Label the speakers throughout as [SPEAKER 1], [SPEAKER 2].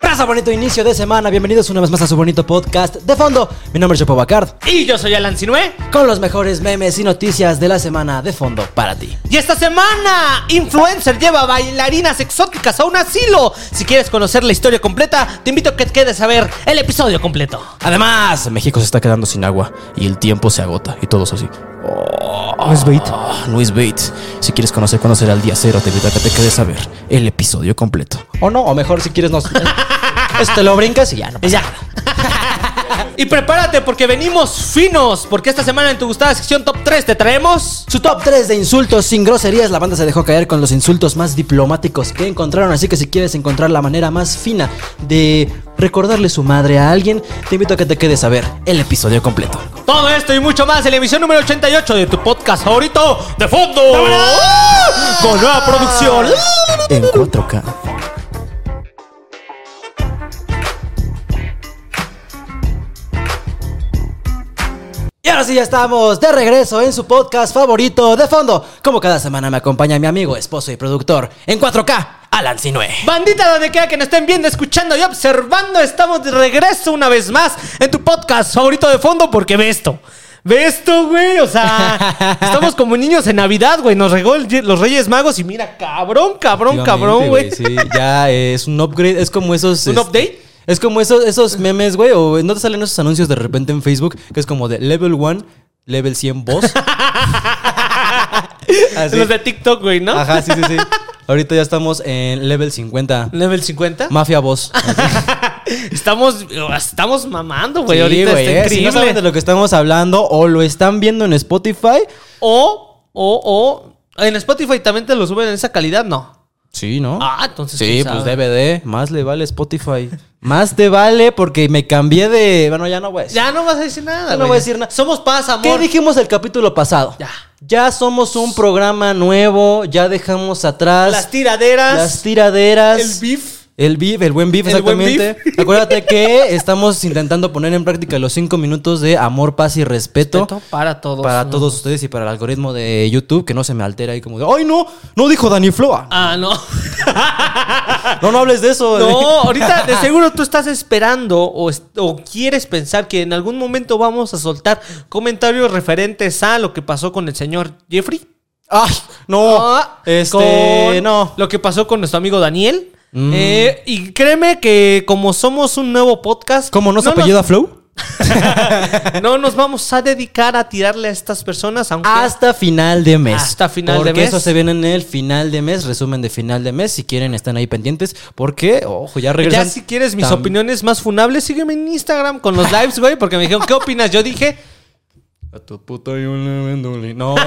[SPEAKER 1] Raza, bonito inicio de semana. Bienvenidos una vez más a su bonito podcast de fondo. Mi nombre es Chopo Bacard.
[SPEAKER 2] Y yo soy Alan Sinue.
[SPEAKER 1] Con los mejores memes y noticias de la semana de fondo para ti.
[SPEAKER 2] Y esta semana, Influencer lleva bailarinas exóticas a un asilo. Si quieres conocer la historia completa, te invito a que te quedes a ver el episodio completo.
[SPEAKER 1] Además, México se está quedando sin agua y el tiempo se agota y todos así.
[SPEAKER 2] Oh,
[SPEAKER 3] Luis Bait.
[SPEAKER 1] Ah, Luis Bates, si quieres conocer cuándo será el día cero, te invito a que te quedes a ver el episodio completo. O no, o mejor si quieres no. Eso Pues te lo brincas y ya no.
[SPEAKER 2] Y ya. Y prepárate porque venimos finos, porque esta semana en tu gustada sección top 3 te traemos...
[SPEAKER 1] Su top 3 de insultos sin groserías, la banda se dejó caer con los insultos más diplomáticos que encontraron, así que si quieres encontrar la manera más fina de recordarle su madre a alguien, te invito a que te quedes a ver el episodio completo.
[SPEAKER 2] Todo esto y mucho más en la emisión número 88 de tu podcast favorito, De Fondo. Con nueva producción.
[SPEAKER 1] En 4K. Y ahora sí, ya estamos de regreso en su podcast favorito de fondo. Como cada semana me acompaña mi amigo, esposo y productor en 4K, Alan Sinue.
[SPEAKER 2] Bandita donde quiera que nos estén viendo, escuchando y observando, estamos de regreso una vez más en tu podcast favorito de fondo porque ve esto. Ve esto, güey. O sea, estamos como niños en Navidad, güey. Nos regó el- los Reyes Magos y mira, cabrón, cabrón, cabrón, güey.
[SPEAKER 3] Sí, ya es un upgrade. Es como esos.
[SPEAKER 2] ¿Un
[SPEAKER 3] este,
[SPEAKER 2] update?
[SPEAKER 3] Es como esos, esos memes, güey. O no te salen esos anuncios de repente en Facebook que es como de level 1, level 100 boss. Así.
[SPEAKER 2] Los de TikTok, güey, ¿no?
[SPEAKER 3] Ajá, sí, sí, sí. Ahorita ya estamos en level 50.
[SPEAKER 2] Level 50.
[SPEAKER 3] Mafia boss.
[SPEAKER 2] Estamos, estamos mamando, güey.
[SPEAKER 3] Sí,
[SPEAKER 2] Ahorita
[SPEAKER 3] güey,
[SPEAKER 2] está
[SPEAKER 3] eh. Si
[SPEAKER 2] increíble.
[SPEAKER 3] no saben de lo que estamos hablando o lo están viendo en Spotify.
[SPEAKER 2] O, o, o. En Spotify también te lo suben en esa calidad, no.
[SPEAKER 3] Sí, ¿no?
[SPEAKER 2] Ah, entonces.
[SPEAKER 3] Sí,
[SPEAKER 2] quién
[SPEAKER 3] pues
[SPEAKER 2] sabe.
[SPEAKER 3] DVD. Más le vale Spotify. Más te vale porque me cambié de. Bueno, ya no, güey.
[SPEAKER 2] Ya no vas a decir nada,
[SPEAKER 3] Ya no
[SPEAKER 2] güey.
[SPEAKER 3] voy a decir nada.
[SPEAKER 2] Somos paz,
[SPEAKER 3] ¿Qué
[SPEAKER 2] amor.
[SPEAKER 3] dijimos el capítulo pasado?
[SPEAKER 2] Ya.
[SPEAKER 3] Ya somos un programa nuevo, ya dejamos atrás
[SPEAKER 2] Las tiraderas.
[SPEAKER 3] las tiraderas.
[SPEAKER 2] El beef.
[SPEAKER 3] El beef, el buen beef,
[SPEAKER 2] El buen
[SPEAKER 3] exactamente.
[SPEAKER 2] beef.
[SPEAKER 3] Acuérdate que estamos intentando poner en práctica los cinco minutos de amor, paz y respeto.
[SPEAKER 2] para todos.
[SPEAKER 3] Para todos ustedes y para el algoritmo de YouTube, que no se me altera ahí como de, ¡ay no! ¡No dijo Dani Floa!
[SPEAKER 2] Ah, no.
[SPEAKER 3] No, no hables de eso.
[SPEAKER 2] Ah. No, ahorita de seguro tú estás esperando o, es- o quieres pensar que en algún momento vamos a soltar comentarios referentes a lo que pasó con el señor Jeffrey.
[SPEAKER 3] ¡Ay! No. este,
[SPEAKER 2] Ah, con
[SPEAKER 3] no. Mm.
[SPEAKER 2] Lo que pasó con nuestro amigo Daniel. Eh, y créeme que como somos un nuevo podcast.
[SPEAKER 3] ¿Cómo no se apellida Flow?
[SPEAKER 2] nos- no nos vamos a dedicar a tirarle a estas personas, aunque.
[SPEAKER 3] Hasta final de mes.
[SPEAKER 2] Hasta final de
[SPEAKER 3] Porque
[SPEAKER 2] mes.
[SPEAKER 3] eso se viene en el final de mes, resumen de final de mes. Si quieren, están ahí pendientes. Porque, ojo, ya
[SPEAKER 2] ya
[SPEAKER 3] regresan.
[SPEAKER 2] si quieres mis
[SPEAKER 3] Tam-
[SPEAKER 2] opiniones más funables, sígueme en Instagram con los lives, güey, porque me dijeron, ¿qué opinas? Yo dije,
[SPEAKER 3] A tu puta y un levenduli. No.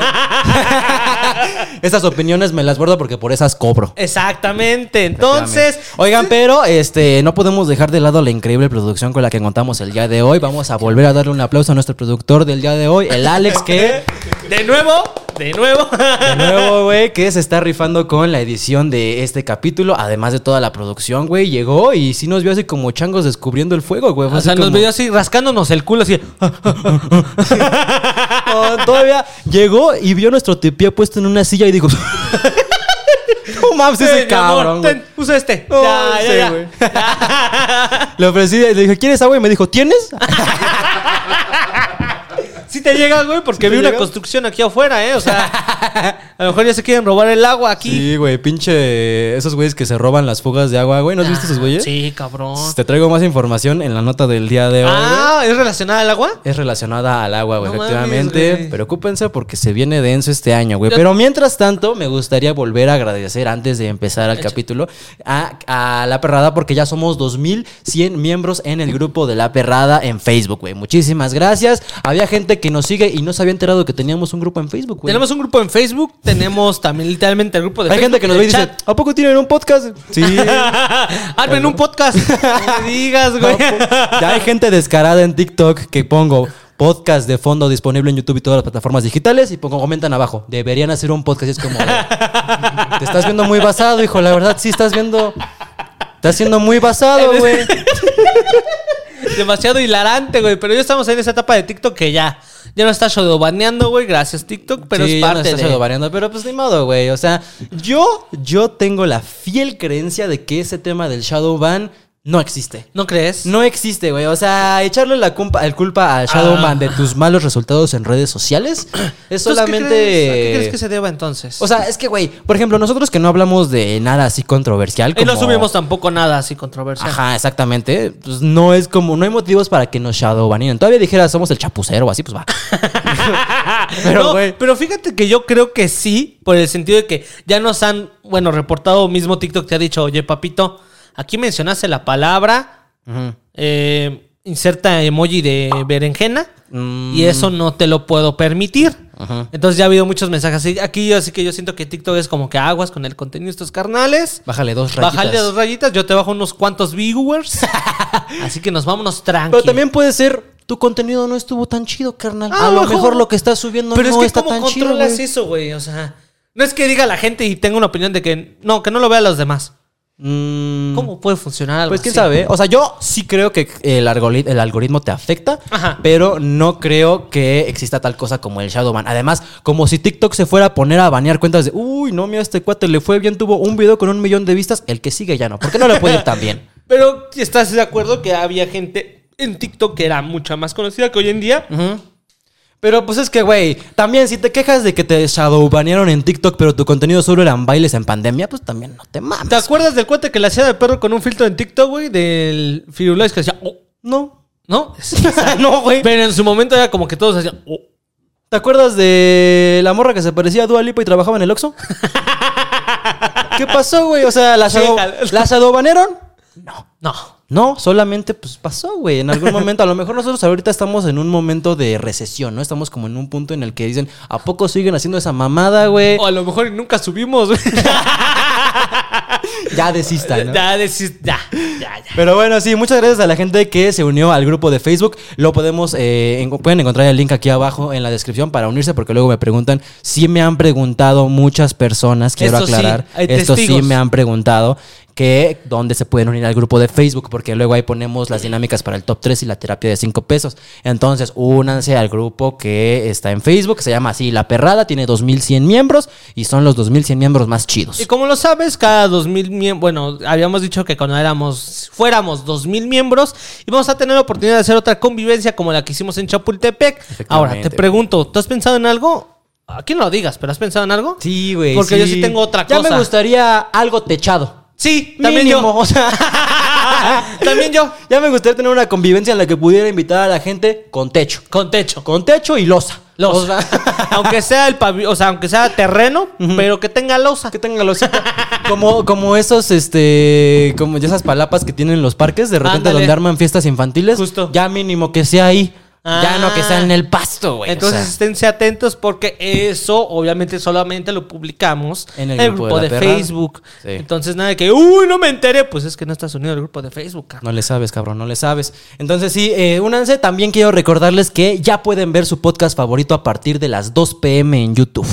[SPEAKER 3] Esas opiniones me las bordo porque por esas cobro.
[SPEAKER 2] exactamente. Entonces,
[SPEAKER 3] Oigan, pero este no podemos dejar de lado la increíble producción con la que contamos el día de hoy. Vamos a volver a darle un aplauso a nuestro productor del día de hoy, el Alex, que
[SPEAKER 2] de nuevo, de nuevo.
[SPEAKER 3] De nuevo, güey, que se está rifando con la edición de este capítulo, además de toda la producción, güey, llegó y sí nos vio así como changos descubriendo el fuego, güey. Fue
[SPEAKER 2] O
[SPEAKER 3] así
[SPEAKER 2] sea, nos
[SPEAKER 3] como-
[SPEAKER 2] veía así rascándonos el culo, así.
[SPEAKER 3] No, todavía llegó y vio nuestro tepía puesto en una silla y dijo, no mames,
[SPEAKER 2] "Eh, mi
[SPEAKER 3] ese
[SPEAKER 2] amor,
[SPEAKER 3] cabrón, güey.
[SPEAKER 2] ten, usa este.
[SPEAKER 3] No,
[SPEAKER 2] ya,
[SPEAKER 3] Oh, sí,
[SPEAKER 2] ya,
[SPEAKER 3] güey.
[SPEAKER 2] ya, Ya.
[SPEAKER 3] Le ofrecí y le dije, ¿quieres agua? Y me dijo, ¿tienes?
[SPEAKER 2] Sí te llega, güey, porque
[SPEAKER 3] ¿Sí te
[SPEAKER 2] vi una
[SPEAKER 3] llega?
[SPEAKER 2] construcción aquí afuera, ¿eh? O sea, a lo mejor ya se quieren robar el agua aquí.
[SPEAKER 3] Sí, güey, pinche esos güeyes que se roban las fugas de agua, güey. ¿No has visto esos güeyes?
[SPEAKER 2] Ah, Sí, cabrón.
[SPEAKER 3] Te traigo más información en la nota del día de hoy, güey.
[SPEAKER 2] Ah, ¿es relacionada al agua?
[SPEAKER 3] Es relacionada al agua, güey,
[SPEAKER 2] No mames,
[SPEAKER 3] efectivamente.
[SPEAKER 2] güey.
[SPEAKER 3] Preocúpense porque se viene denso este año, güey. Pero mientras tanto, me gustaría volver a agradecer antes de empezar al capítulo a, a La Perrada porque ya somos 2100 miembros en el grupo de La Perrada en Facebook, güey. Muchísimas gracias. Había gente que nos sigue y no se había enterado que teníamos un grupo en Facebook, güey.
[SPEAKER 2] Tenemos un grupo en Facebook, tenemos también literalmente el grupo de
[SPEAKER 3] Hay gente
[SPEAKER 2] Facebook
[SPEAKER 3] que nos
[SPEAKER 2] y
[SPEAKER 3] ve y
[SPEAKER 2] el
[SPEAKER 3] dice,
[SPEAKER 2] chat.
[SPEAKER 3] ¿a poco tienen un podcast? Sí.
[SPEAKER 2] Armen un podcast. No me digas, güey.
[SPEAKER 3] ya hay gente descarada en TikTok que pongo podcast de fondo disponible en YouTube y todas las plataformas digitales y pongo comentan abajo. Deberían hacer un podcast y es como de, te estás viendo muy basado, hijo, la verdad sí estás viendo estás siendo muy basado, güey.
[SPEAKER 2] Demasiado hilarante, güey. Pero ya estamos en esa etapa de TikTok que ya. Ya no está shadowbaneando, güey. Gracias, TikTok. Pero
[SPEAKER 3] Sí,
[SPEAKER 2] es
[SPEAKER 3] ya
[SPEAKER 2] parte
[SPEAKER 3] no estás
[SPEAKER 2] de.
[SPEAKER 3] variando, pero pues ni modo, güey. O sea, yo yo tengo la fiel creencia de que ese tema del shadow ban no existe.
[SPEAKER 2] ¿No crees?
[SPEAKER 3] No existe, güey. O sea, echarle la culpa, el culpa a Shadowman de tus malos resultados en redes sociales es
[SPEAKER 2] Entonces,
[SPEAKER 3] solamente.
[SPEAKER 2] ¿Qué Ah. crees, ¿A qué crees que se deba entonces?
[SPEAKER 3] O sea, es que, güey, por ejemplo, nosotros que no hablamos de nada así controversial.
[SPEAKER 2] y no
[SPEAKER 3] como-
[SPEAKER 2] subimos tampoco nada así controversial.
[SPEAKER 3] Ajá, exactamente. Pues no es como, no hay motivos para que nos shadowbaneen. Todavía dijera somos el chapucero o así, pues va.
[SPEAKER 2] Pero,
[SPEAKER 3] Pero,
[SPEAKER 2] no,
[SPEAKER 3] güey.
[SPEAKER 2] pero fíjate que yo creo que sí, por el sentido de que ya nos han, bueno, reportado mismo TikTok te ha dicho, oye, papito, aquí mencionaste la palabra, eh, inserta emoji de berenjena,
[SPEAKER 3] Mm.
[SPEAKER 2] y eso no te lo puedo permitir. Entonces ya ha habido muchos mensajes así. Aquí yo así que yo siento que TikTok es como que aguas con el contenido de estos carnales.
[SPEAKER 3] Bájale dos rayitas.
[SPEAKER 2] Bájale dos rayitas, yo te bajo unos cuantos viewers. así que nos vámonos tranqui.
[SPEAKER 3] Pero también puede ser, tu contenido no estuvo tan chido, carnal.
[SPEAKER 2] Ah,
[SPEAKER 3] a lo
[SPEAKER 2] ojo.
[SPEAKER 3] mejor lo que estás subiendo
[SPEAKER 2] Pero
[SPEAKER 3] no
[SPEAKER 2] es que
[SPEAKER 3] está
[SPEAKER 2] ¿cómo
[SPEAKER 3] tan chido.
[SPEAKER 2] controlas
[SPEAKER 3] güey.
[SPEAKER 2] eso, güey? O sea, no es que diga la gente y tenga una opinión de que no, que no lo vean los demás.
[SPEAKER 3] Mm,
[SPEAKER 2] ¿Cómo puede funcionar algo
[SPEAKER 3] Pues quién
[SPEAKER 2] así?
[SPEAKER 3] sabe. O sea, yo sí creo que el, algori- el algoritmo te afecta,
[SPEAKER 2] Ajá.
[SPEAKER 3] pero no creo que exista tal cosa como el Shadowban. Además, como si TikTok se fuera a poner a banear cuentas de, uy, no, mira, este cuate le fue bien, tuvo un video con un millón de vistas, el que sigue ya no. ¿Por qué no le puede ir tan bien?
[SPEAKER 2] Pero estás de acuerdo que había gente en TikTok que era mucha más conocida que hoy en día.
[SPEAKER 3] Mm. Pero pues es que, güey, también si te quejas de que te shadowbanearon en TikTok, pero tu contenido solo eran bailes en pandemia, pues también no te mames.
[SPEAKER 2] ¿Te acuerdas del cuate que le hacía de perro con un filtro en TikTok, güey? Del Firulais que decía, oh,
[SPEAKER 3] No.
[SPEAKER 2] ¿no?
[SPEAKER 3] no, güey.
[SPEAKER 2] Pero en su momento era como que todos hacían, oh.
[SPEAKER 3] ¿Te acuerdas de la morra que se parecía a Dua Lipa y trabajaba en el Oxxo? ¿Qué pasó, güey? O sea, ¿la, shadow,
[SPEAKER 2] Déjalo.
[SPEAKER 3] ¿la shadowbanearon?
[SPEAKER 2] No.
[SPEAKER 3] No, solamente pues pasó, güey. En algún momento, a lo mejor nosotros ahorita estamos en un momento de recesión, ¿no? Estamos como en un punto en el que dicen, ¿a poco siguen haciendo esa mamada, güey?
[SPEAKER 2] O a lo mejor nunca subimos, güey.
[SPEAKER 3] Ya desistan, ¿no?
[SPEAKER 2] ya, decís, ya, ya, ya.
[SPEAKER 3] Pero bueno, sí, muchas gracias a la gente que se unió al grupo de Facebook. Lo podemos, eh, en- pueden encontrar el link aquí abajo en la descripción para unirse, porque luego me preguntan. Sí me han preguntado muchas personas, quiero
[SPEAKER 2] Esto sí,
[SPEAKER 3] aclarar.
[SPEAKER 2] hay
[SPEAKER 3] esto sí
[SPEAKER 2] testigos.
[SPEAKER 3] me han preguntado que dónde se pueden unir al grupo de Facebook, porque luego ahí ponemos las dinámicas para el top 3 y la terapia de 5 pesos. Entonces, únanse al grupo que está en Facebook, que se llama así La Perrada, tiene 2100 miembros y son los 2100 miembros más chidos.
[SPEAKER 2] Y como lo sabes, cada 2000 miembros, bueno, habíamos dicho que cuando éramos fuéramos 2000 miembros íbamos a tener la oportunidad de hacer otra convivencia como la que hicimos en Chapultepec. Ahora te pregunto, ¿tú has pensado en algo? Aquí no lo digas, pero ¿has pensado en algo?
[SPEAKER 3] Sí, güey.
[SPEAKER 2] Porque yo sí tengo otra
[SPEAKER 3] Ya
[SPEAKER 2] cosa.
[SPEAKER 3] me gustaría algo techado.
[SPEAKER 2] Sí, también
[SPEAKER 3] Mínimo,
[SPEAKER 2] yo.
[SPEAKER 3] o sea,
[SPEAKER 2] también yo
[SPEAKER 3] ya me gustaría tener una convivencia en la que pudiera invitar a la gente con techo.
[SPEAKER 2] con techo.
[SPEAKER 3] Con techo y losa.
[SPEAKER 2] Losa.
[SPEAKER 3] O sea,
[SPEAKER 2] aunque sea el pavi- o sea, aunque sea terreno, pero que tenga losa.
[SPEAKER 3] que tenga losita. Como, como esos, este, como esas palapas que tienen los parques, de repente
[SPEAKER 2] Ándale.
[SPEAKER 3] donde arman fiestas infantiles.
[SPEAKER 2] Justo.
[SPEAKER 3] Ya mínimo que sea ahí.
[SPEAKER 2] Ah.
[SPEAKER 3] Ya no que sea en el pasto, güey. o
[SPEAKER 2] Entonces
[SPEAKER 3] sea.
[SPEAKER 2] esténse atentos porque eso obviamente solamente lo publicamos
[SPEAKER 3] En el grupo de la perra.
[SPEAKER 2] Facebook.
[SPEAKER 3] Sí.
[SPEAKER 2] Entonces nada de que, uy, no me enteré. Pues es que no estás unido al grupo de Facebook. carnal.
[SPEAKER 3] No le sabes, cabrón, no le sabes. Entonces sí, eh, únanse. También quiero recordarles que ya pueden ver su podcast favorito a partir de las 2 pm en YouTube.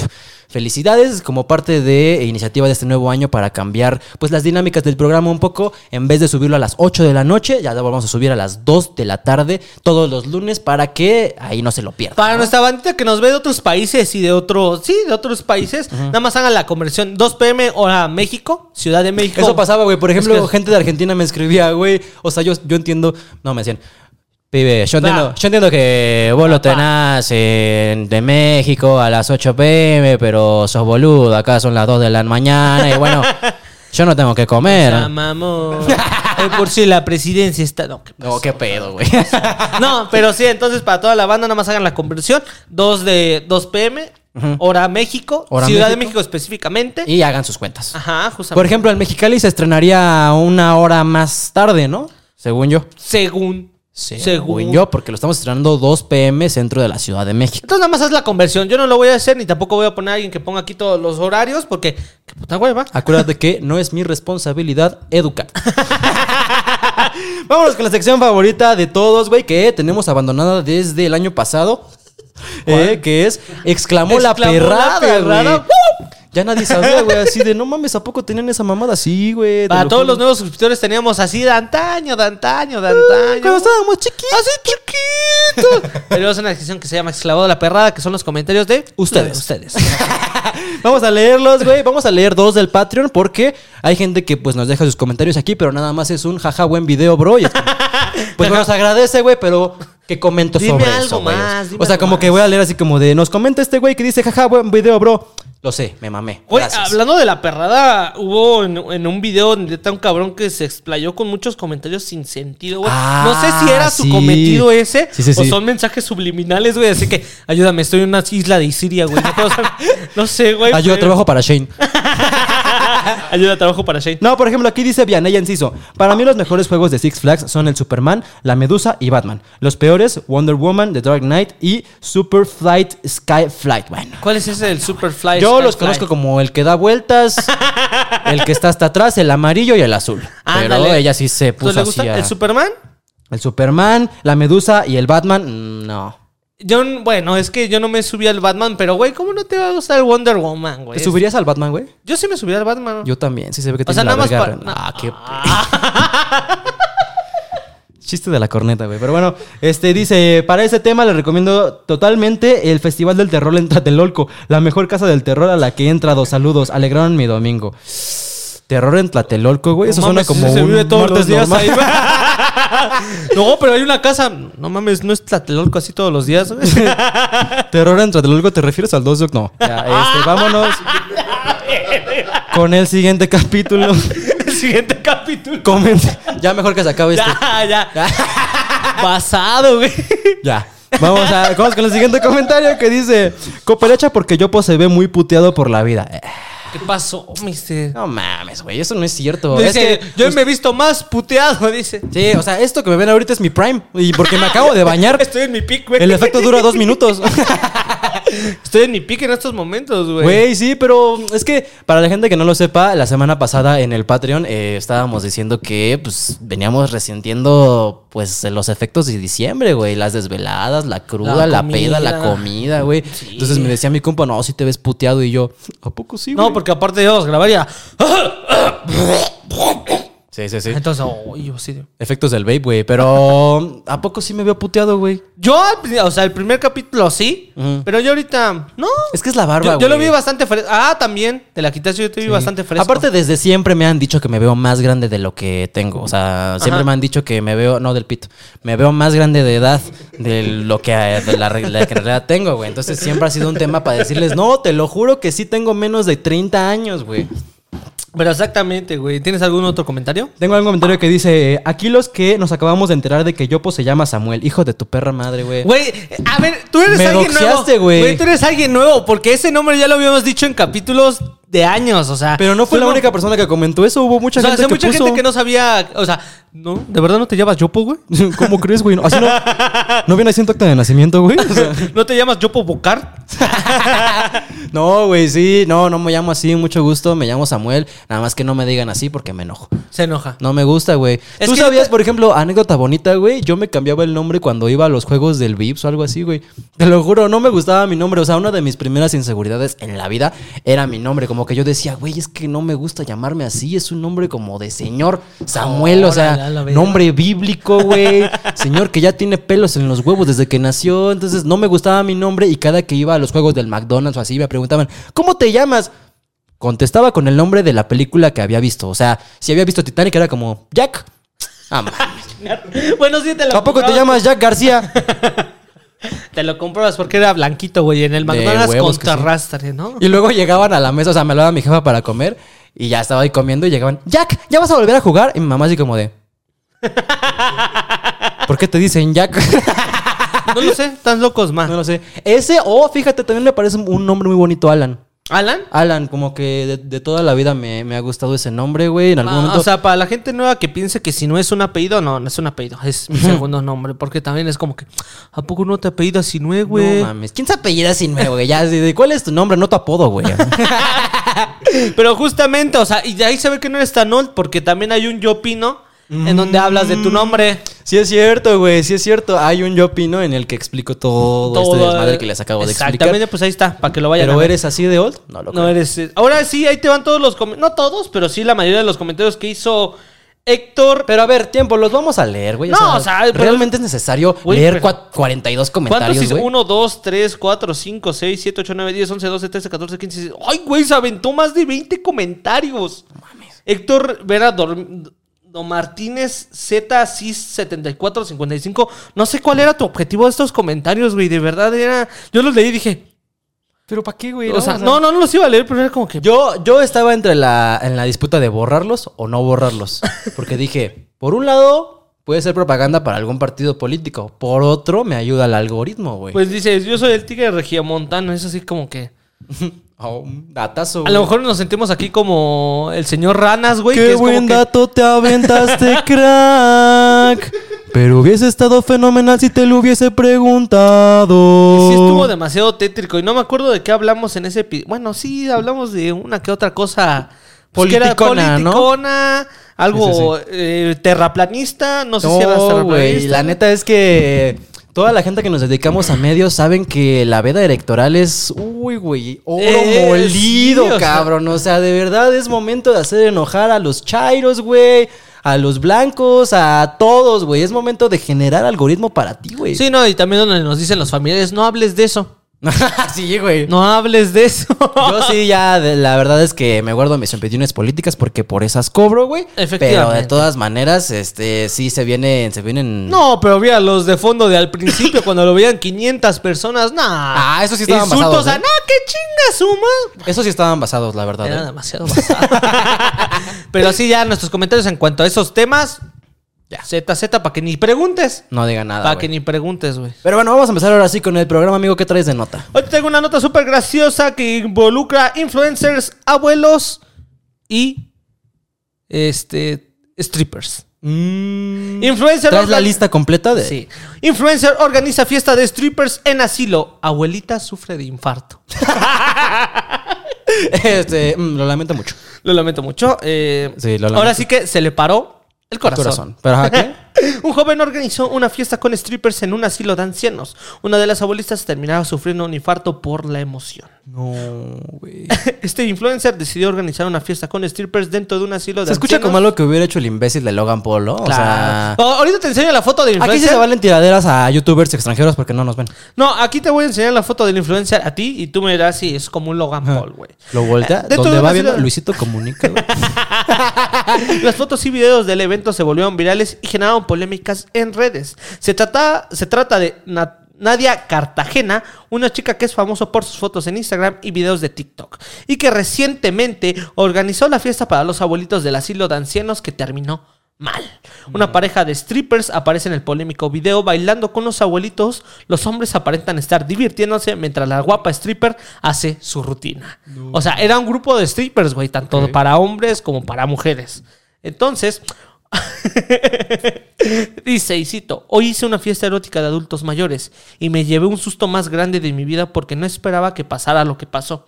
[SPEAKER 3] Felicidades como parte de iniciativa de este nuevo año para cambiar pues las dinámicas del programa un poco. En vez de subirlo a las 8 de la noche, ya lo vamos a subir a las 2 de la tarde todos los lunes para que ahí no se lo pierdan.
[SPEAKER 2] Para
[SPEAKER 3] ¿no?
[SPEAKER 2] nuestra bandita que nos ve de otros países y de otros, sí, de otros países, nada más hagan la conversión 2 pm hora México, Ciudad de México.
[SPEAKER 3] Eso pasaba, güey. Por ejemplo,
[SPEAKER 2] Es que-
[SPEAKER 3] gente de Argentina me escribía, güey. O sea, yo, yo entiendo. No, me decían. Pibe, yo entiendo,
[SPEAKER 2] Pa.
[SPEAKER 3] yo entiendo que vos lo tenás en- de México a las 8 pm, pero sos boludo. Acá son las 2 de la mañana y bueno, yo no tengo que comer.
[SPEAKER 2] Ah, mamón. Eh, por si la presidencia está. No, ¿qué
[SPEAKER 3] No,
[SPEAKER 2] pasó?
[SPEAKER 3] qué pedo, güey.
[SPEAKER 2] No, pero sí, entonces para toda la banda nada más hagan la conversión. 2 de 2 pm, hora México,
[SPEAKER 3] Hora
[SPEAKER 2] Ciudad de
[SPEAKER 3] México.
[SPEAKER 2] México específicamente.
[SPEAKER 3] y hagan sus cuentas.
[SPEAKER 2] Ajá, justamente.
[SPEAKER 3] Por ejemplo, en Mexicali se estrenaría una hora más tarde, ¿no? Según yo.
[SPEAKER 2] según.
[SPEAKER 3] yo, porque lo estamos estrenando 2 pm centro de la Ciudad de México.
[SPEAKER 2] Entonces nada más haz la conversión. Yo no lo voy a hacer ni tampoco voy a poner a alguien que ponga aquí todos los horarios porque... ¡Qué puta hueva!
[SPEAKER 3] Acuérdate que no es mi responsabilidad educar. Vámonos con la sección favorita de todos, güey, que tenemos abandonada desde el año pasado. eh, que es Exclamó, la
[SPEAKER 2] Exclamó la
[SPEAKER 3] perrada,
[SPEAKER 2] perrada.
[SPEAKER 3] güey. Ya nadie sabía, güey, así de no mames, ¿a poco tenían esa mamada? Sí, güey. te
[SPEAKER 2] Para
[SPEAKER 3] lo
[SPEAKER 2] todos
[SPEAKER 3] juro.
[SPEAKER 2] los nuevos suscriptores teníamos así de antaño, de antaño, de
[SPEAKER 3] Ah, Cuando
[SPEAKER 2] antaño.
[SPEAKER 3] estábamos chiquitos.
[SPEAKER 2] Así chiquito. Tenemos una sección que se llama Exclavado la Perrada, que son los comentarios de
[SPEAKER 3] Ustedes.
[SPEAKER 2] Ustedes.
[SPEAKER 3] Vamos a leerlos, güey. Vamos a leer dos del Patreon porque hay gente que pues nos deja sus comentarios aquí, pero nada más es un jaja buen video, bro. Y es como, pues bueno, nos agradece, güey, pero que comento
[SPEAKER 2] Dime
[SPEAKER 3] sobre
[SPEAKER 2] algo
[SPEAKER 3] eso, güey.
[SPEAKER 2] más, dime
[SPEAKER 3] O sea,
[SPEAKER 2] algo
[SPEAKER 3] como que
[SPEAKER 2] más.
[SPEAKER 3] voy a leer así como de nos comenta este güey que dice jaja buen video, bro. Lo sé, me mamé.
[SPEAKER 2] Güey,
[SPEAKER 3] Gracias.
[SPEAKER 2] hablando de la perrada, hubo en, en un video neta un cabrón que se explayó con muchos comentarios sin sentido, güey.
[SPEAKER 3] Ah,
[SPEAKER 2] no sé si era su
[SPEAKER 3] sí.
[SPEAKER 2] cometido ese
[SPEAKER 3] Sí, sí,
[SPEAKER 2] o
[SPEAKER 3] sí.
[SPEAKER 2] son mensajes subliminales, güey. Así que, ayúdame, estoy en una isla de Siria, güey. No, no sé, güey.
[SPEAKER 3] Ah, yo
[SPEAKER 2] pero-
[SPEAKER 3] trabajo para Shane.
[SPEAKER 2] Ayuda, trabajo para Shane.
[SPEAKER 3] No, por ejemplo, aquí dice Vianey Enciso. Para mí los mejores juegos de Six Flags son el Superman, la Medusa y Batman. Los peores, Wonder Woman, The Dark Knight y Super Flight Sky Flight. Bueno.
[SPEAKER 2] ¿Cuál es ese del Superfly?
[SPEAKER 3] Yo
[SPEAKER 2] Skyfly?
[SPEAKER 3] los conozco como el que da vueltas, el que está hasta atrás, el amarillo y el azul. Pero
[SPEAKER 2] Ándale.
[SPEAKER 3] ella sí se puso
[SPEAKER 2] ¿Entonces le
[SPEAKER 3] así
[SPEAKER 2] gusta
[SPEAKER 3] a-
[SPEAKER 2] el Superman?
[SPEAKER 3] el Superman, la Medusa y el Batman. mm, No.
[SPEAKER 2] Yo, n- bueno, es que yo no me subí al Batman, pero güey, ¿cómo no te va a gustar el Wonder Woman, güey?
[SPEAKER 3] ¿Te subirías al Batman, güey?
[SPEAKER 2] Yo sí me subí al Batman.
[SPEAKER 3] Yo también, sí se ve que
[SPEAKER 2] o sea,
[SPEAKER 3] tienes
[SPEAKER 2] nada
[SPEAKER 3] la
[SPEAKER 2] más
[SPEAKER 3] verga.
[SPEAKER 2] para...
[SPEAKER 3] Ah, qué Chiste de la corneta, güey. Pero bueno, este dice, para ese tema les recomiendo totalmente el Festival del Terror en Tlatelolco, la mejor casa del terror a la que he entrado. Saludos, alegraron mi domingo. Terror en Tlatelolco, güey.
[SPEAKER 2] No
[SPEAKER 3] Eso suena
[SPEAKER 2] mames,
[SPEAKER 3] como
[SPEAKER 2] ese se
[SPEAKER 3] un
[SPEAKER 2] vive todos
[SPEAKER 3] martes
[SPEAKER 2] los días
[SPEAKER 3] normal.
[SPEAKER 2] ahí. no, pero hay una casa. No mames, no es Tlatelolco así todos los días, güey.
[SPEAKER 3] Terror en Tlatelolco, ¿te refieres al 2 de oc- No. Ya, este, vámonos con el siguiente capítulo.
[SPEAKER 2] El siguiente capítulo.
[SPEAKER 3] Comenta. Ya mejor que se acabe este.
[SPEAKER 2] Ya, ya. Pasado, güey.
[SPEAKER 3] Ya. Vamos, a, vamos con el siguiente comentario que dice: Cooperacha porque yo se ve muy puteado por la vida. Eh,
[SPEAKER 2] ¿Qué pasó, mister?
[SPEAKER 3] No mames, güey, eso no es cierto. Es
[SPEAKER 2] Dice,
[SPEAKER 3] que- pues,
[SPEAKER 2] yo me he visto más puteado, dice.
[SPEAKER 3] Sí, o sea, esto que me ven ahorita es mi prime. Y porque me acabo de bañar.
[SPEAKER 2] Estoy en mi pick, güey.
[SPEAKER 3] El efecto dura dos minutos.
[SPEAKER 2] Estoy en mi pick en estos momentos, güey.
[SPEAKER 3] Güey, sí, pero es que para la gente que no lo sepa, la semana pasada en el Patreon eh, estábamos diciendo que pues veníamos resintiendo pues los efectos de diciembre, güey, las desveladas, la cruda, la,
[SPEAKER 2] La
[SPEAKER 3] peda, la
[SPEAKER 2] comida.
[SPEAKER 3] comida, güey.
[SPEAKER 2] Sí.
[SPEAKER 3] Entonces me decía mi compa, "No, si te ves puteado" y yo, "¿A poco sí, güey?"
[SPEAKER 2] No, porque aparte yo los grabaría.
[SPEAKER 3] Sí, sí, sí.
[SPEAKER 2] Entonces, oh, yo sí.
[SPEAKER 3] Efectos del vape, güey, pero ¿a poco sí me veo puteado, güey?
[SPEAKER 2] Yo, al pri- o sea, el primer capítulo sí,
[SPEAKER 3] Ujú.
[SPEAKER 2] pero yo ahorita, no.
[SPEAKER 3] Es que es la barba,
[SPEAKER 2] yo,
[SPEAKER 3] güey.
[SPEAKER 2] yo lo vi bastante fresco. Ah, también. Te la quitas, yo te vi bastante fresco.
[SPEAKER 3] Aparte, desde siempre me han dicho que me veo más grande de lo que tengo. O sea, siempre
[SPEAKER 2] Ajá.
[SPEAKER 3] me han dicho que me veo, no del pito, me veo más grande de edad de lo que, eh, de la, re- la que en realidad tengo, güey. Entonces siempre ha sido un tema para decirles, no, te lo juro que sí tengo menos de 30 años, güey.
[SPEAKER 2] Pero exactamente, güey. ¿Tienes algún otro comentario?
[SPEAKER 3] Tengo algún comentario que dice, aquí los que nos acabamos de enterar de que Yopo se llama Samuel, hijo de tu perra madre, güey.
[SPEAKER 2] Güey, a ver, tú eres
[SPEAKER 3] Me
[SPEAKER 2] alguien nuevo.
[SPEAKER 3] doxeaste, güey.
[SPEAKER 2] tú eres alguien nuevo, porque ese nombre ya lo habíamos dicho en capítulos de años, o sea.
[SPEAKER 3] Ah, Pero no fue
[SPEAKER 2] tú
[SPEAKER 3] la única persona que comentó eso, hubo mucha
[SPEAKER 2] o sea,
[SPEAKER 3] gente
[SPEAKER 2] hay
[SPEAKER 3] que
[SPEAKER 2] mucha
[SPEAKER 3] puso-
[SPEAKER 2] gente que no sabía, o sea, ¿no? ¿De verdad no te llamas Yopo, güey?
[SPEAKER 3] ¿Cómo crees, güey? No, Así no, no viene así en tu acta de nacimiento, güey. O sea,
[SPEAKER 2] ¿No te llamas Yopo Bocar?
[SPEAKER 3] No, güey, sí, no, no me llamo así, mucho gusto, me llamo Samuel, nada más que no me digan así porque me enojo.
[SPEAKER 2] Se enoja.
[SPEAKER 3] No me gusta, güey.
[SPEAKER 2] Es
[SPEAKER 3] Tú
[SPEAKER 2] que yo
[SPEAKER 3] sabías,
[SPEAKER 2] te-
[SPEAKER 3] por ejemplo, anécdota bonita, güey, yo me cambiaba el nombre cuando iba a los juegos del Vips o algo así, güey. Te lo juro, no me gustaba mi nombre, o sea, una de mis primeras inseguridades en la vida era mi nombre, como que yo decía, güey, es que no me gusta llamarme así, es un nombre como de señor Samuel, o sea,
[SPEAKER 2] Órale, a la verga.
[SPEAKER 3] nombre bíblico, güey. Señor que ya tiene pelos en los huevos desde que nació. Entonces no me gustaba mi nombre y cada que iba a los juegos del McDonald's o así me preguntaban, ¿cómo te llamas? Contestaba con el nombre de la película que había visto. O sea, si había visto Titanic era como Jack. Ah, man.
[SPEAKER 2] bueno, sí te lo
[SPEAKER 3] ¿A poco te
[SPEAKER 2] comprabas.
[SPEAKER 3] llamas Jack García?
[SPEAKER 2] Te lo comprabas porque era blanquito, güey, en el
[SPEAKER 3] De
[SPEAKER 2] McDonald's
[SPEAKER 3] huevos
[SPEAKER 2] con
[SPEAKER 3] que sí.
[SPEAKER 2] tarrastre, ¿no?
[SPEAKER 3] Y luego llegaban a la mesa, o sea, me hablaba mi jefa para comer y ya estaba ahí comiendo y llegaban, Jack, ¿ya vas a volver a jugar? Y mi mamá así como de... ¿Por qué te dicen Jack?
[SPEAKER 2] No lo sé, están locos más.
[SPEAKER 3] No lo sé. Ese, o fíjate, también le parece un nombre muy bonito, Alan.
[SPEAKER 2] ¿Alan?
[SPEAKER 3] Alan, como que de, de toda la vida me, me ha gustado ese nombre, güey. En algún
[SPEAKER 2] Ah,
[SPEAKER 3] momento.
[SPEAKER 2] O sea, para la gente nueva que piense que si no es un apellido, no, no es un apellido, es mi segundo nombre, porque también es como que, ¿a poco no te apellidas si no, güey?
[SPEAKER 3] no mames. ¿Quién se apellida sin nuevo, güey? Ya, así de, ¿cuál es tu nombre? No tu apodo, güey.
[SPEAKER 2] Pero
[SPEAKER 3] Mm.
[SPEAKER 2] justamente, o sea, y de ahí se ve que no eres tan old, porque también hay un yo opino en donde hablas de tu nombre.
[SPEAKER 3] Sí es cierto, güey, sí es cierto. Hay un yo opino en el que explico todo, este desmadre que les acabo de explicar.
[SPEAKER 2] Exactamente, pues ahí está, para que lo vayan a
[SPEAKER 3] Pero
[SPEAKER 2] ver.
[SPEAKER 3] eres así de old, no lo creo.
[SPEAKER 2] No eres. eh, Ahora sí, ahí te van todos los comentarios. No todos, pero sí la mayoría de los comentarios que hizo Héctor.
[SPEAKER 3] Pero a ver, tiempo, los vamos a leer, güey.
[SPEAKER 2] No, o sea, pero-
[SPEAKER 3] realmente es necesario
[SPEAKER 2] Güey,
[SPEAKER 3] leer
[SPEAKER 2] pero-
[SPEAKER 3] cua- 42
[SPEAKER 2] ¿Cuántos
[SPEAKER 3] comentarios,
[SPEAKER 2] hizo?
[SPEAKER 3] güey.
[SPEAKER 2] 1, 2, 3, 4, 5, 6, 7, 8, 9, 10, 11, 12, 13, 14, 15, 16. ¡Ay, güey! Se aventó más de 20 comentarios. Héctor Vera Dor- Do Martínez Z 74 55 No sé cuál era tu objetivo de estos comentarios, güey. De verdad era. Yo los leí y dije.
[SPEAKER 3] Pero ¿para qué, güey?
[SPEAKER 2] O sea, no, no, no los iba a leer, pero era como que.
[SPEAKER 3] Yo, yo estaba entre la, en la disputa de borrarlos o no borrarlos. Porque dije, por un lado, puede ser propaganda para algún partido político. Por otro, me ayuda el algoritmo, güey.
[SPEAKER 2] Pues dices, yo soy el tigre regiomontano. Es así como que.
[SPEAKER 3] Oh, un datazo,
[SPEAKER 2] A
[SPEAKER 3] güey.
[SPEAKER 2] lo mejor nos sentimos aquí como el señor Ranas, güey. que
[SPEAKER 3] ¡Qué
[SPEAKER 2] es como
[SPEAKER 3] buen
[SPEAKER 2] que-
[SPEAKER 3] dato te aventaste, crack! Pero hubiese estado fenomenal si te lo hubiese preguntado.
[SPEAKER 2] Sí estuvo demasiado tétrico y no me acuerdo de qué hablamos en ese epi- Bueno, sí, hablamos de una que otra cosa. pues, que era
[SPEAKER 3] Politicona, ¿no?
[SPEAKER 2] politicona, algo eh, terraplanista, no sé si era
[SPEAKER 3] No, güey,
[SPEAKER 2] terraplanista.
[SPEAKER 3] la neta es que toda la gente que nos dedicamos a medios saben que la veda electoral es, uy, güey, oro
[SPEAKER 2] Eh,
[SPEAKER 3] molido,
[SPEAKER 2] sí, o sea.
[SPEAKER 3] cabrón. O sea, de verdad es momento de hacer enojar a los chairos, güey, a los blancos, a todos, güey. Es momento de generar algoritmo para ti, güey.
[SPEAKER 2] Sí, no, y también donde nos dicen los familiares, no hables de eso.
[SPEAKER 3] sí, güey.
[SPEAKER 2] No hables de eso.
[SPEAKER 3] Yo sí, ya, de- la verdad es que me guardo mis opiniones políticas porque por esas cobro, güey. Pero de
[SPEAKER 2] Efectivamente.
[SPEAKER 3] todas maneras, este, sí se vienen, se vienen.
[SPEAKER 2] No, pero mira, los de fondo de al principio, cuando lo veían 500 personas, nah.
[SPEAKER 3] Ah, eso sí estaban
[SPEAKER 2] Insultos
[SPEAKER 3] basados,
[SPEAKER 2] a,
[SPEAKER 3] ¿eh?
[SPEAKER 2] nah, qué chinga suma.
[SPEAKER 3] Esos sí estaban basados, la verdad.
[SPEAKER 2] Era
[SPEAKER 3] ¿eh?
[SPEAKER 2] demasiado basado. Pero sí, ya nuestros comentarios en cuanto a esos temas.
[SPEAKER 3] Ya.
[SPEAKER 2] Z, Z, para que ni preguntes.
[SPEAKER 3] No diga nada.
[SPEAKER 2] Para
[SPEAKER 3] güey.
[SPEAKER 2] que ni preguntes, güey.
[SPEAKER 3] Pero bueno, vamos a empezar ahora sí con el programa, amigo. ¿Qué traes de nota?
[SPEAKER 2] Hoy te tengo una nota súper graciosa que involucra influencers, abuelos y. Este. Strippers. Influencer.
[SPEAKER 3] ¿Traes la
[SPEAKER 2] organ-
[SPEAKER 3] lista completa de.?
[SPEAKER 2] Sí. Influencer organiza fiesta de strippers en asilo. Abuelita sufre de infarto.
[SPEAKER 3] este, mm, lo lamento mucho.
[SPEAKER 2] Lo lamento mucho. eh,
[SPEAKER 3] Sí, lo lamento.
[SPEAKER 2] Ahora sí que se le paró el corazón.
[SPEAKER 3] Corazón. Pero ajá, ¿qué?
[SPEAKER 2] un joven organizó una fiesta con strippers en un asilo de ancianos. Una de las abuelitas terminaba sufriendo un infarto por la emoción.
[SPEAKER 3] No, güey.
[SPEAKER 2] Este influencer decidió organizar una fiesta con strippers dentro de un asilo de
[SPEAKER 3] Se escucha
[SPEAKER 2] ancianos.
[SPEAKER 3] como algo que hubiera hecho el imbécil de Logan Paul, ¿no? O sea.
[SPEAKER 2] Claro. O- Ahorita te enseño la foto
[SPEAKER 3] Aquí
[SPEAKER 2] del
[SPEAKER 3] sí
[SPEAKER 2] influencer.
[SPEAKER 3] se valen tiraderas a youtubers extranjeros porque no nos ven.
[SPEAKER 2] No, aquí te voy a enseñar la foto del influencer a ti y tú me dirás si es como un Logan Paul, güey.
[SPEAKER 3] Lo voltea.
[SPEAKER 2] Eh, dentro de
[SPEAKER 3] Donde
[SPEAKER 2] un
[SPEAKER 3] va
[SPEAKER 2] asilo-
[SPEAKER 3] viendo, Luisito comunica, güey.
[SPEAKER 2] Las fotos y videos del evento se volvieron virales y generaron polémicas en redes. Se trata, se trata de Na- Nadia Cartagena, una chica que es famoso por sus fotos en Instagram y videos de TikTok, y que recientemente organizó la fiesta para los abuelitos del asilo de ancianos que terminó mal. Una pareja de strippers aparece en el polémico video bailando con los abuelitos. Los hombres aparentan estar divirtiéndose mientras la guapa stripper hace su rutina. O sea, era un grupo de strippers, güey, tanto para hombres como para mujeres. Entonces, dice, y cito, hoy hice una fiesta erótica de adultos mayores y me llevé un susto más grande de mi vida porque no esperaba que pasara lo que pasó.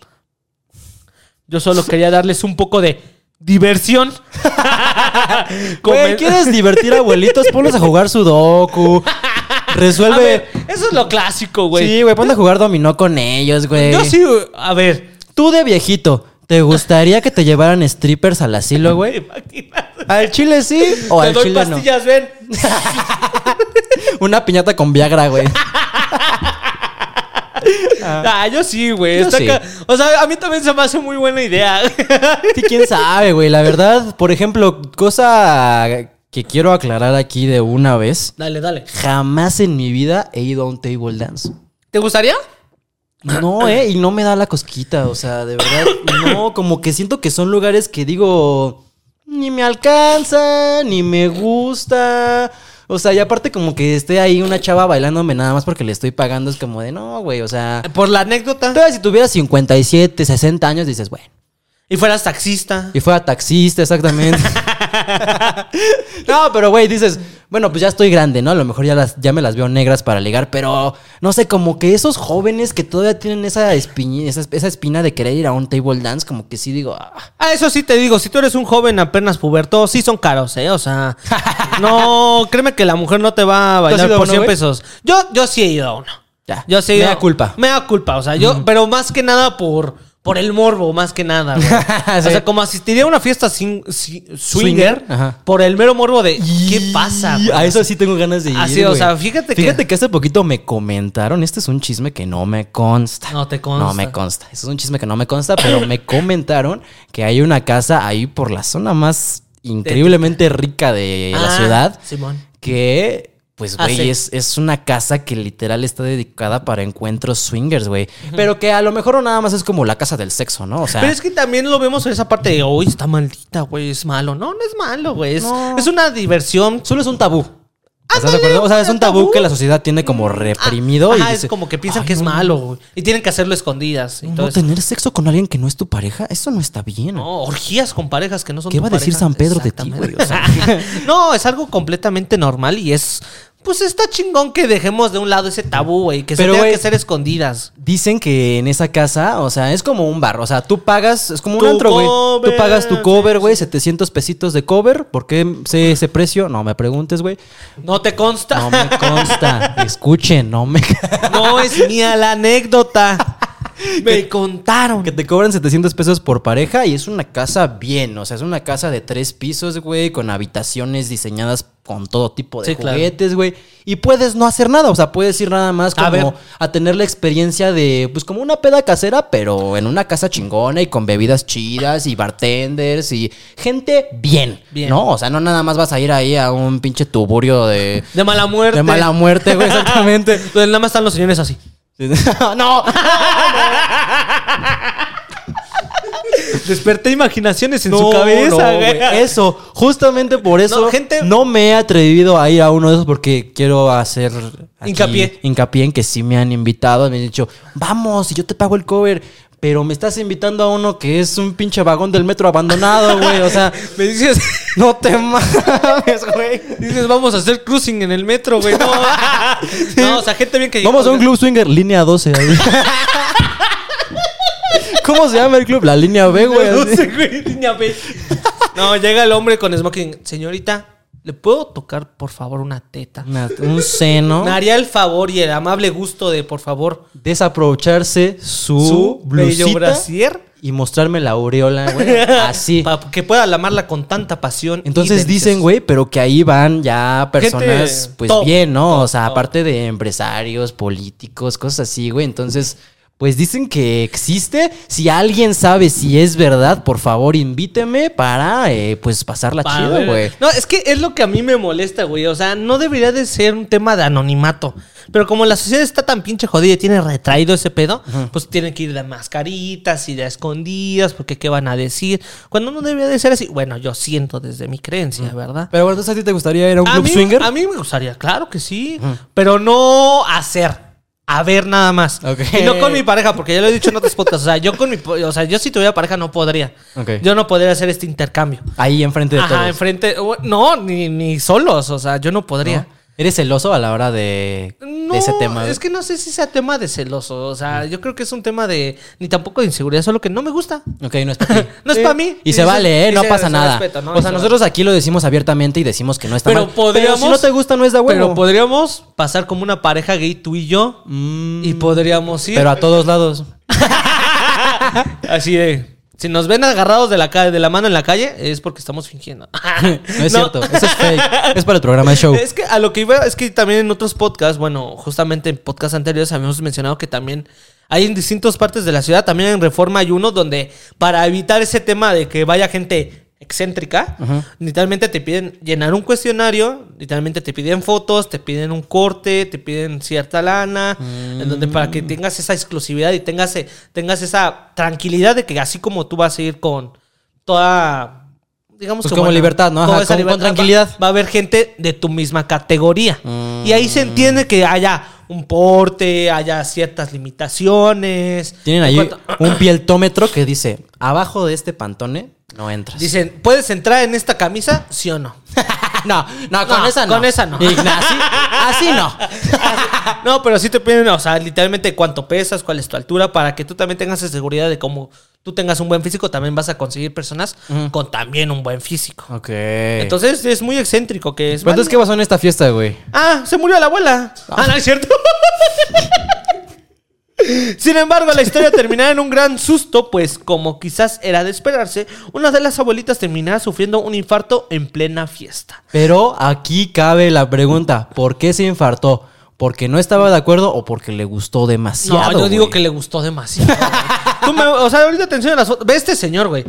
[SPEAKER 2] Yo solo quería darles un poco de diversión.
[SPEAKER 3] Güey,
[SPEAKER 2] Comen-
[SPEAKER 3] ¿quieres divertir a abuelitos? Ponlos a jugar sudoku.
[SPEAKER 2] A
[SPEAKER 3] Resuelve.
[SPEAKER 2] ver, eso es lo clásico, güey.
[SPEAKER 3] Sí, güey, ponte a jugar dominó con ellos, güey.
[SPEAKER 2] Yo sí, güey, a ver.
[SPEAKER 3] Tú de viejito, ¿te gustaría que te llevaran strippers al asilo, güey?
[SPEAKER 2] ¿Te imaginas?
[SPEAKER 3] ¿Al chile sí o
[SPEAKER 2] Te
[SPEAKER 3] al
[SPEAKER 2] doy
[SPEAKER 3] chile no?
[SPEAKER 2] pastillas, ven.
[SPEAKER 3] Una piñata con Viagra, güey.
[SPEAKER 2] Ah, yo sí, güey.
[SPEAKER 3] Yo
[SPEAKER 2] está
[SPEAKER 3] sí.
[SPEAKER 2] ca- O sea, a mí también se me hace muy buena idea.
[SPEAKER 3] Sí, quién sabe, güey. La verdad, por ejemplo, cosa que quiero aclarar aquí de una vez.
[SPEAKER 2] dale, dale.
[SPEAKER 3] Jamás en mi vida he ido a un table dance.
[SPEAKER 2] ¿Te gustaría?
[SPEAKER 3] No, eh, y no me da la cosquita, o sea, de verdad, no, como que siento que son lugares que digo, ni me alcanza, ni me gusta. O sea, y aparte como que esté ahí una chava bailándome nada más porque le estoy pagando, es como de, no, güey, o sea,
[SPEAKER 2] Por la anécdota.
[SPEAKER 3] todavía si tuvieras 57, 60 años dices, bueno.
[SPEAKER 2] Y fueras taxista.
[SPEAKER 3] Y fuera taxista, exactamente. no, pero güey, dices, bueno, pues ya estoy grande, ¿no? A lo mejor ya, las, ya me las veo negras para ligar, pero no sé, como que esos jóvenes que todavía tienen esa, espiñi- esa, esa espina de querer ir a un table dance, como que sí digo, ah,
[SPEAKER 2] Ah, eso sí te digo, si tú eres un joven apenas puberto, sí son caros, ¿eh? O sea, no, créeme que la mujer no te va a
[SPEAKER 3] has
[SPEAKER 2] bailar
[SPEAKER 3] ido a
[SPEAKER 2] por
[SPEAKER 3] uno,
[SPEAKER 2] 100
[SPEAKER 3] güey?
[SPEAKER 2] pesos. Yo, yo sí he ido a uno.
[SPEAKER 3] ya.
[SPEAKER 2] Yo sí "Mm, he
[SPEAKER 3] Me
[SPEAKER 2] ido.
[SPEAKER 3] da culpa.
[SPEAKER 2] Me da culpa, o sea, yo, pero más que nada por, por el morbo, más que nada, güey. O sea, como asistiría a una fiesta sin, si- swinger,
[SPEAKER 3] Swinger, ajá.
[SPEAKER 2] por el mero morbo de qué pasa,
[SPEAKER 3] Y
[SPEAKER 2] güey?
[SPEAKER 3] A eso sí tengo ganas de ir.
[SPEAKER 2] Así, o
[SPEAKER 3] güey.
[SPEAKER 2] sea, fíjate que-
[SPEAKER 3] Fíjate que hace poquito me comentaron. Este es un chisme que no me consta.
[SPEAKER 2] No te consta.
[SPEAKER 3] No me consta. Eso es un chisme que no me consta, pero me comentaron que hay una casa ahí por la zona más increíblemente rica de la
[SPEAKER 2] Ah,
[SPEAKER 3] ciudad
[SPEAKER 2] Simón.
[SPEAKER 3] que. Pues,
[SPEAKER 2] Ah,
[SPEAKER 3] güey,
[SPEAKER 2] sí.
[SPEAKER 3] es, es una casa que literal está dedicada para encuentros swingers, güey. Pero que a lo mejor nada más es como la casa del sexo, ¿no? O sea,
[SPEAKER 2] Pero es que también lo vemos en esa parte de, uy, está maldita, güey, es malo. No, no es malo, güey. Es,
[SPEAKER 3] No.
[SPEAKER 2] es una diversión.
[SPEAKER 3] solo es un tabú. ¿Estás de
[SPEAKER 2] Ándale,
[SPEAKER 3] acuerdo? O sea, es un tabú,
[SPEAKER 2] tabú.
[SPEAKER 3] que la sociedad tiene como reprimido.
[SPEAKER 2] Ah,
[SPEAKER 3] y
[SPEAKER 2] ajá,
[SPEAKER 3] dice,
[SPEAKER 2] es como que piensan
[SPEAKER 3] "Ay,
[SPEAKER 2] que es
[SPEAKER 3] no,
[SPEAKER 2] malo, güey. Y tienen que hacerlo escondidas. y todo
[SPEAKER 3] No
[SPEAKER 2] eso.
[SPEAKER 3] tener sexo con alguien que no es tu pareja, eso no está bien.
[SPEAKER 2] No, orgías con parejas que no son
[SPEAKER 3] ¿Qué
[SPEAKER 2] tu
[SPEAKER 3] va a decir
[SPEAKER 2] pareja.
[SPEAKER 3] San Pedro de ti, güey? O sea.
[SPEAKER 2] Exactamente. no, es algo completamente normal y es. Pues está chingón que dejemos de un lado ese tabú, güey. Que se
[SPEAKER 3] Pero,
[SPEAKER 2] tenga
[SPEAKER 3] güey,
[SPEAKER 2] que ser escondidas.
[SPEAKER 3] Dicen que en esa casa, o sea, es como un bar, o sea, tú pagas, es como un
[SPEAKER 2] Tu
[SPEAKER 3] antro, güey.
[SPEAKER 2] cover,
[SPEAKER 3] Tú pagas tu
[SPEAKER 2] sí,
[SPEAKER 3] cover, güey, 700 pesitos de cover. ¿Por qué sé ese precio? No me preguntes, güey.
[SPEAKER 2] No te consta.
[SPEAKER 3] No me consta. Escuchen, no me.
[SPEAKER 2] No es mía la anécdota. Me contaron.
[SPEAKER 3] Que te cobran 700 pesos por pareja y es una casa bien, o sea, es una casa de tres pisos, güey, con habitaciones diseñadas con todo tipo de
[SPEAKER 2] Sí, claro.
[SPEAKER 3] juguetes, güey. Y puedes no hacer nada, o sea, puedes ir nada más
[SPEAKER 2] A ver.
[SPEAKER 3] como a, tener la experiencia de, pues como una peda casera, pero en una casa chingona y con bebidas chidas y bartenders y gente bien,
[SPEAKER 2] Bien.
[SPEAKER 3] ¿no? O sea, no nada más vas a ir ahí a un pinche tuburio de...
[SPEAKER 2] De mala muerte.
[SPEAKER 3] De mala muerte, güey, exactamente.
[SPEAKER 2] Entonces nada más están los señores así.
[SPEAKER 3] no,
[SPEAKER 2] Desperté imaginaciones en
[SPEAKER 3] No,
[SPEAKER 2] su cabeza,
[SPEAKER 3] no,
[SPEAKER 2] güey.
[SPEAKER 3] güey. Eso, justamente por eso no,
[SPEAKER 2] gente-
[SPEAKER 3] me he atrevido a ir a uno de esos porque quiero hacer aquí
[SPEAKER 2] Hincapié.
[SPEAKER 3] hincapié en que sí me han invitado, me han dicho, vamos, y yo te pago el cover. Pero me estás invitando a uno que es un pinche vagón del metro abandonado, güey. O sea,
[SPEAKER 2] Me dices,
[SPEAKER 3] no te mames, güey.
[SPEAKER 2] dices, vamos a hacer cruising en el metro, güey. No, no o sea, gente bien que
[SPEAKER 3] Vamos a un club swinger, línea 12. ahí. ¿Cómo se llama el club? La línea B, güey.
[SPEAKER 2] No,
[SPEAKER 3] así.
[SPEAKER 2] sé, güey, niña, ve. No, llega el hombre con smoking. Señorita, ¿le puedo tocar, por favor, una teta?
[SPEAKER 3] Una- un seno.
[SPEAKER 2] Me haría el favor y el amable gusto de, por favor,
[SPEAKER 3] Desaprocharse su,
[SPEAKER 2] su bello
[SPEAKER 3] blusita.
[SPEAKER 2] brasier.
[SPEAKER 3] y mostrarme la aureola, güey. Así.
[SPEAKER 2] Para que pueda lamarla con tanta pasión. y
[SPEAKER 3] Entonces dicen,
[SPEAKER 2] delicioso.
[SPEAKER 3] güey, pero que ahí van ya personas,
[SPEAKER 2] Gente
[SPEAKER 3] pues
[SPEAKER 2] top,
[SPEAKER 3] bien, ¿no? o sea,
[SPEAKER 2] top.
[SPEAKER 3] aparte de empresarios, políticos, cosas así, güey. Entonces, pues dicen que existe. Si alguien sabe si es verdad, por favor, invíteme para, eh, pues, pasarla
[SPEAKER 2] Pa'
[SPEAKER 3] chido,
[SPEAKER 2] ver.
[SPEAKER 3] güey.
[SPEAKER 2] No, es que es lo que a mí me molesta, güey. O sea, no debería de ser un tema de anonimato. Pero como la sociedad está tan pinche jodida y tiene retraído ese pedo, pues tienen que ir de mascaritas y de escondidas, porque qué van a decir. Cuando no debería de ser así. Bueno, yo siento desde mi creencia, ¿verdad?
[SPEAKER 3] Pero bueno, entonces a ti te gustaría ir a un
[SPEAKER 2] A
[SPEAKER 3] club
[SPEAKER 2] mí,
[SPEAKER 3] swinger.
[SPEAKER 2] a mí me gustaría, claro que sí. Pero no hacer. A ver nada más.
[SPEAKER 3] Ok.
[SPEAKER 2] Y no con mi pareja, porque ya lo he dicho en otros podcasts. O sea, yo con mi po- o sea, yo si tuviera pareja no podría.
[SPEAKER 3] Ok.
[SPEAKER 2] Yo no podría hacer este intercambio.
[SPEAKER 3] Ahí enfrente de
[SPEAKER 2] Ajá,
[SPEAKER 3] todos.
[SPEAKER 2] enfrente. o- No, ni, ni solos. O sea, yo no podría.
[SPEAKER 3] ¿Eres celoso a la hora de, de
[SPEAKER 2] No,
[SPEAKER 3] ese tema? Mm.
[SPEAKER 2] es que no sé si sea tema de celoso. O sea, yo creo que es un tema de. Ni tampoco de inseguridad, solo que no me gusta.
[SPEAKER 3] Ok, no es para ti.
[SPEAKER 2] No es pa' mí.
[SPEAKER 3] Y
[SPEAKER 2] Y
[SPEAKER 3] se
[SPEAKER 2] se-
[SPEAKER 3] vale, ¿eh?
[SPEAKER 2] y
[SPEAKER 3] No
[SPEAKER 2] se-
[SPEAKER 3] pasa
[SPEAKER 2] se
[SPEAKER 3] nada.
[SPEAKER 2] respeta, ¿no?
[SPEAKER 3] O
[SPEAKER 2] Y
[SPEAKER 3] sea,
[SPEAKER 2] se
[SPEAKER 3] nosotros aquí lo decimos abiertamente y decimos que no está
[SPEAKER 2] Pero
[SPEAKER 3] mal.
[SPEAKER 2] podríamos-
[SPEAKER 3] si no te gusta, no es de Pues huevo.
[SPEAKER 2] Pero podríamos pasar como una pareja gay tú y yo. Y podríamos ir.
[SPEAKER 3] Mm. Pero a todos lados.
[SPEAKER 2] Así de. Si nos ven agarrados de la, ca- de la mano en la calle, es porque estamos fingiendo.
[SPEAKER 3] No es cierto. Eso es fake. Es para el programa de show.
[SPEAKER 2] Es que a lo que iba es que también en otros podcasts, bueno, justamente en podcasts anteriores habíamos mencionado que también hay en distintas partes de la ciudad, también en Reforma hay uno donde para evitar ese tema de que vaya gente excéntrica, literalmente te piden llenar un cuestionario, literalmente te piden fotos, te piden un corte, te piden cierta lana, en donde para
[SPEAKER 3] Mm.
[SPEAKER 2] que tengas esa exclusividad y tengas, eh, tengas esa tranquilidad de que así como tú vas a ir con toda... Digamos
[SPEAKER 3] Pues
[SPEAKER 2] que,
[SPEAKER 3] como libertad, ¿no? Ajá,
[SPEAKER 2] toda esa
[SPEAKER 3] con- con
[SPEAKER 2] libertad, va-
[SPEAKER 3] tranquilidad.
[SPEAKER 2] va a haber gente de tu misma categoría. Y ahí se entiende que haya un porte, haya ciertas limitaciones.
[SPEAKER 3] Tienen
[SPEAKER 2] En
[SPEAKER 3] ahí
[SPEAKER 2] cuanto-
[SPEAKER 3] un pieltómetro que dice, abajo de este pantone no entras.
[SPEAKER 2] Dicen, ¿puedes entrar en esta camisa? ¿Sí o no?
[SPEAKER 3] no, no, con
[SPEAKER 2] No,
[SPEAKER 3] esa no.
[SPEAKER 2] con esa no.
[SPEAKER 3] Y, na- así, así no.
[SPEAKER 2] No, pero sí te piden, o sea, literalmente cuánto pesas, cuál es tu altura, para que tú también tengas esa seguridad de cómo tú tengas un buen físico, también vas a conseguir personas con también un buen físico.
[SPEAKER 3] Ok.
[SPEAKER 2] Entonces es muy excéntrico que es.
[SPEAKER 3] Pero entonces, ¿qué pasó en esta fiesta, güey?
[SPEAKER 2] Ah, se murió la abuela. Ah, no, es cierto. Sin embargo, la historia terminará en un gran susto, pues como quizás era de esperarse, una de las abuelitas terminará sufriendo un infarto en plena fiesta.
[SPEAKER 3] Pero aquí cabe la pregunta, ¿por qué se infartó? ¿Porque no estaba de acuerdo o porque le gustó demasiado?
[SPEAKER 2] No, yo digo
[SPEAKER 3] güey?
[SPEAKER 2] que le gustó demasiado. güey. Tú me- o sea, ahorita te enseño las fotos. Ve este señor, güey.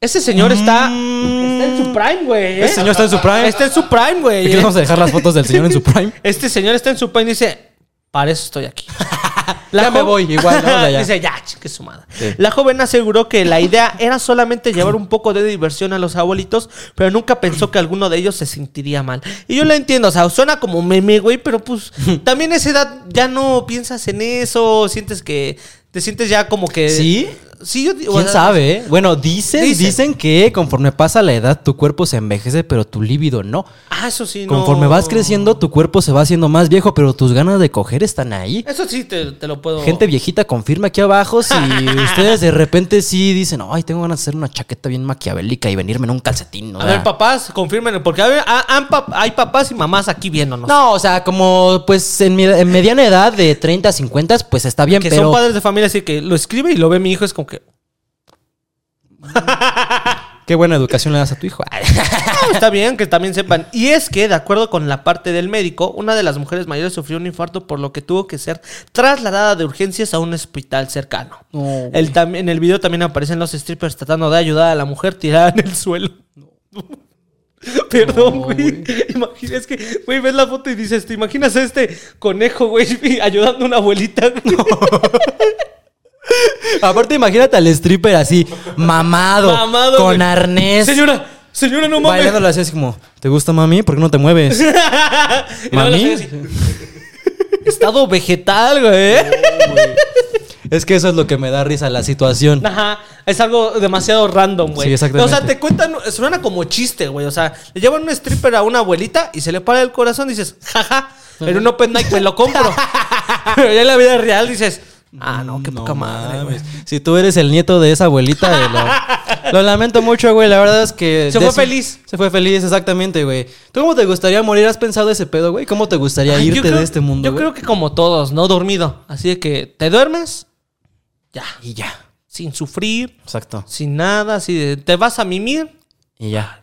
[SPEAKER 2] Este señor
[SPEAKER 3] Mm.
[SPEAKER 2] está, está en su prime, güey. ¿eh?
[SPEAKER 3] Este señor está en su prime.
[SPEAKER 2] Mm. Está en su prime, güey.
[SPEAKER 3] Aquí
[SPEAKER 2] ¿eh?
[SPEAKER 3] les vamos a dejar las fotos del señor en su prime.
[SPEAKER 2] Este señor está en su prime y dice, para eso estoy aquí.
[SPEAKER 3] Ya me
[SPEAKER 2] jo-
[SPEAKER 3] voy, igual, vamos allá.
[SPEAKER 2] dice, ya, que su madre.
[SPEAKER 3] Sí.
[SPEAKER 2] La joven aseguró que la idea era solamente llevar un poco de diversión a los abuelitos, pero nunca pensó que alguno de ellos se sentiría mal. Y yo la entiendo, o sea, suena como meme, güey, pero pues también a esa edad ya no piensas en eso, sientes que te sientes ya como que...
[SPEAKER 3] ¿Sí?
[SPEAKER 2] Sí, yo digo, Eh, o
[SPEAKER 3] ¿Quién
[SPEAKER 2] sea,
[SPEAKER 3] sabe? eh? Bueno, dicen,
[SPEAKER 2] Dicen.
[SPEAKER 3] dicen, que conforme pasa la edad, tu cuerpo se envejece, pero tu líbido no.
[SPEAKER 2] Ah, eso sí, no.
[SPEAKER 3] Conforme vas creciendo, tu cuerpo se va haciendo más viejo, pero tus ganas de coger están ahí.
[SPEAKER 2] Eso sí te, te lo puedo...
[SPEAKER 3] Gente viejita, confirma aquí abajo si ustedes de repente sí dicen, ay, tengo ganas de hacer una chaqueta bien maquiavélica y venirme en un calcetín. o
[SPEAKER 2] A
[SPEAKER 3] sea.
[SPEAKER 2] ver, papás, confirmen, porque a ver, a- han pap- hay papás y mamás aquí viéndonos.
[SPEAKER 3] No, o sea, como pues en, mi- en mediana edad de 30 a 50, pues está bien,
[SPEAKER 2] que
[SPEAKER 3] pero...
[SPEAKER 2] son padres de familia, así que lo escribe y lo ve mi hijo, es como que
[SPEAKER 3] Qué buena educación le das a tu hijo. Ay.
[SPEAKER 2] "Ah, está bien que también sepan. Y es que, de acuerdo con la parte del médico, una de las mujeres mayores sufrió un infarto por lo que tuvo que ser trasladada de urgencias a un hospital cercano.
[SPEAKER 3] No,
[SPEAKER 2] El tam- en el video también aparecen los strippers tratando de ayudar a la mujer tirada en el suelo. Perdón, güey. Imagina, es que, güey, ves la foto y dices, ¿te imaginas a este conejo, güey, ayudando a una abuelita? güey?
[SPEAKER 3] Aparte, imagínate al stripper así, mamado,
[SPEAKER 2] Mamado,
[SPEAKER 3] con
[SPEAKER 2] güey.
[SPEAKER 3] arnés,
[SPEAKER 2] Señora, señora, no mames.
[SPEAKER 3] bailándolo así, así como, ¿te gusta mami? ¿Por qué no te mueves?
[SPEAKER 2] Y luego
[SPEAKER 3] ¿Mami?
[SPEAKER 2] los ojos así. Estado vegetal, güey.
[SPEAKER 3] Es que eso es lo que me da risa la situación.
[SPEAKER 2] Ajá. Es algo demasiado random, güey.
[SPEAKER 3] Sí, exactamente.
[SPEAKER 2] O sea, te cuentan, suena como chiste, güey. O sea, le llevan un stripper a una abuelita y se le para el corazón y dices, jaja, en un open night me lo compro. Pero ya en la vida real dices, ah, no, qué
[SPEAKER 3] No
[SPEAKER 2] poca madre, güey.
[SPEAKER 3] mames. Si tú eres el nieto de esa abuelita, güey, lo, lo lamento mucho, güey. La verdad es que.
[SPEAKER 2] Se
[SPEAKER 3] de
[SPEAKER 2] fue
[SPEAKER 3] eso-
[SPEAKER 2] feliz.
[SPEAKER 3] Se fue feliz, exactamente, güey. ¿Tú cómo te gustaría morir? ¿Has pensado ese pedo, güey? ¿Cómo te gustaría
[SPEAKER 2] Ay, yo
[SPEAKER 3] irte
[SPEAKER 2] creo-
[SPEAKER 3] de este mundo?
[SPEAKER 2] Yo creo que como todos, ¿no? Dormido. Así de que te duermes, ya.
[SPEAKER 3] Y ya.
[SPEAKER 2] Sin sufrir,
[SPEAKER 3] Exacto.
[SPEAKER 2] sin nada, así de, te vas a mimir.
[SPEAKER 3] Y ya.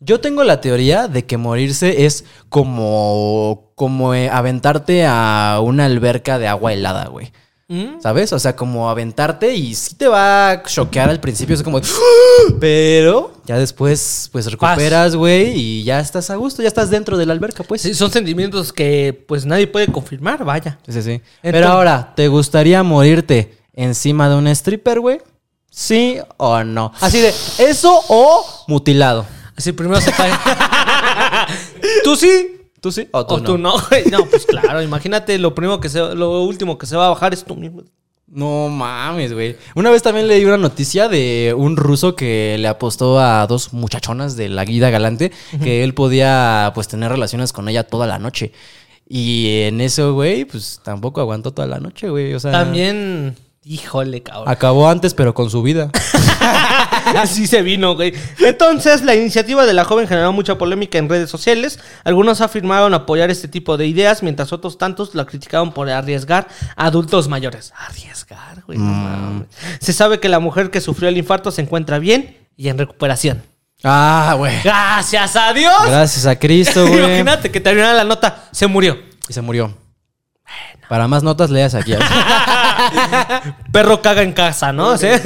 [SPEAKER 3] Yo tengo la teoría de que morirse es como. como eh, aventarte a una alberca de agua helada, güey.
[SPEAKER 2] ¿Mm?
[SPEAKER 3] ¿Sabes? O sea, como aventarte y sí te va a choquear al principio, es como... Pero ya después, pues recuperas, güey, y ya estás a gusto, ya estás dentro de la alberca, pues.
[SPEAKER 2] Sí, son sentimientos que pues nadie puede confirmar, vaya.
[SPEAKER 3] Sí, sí, sí.
[SPEAKER 2] Entonces-
[SPEAKER 3] Pero ahora, ¿te gustaría morirte encima de un stripper, güey? ¿Sí o no? Así de, ¿eso o mutilado?
[SPEAKER 2] Así primero se cae. tú sí
[SPEAKER 3] ¿Tú sí o tú
[SPEAKER 2] o
[SPEAKER 3] no?
[SPEAKER 2] tú no. güey. No, pues claro, imagínate lo primero que se lo último que se va a bajar es tú mismo.
[SPEAKER 3] No mames, güey. Una vez también leí una noticia de un ruso que le apostó a dos muchachonas de la guida galante que él podía pues tener relaciones con ella toda la noche. Y en eso, güey, pues tampoco aguantó toda la noche, güey. O sea,
[SPEAKER 2] También, híjole, cabrón.
[SPEAKER 3] acabó antes, pero con su vida.
[SPEAKER 2] Así se vino, güey. Entonces, la iniciativa de la joven generó mucha polémica en redes sociales. Algunos afirmaron apoyar este tipo de ideas, mientras otros tantos la criticaron por arriesgar a adultos mayores. Arriesgar, güey. no
[SPEAKER 3] Mm.
[SPEAKER 2] mames. Se sabe que la mujer que sufrió el infarto se encuentra bien y en recuperación.
[SPEAKER 3] ah, güey.
[SPEAKER 2] Gracias a Dios.
[SPEAKER 3] Gracias a Cristo, güey.
[SPEAKER 2] Imagínate que terminara la nota, se murió.
[SPEAKER 3] Y se murió. Para más notas, leas aquí.
[SPEAKER 2] Perro caga en casa, ¿no? O sea,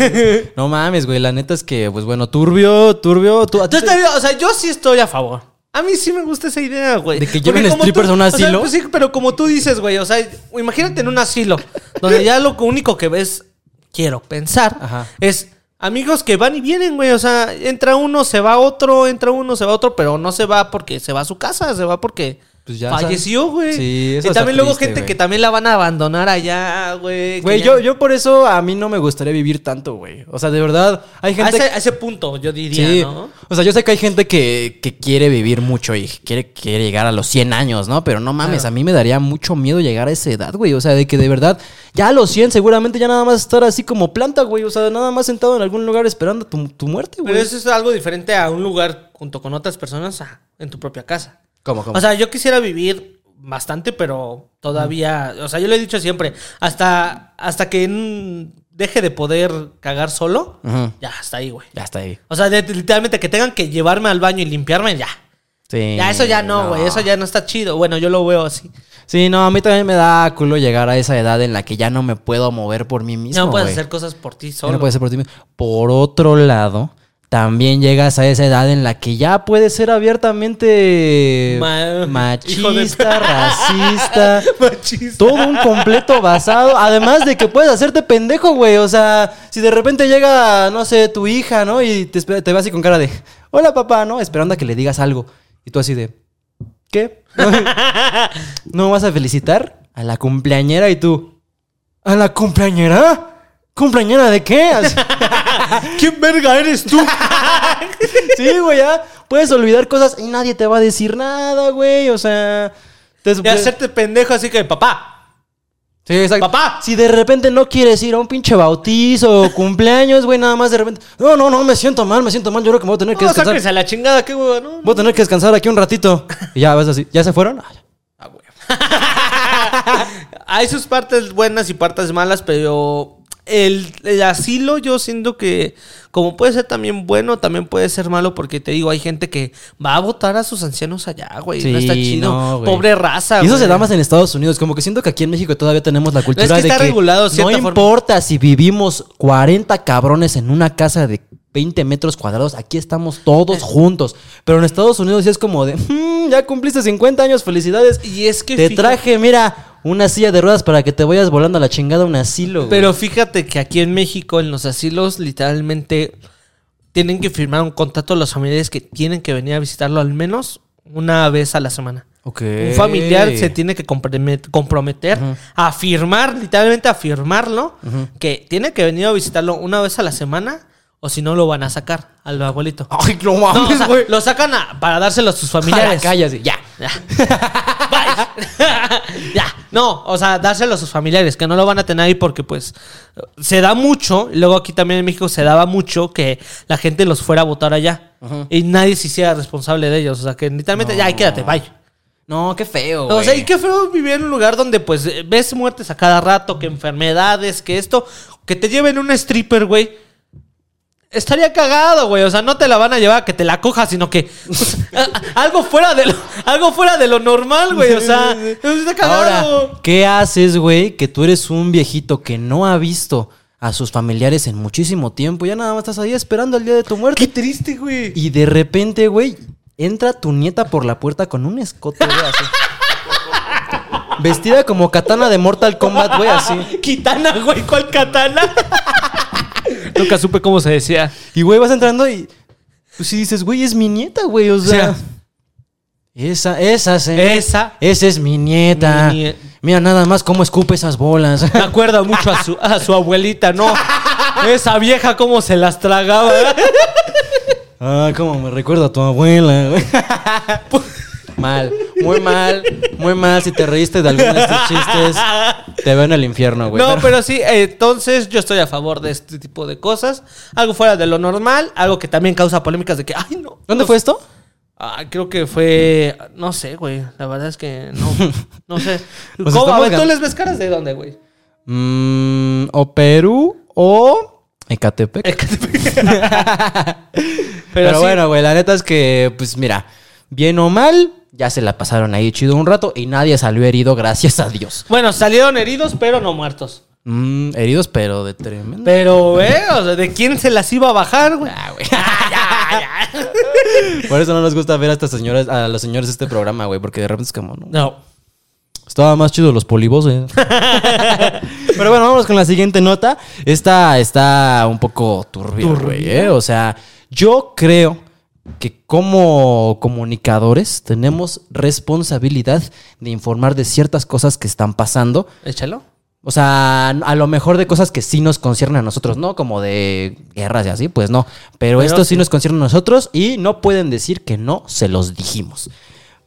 [SPEAKER 3] no mames, güey. La neta es que, pues bueno, turbio, turbio. Tú, a ti
[SPEAKER 2] yo
[SPEAKER 3] te-
[SPEAKER 2] estaría- o sea, yo sí estoy a favor. A mí sí me gusta esa idea, güey.
[SPEAKER 3] ¿De que
[SPEAKER 2] Porque
[SPEAKER 3] lleven
[SPEAKER 2] como
[SPEAKER 3] strippers
[SPEAKER 2] tú-
[SPEAKER 3] a un
[SPEAKER 2] o sea,
[SPEAKER 3] asilo?
[SPEAKER 2] pues sí, pero como tú dices, güey, o sea, imagínate en un asilo, donde ya lo único que ves, quiero pensar,
[SPEAKER 3] Ajá.
[SPEAKER 2] es amigos que van y vienen, güey. O sea, entra uno, se va otro, entra uno, se va otro, pero no se va porque se va a su casa, se va porque
[SPEAKER 3] pues ya.
[SPEAKER 2] Falleció, güey.
[SPEAKER 3] Sí, eso
[SPEAKER 2] Y
[SPEAKER 3] está
[SPEAKER 2] también luego
[SPEAKER 3] triste,
[SPEAKER 2] gente
[SPEAKER 3] güey.
[SPEAKER 2] que también la van a abandonar allá, güey. que
[SPEAKER 3] Güey,
[SPEAKER 2] ya-
[SPEAKER 3] yo, yo por eso a mí no me gustaría vivir tanto, güey. O sea, de verdad, hay
[SPEAKER 2] A
[SPEAKER 3] gente
[SPEAKER 2] ese, a ese punto, yo diría,
[SPEAKER 3] Sí.
[SPEAKER 2] ¿no?
[SPEAKER 3] O sea, yo sé que hay gente que, que quiere vivir mucho y quiere, quiere llegar a los 100 años, ¿no? Pero no mames, a mí me daría mucho miedo llegar a esa edad, güey. O sea, de que de verdad, ya a los 100 seguramente ya nada más estar así como planta, güey. O sea, nada más sentado en algún lugar esperando tu, tu muerte, güey.
[SPEAKER 2] Pero eso es algo diferente a un lugar junto con otras personas a- en tu propia casa.
[SPEAKER 3] ¿Cómo, cómo?
[SPEAKER 2] O sea, yo quisiera vivir bastante, pero todavía, o sea, yo lo he dicho siempre, hasta, hasta que mm, deje de poder cagar solo,
[SPEAKER 3] Ujú.
[SPEAKER 2] ya, hasta ahí, güey.
[SPEAKER 3] ya está ahí.
[SPEAKER 2] O sea, de- literalmente que tengan que llevarme al baño y limpiarme, ya.
[SPEAKER 3] Sí.
[SPEAKER 2] Ya, eso ya no, güey, eso ya no está chido. Bueno, yo lo veo así.
[SPEAKER 3] Sí, no, a mí también me da culo llegar a esa edad en la que ya no me puedo mover por mí mismo.
[SPEAKER 2] no puedes
[SPEAKER 3] güey.
[SPEAKER 2] hacer cosas por ti
[SPEAKER 3] Ya
[SPEAKER 2] solo.
[SPEAKER 3] no puede ser por ti mismo. Por otro lado, también llegas a esa edad en la que ya puedes ser abiertamente
[SPEAKER 2] Ma- hijo de- Ah,
[SPEAKER 3] machista, racista.
[SPEAKER 2] Machista.
[SPEAKER 3] Todo un completo basado. Además de que puedes hacerte pendejo, güey. O sea, si de repente llega, no sé, tu hija, ¿no? Y te, espera- te ve así con cara de, hola papá, ¿no? Esperando a que le digas algo. Y tú así de, ¿qué? ¿No me vas a felicitar? A la cumpleañera y tú, ¿a la cumpleañera? ¿Cumpleañera de qué? Así-
[SPEAKER 2] ¿Quién verga eres tú?
[SPEAKER 3] Sí, güey, ya. Puedes olvidar cosas y nadie te va a decir nada, güey. O sea. Te,
[SPEAKER 2] De hacerte pendejo así que, papá,
[SPEAKER 3] Sí, exacto.
[SPEAKER 2] papá.
[SPEAKER 3] Si de repente no quieres ir a un pinche bautizo o cumpleaños, güey, nada más de repente. No, no, no, me siento mal, me siento mal. Yo creo que me voy a tener que
[SPEAKER 2] No,
[SPEAKER 3] descansar.
[SPEAKER 2] sáquense a la chingada, qué huevo, ¿no?
[SPEAKER 3] Voy a tener que descansar aquí un ratito. Y ya vas así. ¿Ya se fueron? Ah, ya.
[SPEAKER 2] Hay sus partes buenas y partes malas, pero el, el asilo yo siento que como puede ser también bueno, también puede ser malo porque te digo, hay gente que va a votar a sus ancianos allá, güey. no
[SPEAKER 3] Sí,
[SPEAKER 2] está chido.
[SPEAKER 3] no, güey.
[SPEAKER 2] Pobre raza,
[SPEAKER 3] Y eso se
[SPEAKER 2] güey.
[SPEAKER 3] da más en Estados Unidos. Como que siento que aquí en México todavía tenemos la cultura
[SPEAKER 2] está
[SPEAKER 3] de que
[SPEAKER 2] regulado, de
[SPEAKER 3] no
[SPEAKER 2] cierta forma.
[SPEAKER 3] importa si vivimos 40 cabrones en una casa de 20 metros cuadrados, aquí estamos
[SPEAKER 2] Eh.
[SPEAKER 3] todos juntos. Pero en Estados Unidos sí es como de, "Mm, ya cumpliste 50 años, felicidades.
[SPEAKER 2] Y es que
[SPEAKER 3] Te
[SPEAKER 2] fíjate-
[SPEAKER 3] traje, mira, una silla de ruedas para que te vayas volando a la chingada a un asilo. güey".
[SPEAKER 2] Pero fíjate que aquí en México, en los asilos, literalmente tienen que firmar un contrato los familiares que tienen que venir a visitarlo al menos una vez a la semana.
[SPEAKER 3] Ok.
[SPEAKER 2] Un familiar se tiene que compromet- comprometer a firmar, literalmente a firmarlo, que tiene que venir a visitarlo una vez a la semana o si no lo van a sacar al abuelito.
[SPEAKER 3] Ay, no
[SPEAKER 2] No, o
[SPEAKER 3] Ah, mames,
[SPEAKER 2] sea,
[SPEAKER 3] güey.
[SPEAKER 2] lo sacan a- para dárselo a sus
[SPEAKER 3] A la
[SPEAKER 2] familiares.
[SPEAKER 3] calle así, ya.
[SPEAKER 2] ya, no, o sea, dárselo a sus familiares, que no lo van a tener ahí porque pues se da mucho, y luego aquí también en México se daba mucho que la gente los fuera a votar allá y nadie se hiciera responsable de ellos, o sea, que literalmente ya, ahí quédate, bye.
[SPEAKER 3] No, qué feo.
[SPEAKER 2] O sea,
[SPEAKER 3] güey.
[SPEAKER 2] y qué feo vivir en un lugar donde pues eh, ves muertes a cada rato, que enfermedades, que esto, que te lleven una stripper, güey. Estaría cagado, güey. O sea, no te la van a llevar a que te la cojas, sino que pues, a- a- algo fuera de lo, algo fuera de lo normal, güey. O sea, está cagado.
[SPEAKER 3] Ahora, ¿qué haces, güey? Que tú eres un viejito que no ha visto a sus familiares en muchísimo tiempo. Ya nada más estás ahí esperando el día de tu muerte.
[SPEAKER 2] triste, güey.
[SPEAKER 3] Y de repente, güey, entra tu nieta por la puerta con un escote, güey, así. Vestida como katana de Mortal Kombat, güey, así.
[SPEAKER 2] Ah, Kitana, güey, ¿cuál katana? Nunca supe cómo se decía.
[SPEAKER 3] Y, güey, vas entrando y... Pues si dices, güey, es mi nieta, güey, o sea...
[SPEAKER 2] O sea,
[SPEAKER 3] esa, esa, se-
[SPEAKER 2] Esa.
[SPEAKER 3] Esa es Eh. mi nieta.
[SPEAKER 2] Mi nie-
[SPEAKER 3] Mira nada más cómo escupe esas bolas.
[SPEAKER 2] Me acuerda mucho a su, a su abuelita, ¿no? Esa vieja cómo se las tragaba.
[SPEAKER 3] Ah, cómo me recuerda a tu abuela, güey. mal, muy mal, muy mal. Si te reíste de alguno de estos chistes, te veo en el infierno, güey.
[SPEAKER 2] No, pero sí, eh, entonces yo estoy a favor de este tipo de cosas. Algo fuera de lo normal, algo que también causa polémicas de que, ay, no.
[SPEAKER 3] ¿Dónde fue esto?
[SPEAKER 2] Ah, creo que fue. No sé, güey. La verdad es que no. No sé.
[SPEAKER 3] Pues
[SPEAKER 2] ¿Cómo? A
[SPEAKER 3] estamos
[SPEAKER 2] ver, ¿Tú
[SPEAKER 3] gan-
[SPEAKER 2] les ves caras de dónde, güey?
[SPEAKER 3] Mm, o Perú o Ecatepec.
[SPEAKER 2] Pero,
[SPEAKER 3] Eh, Pero,
[SPEAKER 2] sí,
[SPEAKER 3] bueno, güey, la neta es que, pues mira, bien o mal, ya se la pasaron ahí chido un rato y nadie salió herido, gracias a Dios.
[SPEAKER 2] Bueno, salieron heridos, pero no muertos.
[SPEAKER 3] Mm, heridos, pero de tremendo.
[SPEAKER 2] Pero, güey, o sea, ¿de quién se las iba a bajar, güey?
[SPEAKER 3] Por eso no nos gusta ver a estas señoras, a los señores de este programa, güey, porque de repente es como, no,
[SPEAKER 2] No.
[SPEAKER 3] Estaba más chido los polibos, eh. Pero bueno, vamos con la siguiente nota. Esta está un poco turbia, güey, eh. O sea, yo creo que como comunicadores tenemos responsabilidad de informar de ciertas cosas que están pasando.
[SPEAKER 2] Échalo.
[SPEAKER 3] O sea, a lo mejor de cosas que sí nos conciernen a nosotros, ¿no? Como de guerras y así, pues no. Pero,
[SPEAKER 2] Pero
[SPEAKER 3] esto sí
[SPEAKER 2] sí.
[SPEAKER 3] nos concierne a nosotros y no pueden decir que no se los dijimos.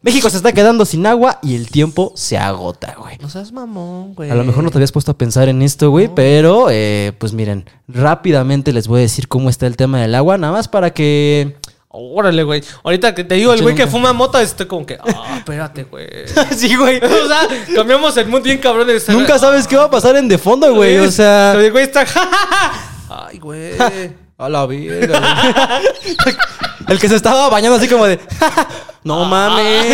[SPEAKER 3] México se está quedando sin agua y el tiempo se agota, güey.
[SPEAKER 2] No seas mamón, güey.
[SPEAKER 3] A lo mejor no te habías puesto a pensar en esto, güey, pero eh, pues miren, rápidamente les voy a decir cómo está el tema del agua, nada más para que...
[SPEAKER 2] Órale, güey. Ahorita que te digo, el
[SPEAKER 3] Yo
[SPEAKER 2] güey que
[SPEAKER 3] nunca-
[SPEAKER 2] fuma mota, estoy como que, ah, espérate, güey. sí, güey. O sea, cambiamos el mundo bien cabrón. de-
[SPEAKER 3] Nunca sabes qué va a pasar en de fondo, güey, o sea...
[SPEAKER 2] El güey está, "Ja, ja, ja". Ay, güey.
[SPEAKER 3] A la verga. güey. El que se estaba bañando así como de. ¡No
[SPEAKER 2] Ah.
[SPEAKER 3] mames!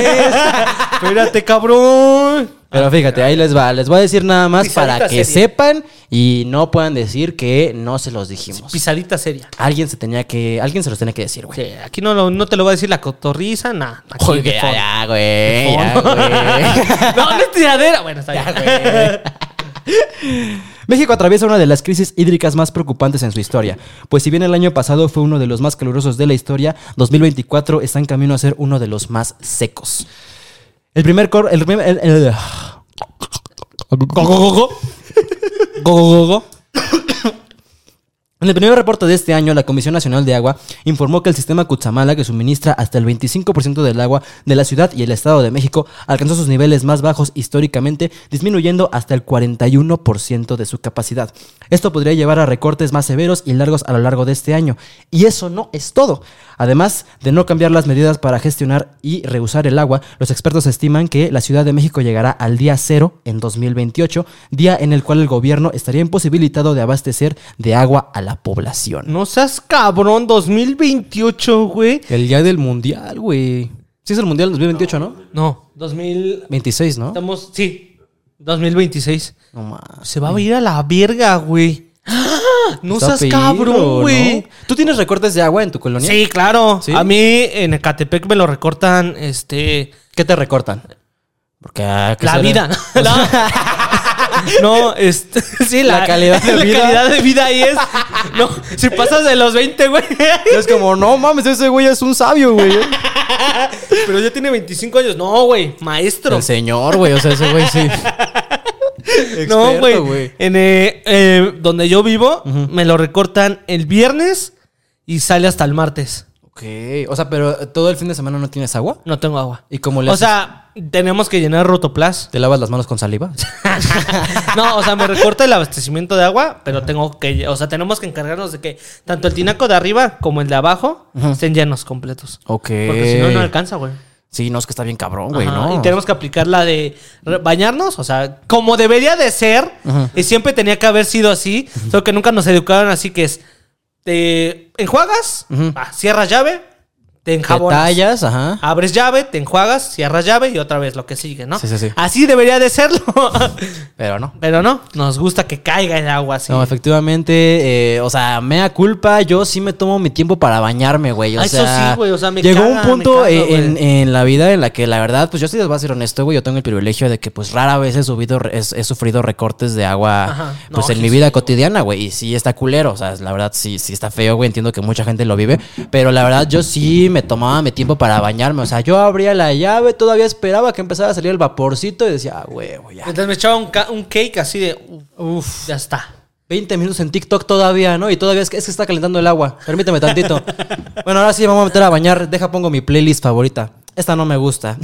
[SPEAKER 2] Espérate, cabrón.
[SPEAKER 3] Pero fíjate, ahí les va. Les voy a decir nada más
[SPEAKER 2] Pisadita
[SPEAKER 3] para que
[SPEAKER 2] seria.
[SPEAKER 3] sepan y no puedan decir que no se los dijimos.
[SPEAKER 2] Pisadita seria.
[SPEAKER 3] Alguien se tenía que. Alguien se los tenía que decir, güey.
[SPEAKER 2] Sí, aquí no, lo- no te lo va a decir la cotorriza, nada.
[SPEAKER 3] Oye, ya, ya, güey. ya, güey.
[SPEAKER 2] no, no es tiradera. Bueno, está
[SPEAKER 3] Ya,
[SPEAKER 2] bien.
[SPEAKER 3] güey. México atraviesa una de las crisis hídricas más preocupantes en su historia, pues si bien el año pasado fue uno de los más calurosos de la historia, 2024 está en camino a ser uno de los más secos. El primer cor... El primer... el- el- Go, go, go, go. Go, go, go, go. En el primer reporte de este año, la Comisión Nacional de Agua informó que el sistema Cutzamala, que suministra hasta el 25% del agua de la ciudad y el Estado de México, alcanzó sus niveles más bajos históricamente, disminuyendo hasta el 41% de su capacidad. Esto podría llevar a recortes más severos y largos a lo largo de este año. Y eso no es todo. Además de no cambiar las medidas para gestionar y reusar el agua, los expertos estiman que la Ciudad de México llegará al día cero en 2028, día en el cual el gobierno estaría imposibilitado de abastecer de agua a la población.
[SPEAKER 2] No seas cabrón, 2028, güey.
[SPEAKER 3] El día del mundial, güey. Sí es el mundial 2028, ¿no?
[SPEAKER 2] No, 2000.
[SPEAKER 3] 26, ¿no?
[SPEAKER 2] Estamos, sí, 2026.
[SPEAKER 3] No más.
[SPEAKER 2] Se va a ir a la verga, güey. ¡Ah! No
[SPEAKER 3] Está
[SPEAKER 2] seas
[SPEAKER 3] peligro, ¿no?
[SPEAKER 2] cabrón, güey.
[SPEAKER 3] ¿Tú tienes recortes de agua en tu colonia?
[SPEAKER 2] Sí, claro.
[SPEAKER 3] ¿Sí?
[SPEAKER 2] A mí en Ecatepec me lo recortan, este,
[SPEAKER 3] ¿Qué te recortan? Porque ah, ¿qué
[SPEAKER 2] la
[SPEAKER 3] será?
[SPEAKER 2] vida.
[SPEAKER 3] O sea,
[SPEAKER 2] No, este, sí, la,
[SPEAKER 3] La calidad de
[SPEAKER 2] la
[SPEAKER 3] vida.
[SPEAKER 2] calidad de vida ahí es. No, si pasas de los 20, güey.
[SPEAKER 3] es como, no mames, ese güey es un sabio, güey.
[SPEAKER 2] Pero ya tiene 25 años. No, güey, maestro.
[SPEAKER 3] El señor, güey. O sea, ese güey sí.
[SPEAKER 2] No,
[SPEAKER 3] Experto,
[SPEAKER 2] güey. En eh, eh, donde yo vivo, me lo recortan el viernes y sale hasta el martes.
[SPEAKER 3] Ok. O sea, pero eh, todo el fin de semana no tienes agua.
[SPEAKER 2] No tengo agua.
[SPEAKER 3] ¿Y cómo le
[SPEAKER 2] O
[SPEAKER 3] haces?
[SPEAKER 2] sea, tenemos que llenar Rotoplas.
[SPEAKER 3] ¿Te lavas las manos con saliva?
[SPEAKER 2] No, o sea, me recorta el abastecimiento de agua, pero tengo que, o sea, tenemos que encargarnos de que tanto el tinaco de arriba como el de abajo estén llenos completos.
[SPEAKER 3] ok.
[SPEAKER 2] Porque si no, no alcanza, güey.
[SPEAKER 3] Sí, no, es que está bien cabrón, güey,
[SPEAKER 2] Ajá,
[SPEAKER 3] ¿no?
[SPEAKER 2] Y tenemos que aplicar la de re- bañarnos, o sea, como debería de ser, y siempre tenía que haber sido así, solo que nunca nos educaron así que es, te enjuagas, ah, cierras llave, te
[SPEAKER 3] Te
[SPEAKER 2] enjabonas.
[SPEAKER 3] tallas, ajá.
[SPEAKER 2] Abres llave, te enjuagas, cierras llave y otra vez lo que sigue, ¿no?
[SPEAKER 3] Sí, sí, sí.
[SPEAKER 2] Así debería de serlo.
[SPEAKER 3] Pero no.
[SPEAKER 2] Pero no, nos gusta que caiga el agua así.
[SPEAKER 3] No, efectivamente, eh, o sea, mea culpa, yo sí me tomo mi tiempo para bañarme, güey. O
[SPEAKER 2] Ah, eso
[SPEAKER 3] sea,
[SPEAKER 2] sí, güey, o sea, me
[SPEAKER 3] llegó
[SPEAKER 2] caga,
[SPEAKER 3] un punto
[SPEAKER 2] me caga,
[SPEAKER 3] eh, en,
[SPEAKER 2] güey.
[SPEAKER 3] en la vida en la que la verdad, pues yo sí les voy a ser honesto, güey, yo tengo el privilegio de que pues rara vez he, subido, he, he sufrido recortes de agua,
[SPEAKER 2] Ajá.
[SPEAKER 3] pues
[SPEAKER 2] No,
[SPEAKER 3] en
[SPEAKER 2] sí,
[SPEAKER 3] mi vida cotidiana, güey, y sí está culero, o sea, la verdad sí, sí está feo, güey, entiendo que mucha gente lo vive, pero la verdad yo sí me tomaba mi tiempo para bañarme, o sea, yo abría la llave, todavía esperaba que empezara a salir el vaporcito y decía, ah, güey, güey, ya.
[SPEAKER 2] Entonces me echaba un, ca- un cake así de, uff, ya está.
[SPEAKER 3] 20 minutos en TikTok todavía, ¿no? Y todavía es que, es que está calentando el agua. Permíteme tantito. Bueno, ahora sí me vamos a meter a bañar. Deja, pongo mi playlist favorita. Esta no me gusta.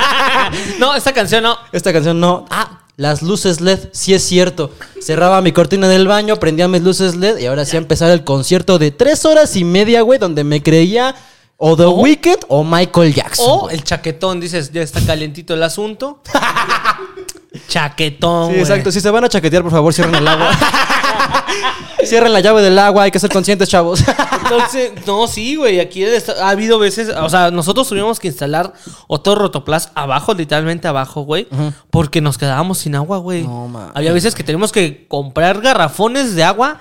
[SPEAKER 2] no, esta canción no.
[SPEAKER 3] Esta canción no. Ah, las luces LED, sí es cierto. Cerraba mi cortina del baño, prendía mis luces LED y ahora sí a empezar el concierto de tres horas y media, güey, donde me creía o The Weeknd o Michael Jackson.
[SPEAKER 2] O
[SPEAKER 3] güey.
[SPEAKER 2] el chaquetón, dices, ya está calientito el asunto. chaquetón.
[SPEAKER 3] Sí,
[SPEAKER 2] güey.
[SPEAKER 3] exacto. Si se van a chaquetear, por favor, cierren el agua. cierren la llave del agua, hay que ser conscientes, chavos.
[SPEAKER 2] Entonces, no, sí, güey. Aquí está- ha habido veces, o sea, nosotros tuvimos que instalar otro rotoplas abajo, literalmente abajo, güey, porque nos quedábamos sin agua, güey.
[SPEAKER 3] No, ma-
[SPEAKER 2] Había veces que teníamos que comprar garrafones de agua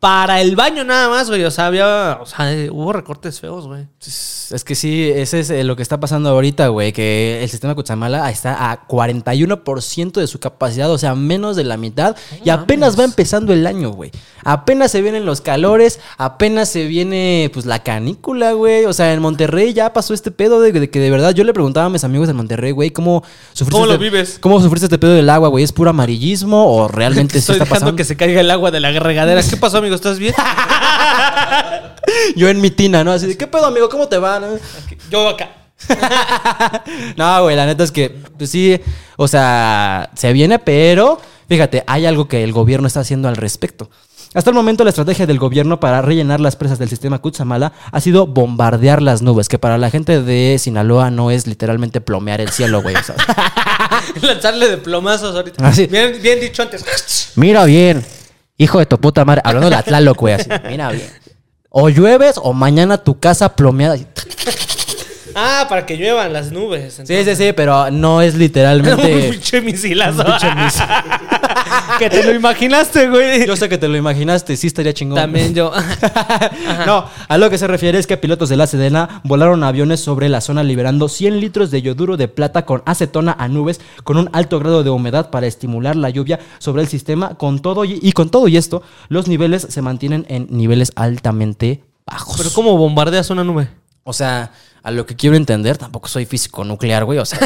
[SPEAKER 2] para el baño nada más, güey. O sea, había, o sea, hubo recortes feos, güey.
[SPEAKER 3] Es que sí, ese es eh, lo que está pasando ahorita, güey, que el sistema Cuchamala está a 41% de su capacidad, o sea, menos de la mitad, y apenas va empezando el año, güey. Apenas se vienen los calores, apenas se viene pues la canícula, güey. O sea, en Monterrey ya pasó este pedo de, de que de verdad yo le preguntaba a mis amigos en Monterrey, güey, ¿cómo sufriste?
[SPEAKER 2] ¿Cómo lo
[SPEAKER 3] este-
[SPEAKER 2] vives?
[SPEAKER 3] ¿Cómo sufriste este pedo del agua, güey? ¿Es puro amarillismo o realmente sí
[SPEAKER 2] Estoy
[SPEAKER 3] está
[SPEAKER 2] dejando
[SPEAKER 3] pasando?
[SPEAKER 2] que se caiga el agua de la regadera. ¿Qué pasó, amigo? ¿Estás bien?
[SPEAKER 3] Yo en mi tina, ¿no? Así de, ¿qué pedo, amigo? ¿Cómo te va? ¿No?
[SPEAKER 2] Yo acá.
[SPEAKER 3] No, güey, la neta es que pues, sí, o sea, se viene, pero fíjate, hay algo que el gobierno está haciendo al respecto. Hasta el momento la estrategia del gobierno para rellenar las presas del sistema Cutzamala ha sido bombardear las nubes, que para la gente de Sinaloa no es literalmente plomear el cielo, güey. o sea.
[SPEAKER 2] Lanzarle de plomazos ahorita.
[SPEAKER 3] Ah, sí.
[SPEAKER 2] Bien, bien dicho antes.
[SPEAKER 3] Mira bien, hijo de tu puta madre, hablando de la Tlaloc, güey, así, mira bien. O llueves o mañana tu casa plomeada.
[SPEAKER 2] Ah, para que lluevan las nubes.
[SPEAKER 3] Sí, sí, sí, pero no es
[SPEAKER 2] Un
[SPEAKER 3] literalmente...
[SPEAKER 2] pinche misilazo. que te lo imaginaste, güey.
[SPEAKER 3] Yo sé que te lo imaginaste, sí estaría chingón.
[SPEAKER 2] También yo.
[SPEAKER 3] No, a lo que se refiere es que pilotos de la Sedena volaron aviones sobre la zona liberando 100 litros de yoduro de plata con acetona a nubes con un alto grado de humedad para estimular la lluvia sobre el sistema. Con todo y, y con todo y esto, los niveles se mantienen en niveles altamente bajos.
[SPEAKER 2] Pero ¿cómo bombardeas una nube?
[SPEAKER 3] o sea, a lo que quiero entender, tampoco soy físico nuclear, güey. O sea,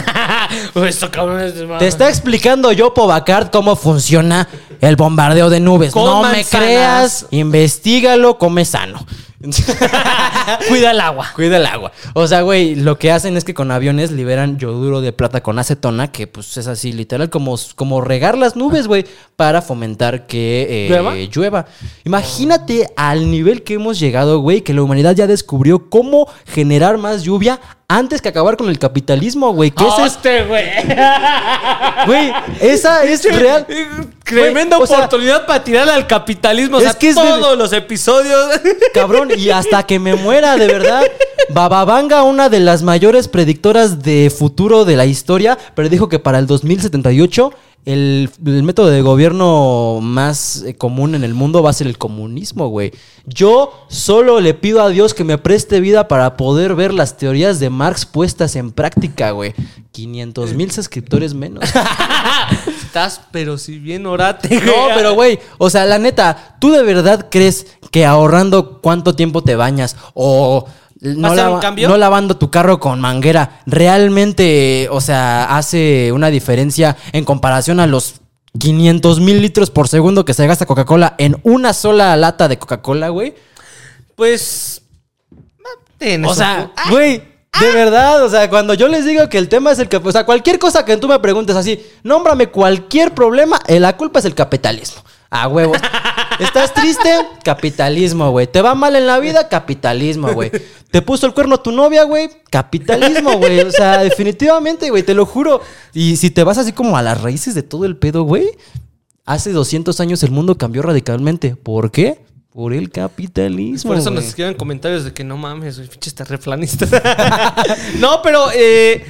[SPEAKER 2] Esto cabrón es
[SPEAKER 3] te está explicando yo, Pobacart, cómo funciona el bombardeo de nubes.
[SPEAKER 2] Coman
[SPEAKER 3] no me
[SPEAKER 2] sanas.
[SPEAKER 3] creas, investigalo, come sano.
[SPEAKER 2] Cuida el agua.
[SPEAKER 3] Cuida el agua. O sea, güey, lo que hacen es que con aviones liberan yoduro de plata con acetona, que pues es así, literal, como, como regar las nubes, güey, para fomentar que eh,
[SPEAKER 2] ¿Llueva?
[SPEAKER 3] llueva. Imagínate al nivel que hemos llegado, güey, que la humanidad ya descubrió cómo generar más lluvia antes que acabar con el capitalismo, güey. Que ese es,
[SPEAKER 2] este, güey?
[SPEAKER 3] güey, esa es real.
[SPEAKER 2] Tremenda
[SPEAKER 3] Güey, o sea,
[SPEAKER 2] oportunidad para tirar al capitalismo. O
[SPEAKER 3] Es
[SPEAKER 2] sea,
[SPEAKER 3] que es de-
[SPEAKER 2] todos los episodios.
[SPEAKER 3] Cabrón, y hasta que me muera, de verdad. Bababanga, una de las mayores predictoras de futuro de la historia, predijo que para el 2078 el, el método de gobierno más eh, común en el mundo va a ser el comunismo, güey. Yo solo le pido a Dios que me preste vida para poder ver las teorías de Marx puestas en práctica, güey. 500 mil suscriptores menos.
[SPEAKER 2] Estás, pero si bien orate,
[SPEAKER 3] No, pero güey, o sea, la neta, ¿tú de verdad crees que ahorrando cuánto tiempo te bañas o
[SPEAKER 2] ¿Va
[SPEAKER 3] no,
[SPEAKER 2] a ser
[SPEAKER 3] lava-
[SPEAKER 2] un cambio?
[SPEAKER 3] no lavando tu carro con manguera realmente, o sea, hace una diferencia en comparación a los 500 mil litros por segundo que se gasta Coca-Cola en una sola lata de Coca-Cola, güey?
[SPEAKER 2] Pues.
[SPEAKER 3] O sea, güey,
[SPEAKER 2] ah.
[SPEAKER 3] de verdad, o sea, cuando yo les digo que el tema es el que, o sea, cualquier cosa que tú me preguntes así, nómbrame cualquier problema, eh, la culpa es el capitalismo. A huevos. ¿Estás triste? Capitalismo, güey. ¿Te va mal en la vida? Capitalismo, güey. ¿Te puso el cuerno tu novia, güey? Capitalismo, güey. O sea, definitivamente, güey, te lo juro. Y si te vas así como a las raíces de todo el pedo, güey, hace 200 años el mundo cambió radicalmente. ¿Por qué? Por el capitalismo.
[SPEAKER 2] Por eso
[SPEAKER 3] güey.
[SPEAKER 2] nos escriben comentarios de que no mames, soy pinches terreflanistas. no, pero eh,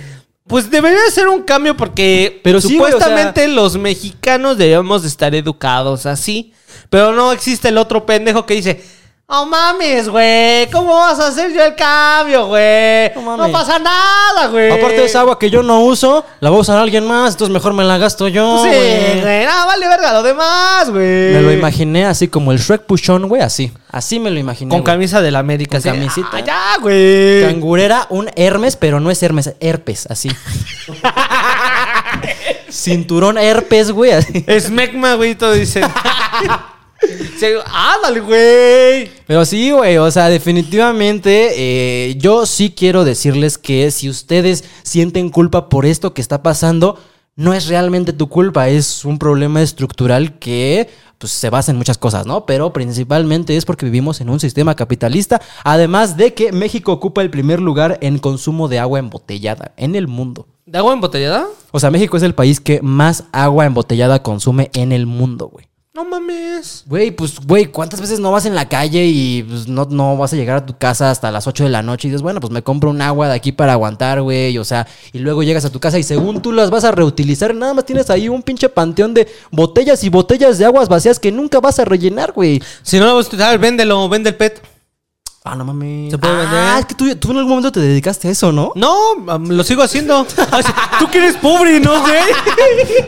[SPEAKER 2] pues debería ser un cambio porque
[SPEAKER 3] Pero sí, güey, o
[SPEAKER 2] supuestamente los mexicanos debemos de estar educados así. Pero no existe el otro pendejo que dice, oh mames, güey, ¿cómo vas a hacer yo el cambio, güey?
[SPEAKER 3] No
[SPEAKER 2] No,
[SPEAKER 3] mames.
[SPEAKER 2] pasa nada, güey.
[SPEAKER 3] Aparte de esa agua que yo no uso, la va a usar alguien más, entonces mejor me la gasto yo.
[SPEAKER 2] Pues Sí,
[SPEAKER 3] güey.
[SPEAKER 2] güey, no, vale verga lo demás, güey.
[SPEAKER 3] Me lo imaginé así como el Shrek Pushon, güey, así. Así me lo imaginé.
[SPEAKER 2] Con
[SPEAKER 3] güey.
[SPEAKER 2] camisa del América.
[SPEAKER 3] Con camisita.
[SPEAKER 2] "Ah, ya, güey.
[SPEAKER 3] Cangurera, un Hermes, pero no es Hermes, herpes, así. Cinturón herpes, güey, así.
[SPEAKER 2] Es Mecma, güey, todo dice. Sí, ándale, güey.
[SPEAKER 3] Pero sí, güey, o sea, definitivamente eh, yo sí quiero decirles que si ustedes sienten culpa por esto que está pasando, no es realmente tu culpa, es un problema estructural que pues, se basa en muchas cosas, ¿no? Pero principalmente es porque vivimos en un sistema capitalista, además de que México ocupa el primer lugar en consumo de agua embotellada en el mundo.
[SPEAKER 2] ¿De agua embotellada?
[SPEAKER 3] O sea, México es el país que más agua embotellada consume en el mundo, güey.
[SPEAKER 2] No mames.
[SPEAKER 3] Güey, pues, güey, ¿cuántas veces no vas en la calle y pues, no, no vas a llegar a tu casa hasta las 8 de la noche y dices, bueno, pues me compro un agua de aquí para aguantar, güey? O sea, y luego llegas a tu casa y según tú las vas a reutilizar, nada más tienes ahí un pinche panteón de botellas y botellas de aguas vacías que nunca vas a rellenar, güey.
[SPEAKER 2] Si no lo vas a utilizar, véndelo, vende el pet.
[SPEAKER 3] Ah, no mames.
[SPEAKER 2] ¿Se puede
[SPEAKER 3] Ah,
[SPEAKER 2] vender?
[SPEAKER 3] es que tú, tú en algún momento te dedicaste a eso, ¿no?
[SPEAKER 2] No, am, lo sigo haciendo. Ay, Tú que eres pobre, no sé.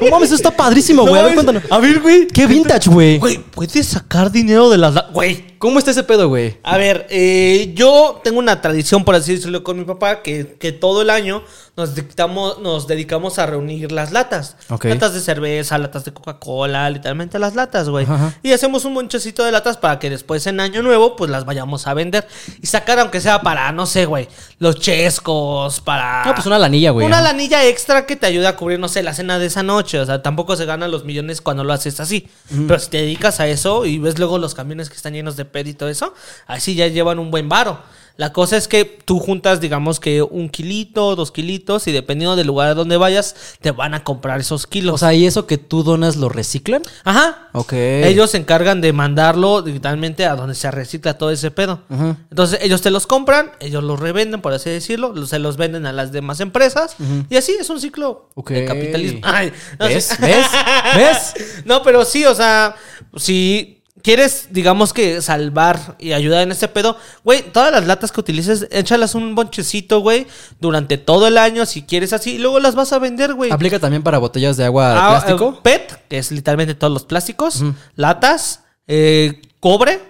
[SPEAKER 3] No mames, eso está padrísimo,
[SPEAKER 2] No
[SPEAKER 3] güey. a ver,
[SPEAKER 2] mames.
[SPEAKER 3] cuéntanos.
[SPEAKER 2] A ver, güey.
[SPEAKER 3] Qué vintage, güey.
[SPEAKER 2] Güey, puedes sacar dinero de las. Güey.
[SPEAKER 3] ¿Cómo está ese pedo, güey?
[SPEAKER 2] A ver, eh, yo tengo una tradición, por así decirlo, con mi papá, que, que todo el año nos, dictamos, nos dedicamos a reunir las latas.
[SPEAKER 3] Ok.
[SPEAKER 2] Latas de cerveza, latas de Coca-Cola, literalmente las latas, güey.
[SPEAKER 3] Ajá.
[SPEAKER 2] Y hacemos un monchecito de latas para que después en Año Nuevo, pues las vayamos a vender. Y sacar, aunque sea para, no sé, güey, los chescos, para...
[SPEAKER 3] No, pues una lanilla, güey.
[SPEAKER 2] Una
[SPEAKER 3] ajá.
[SPEAKER 2] lanilla extra que te ayuda a cubrir, no sé, la cena de esa noche. O sea, tampoco se ganan los millones cuando lo haces así. Pero si te dedicas a eso y ves luego los camiones que están llenos de ped y todo eso, así ya llevan un buen varo. La cosa es que tú juntas, digamos que un kilito, dos kilitos, y dependiendo del lugar a donde vayas, te van a comprar esos kilos.
[SPEAKER 3] O sea, ¿y eso que tú donas lo reciclan?
[SPEAKER 2] Ajá.
[SPEAKER 3] Ok.
[SPEAKER 2] Ellos se encargan de mandarlo digitalmente a donde se recicla todo ese pedo. Entonces ellos te los compran, ellos los revenden, por así decirlo, los- se los venden a las demás empresas y así es un ciclo
[SPEAKER 3] Ok.
[SPEAKER 2] de capitalismo. Ay, no sé.
[SPEAKER 3] ¿Ves? ¿Ves? ¿Ves?
[SPEAKER 2] No, pero sí, o sea, si quieres, digamos que salvar y ayudar en este pedo, güey, todas las latas que utilices, échalas un bonchecito, güey, durante todo el año, si quieres así, y luego las vas a vender, güey.
[SPEAKER 3] ¿Aplica también para botellas de agua de
[SPEAKER 2] Ah,
[SPEAKER 3] plástico?
[SPEAKER 2] eh, PET, que es literalmente todos los plásticos, latas, eh, cobre,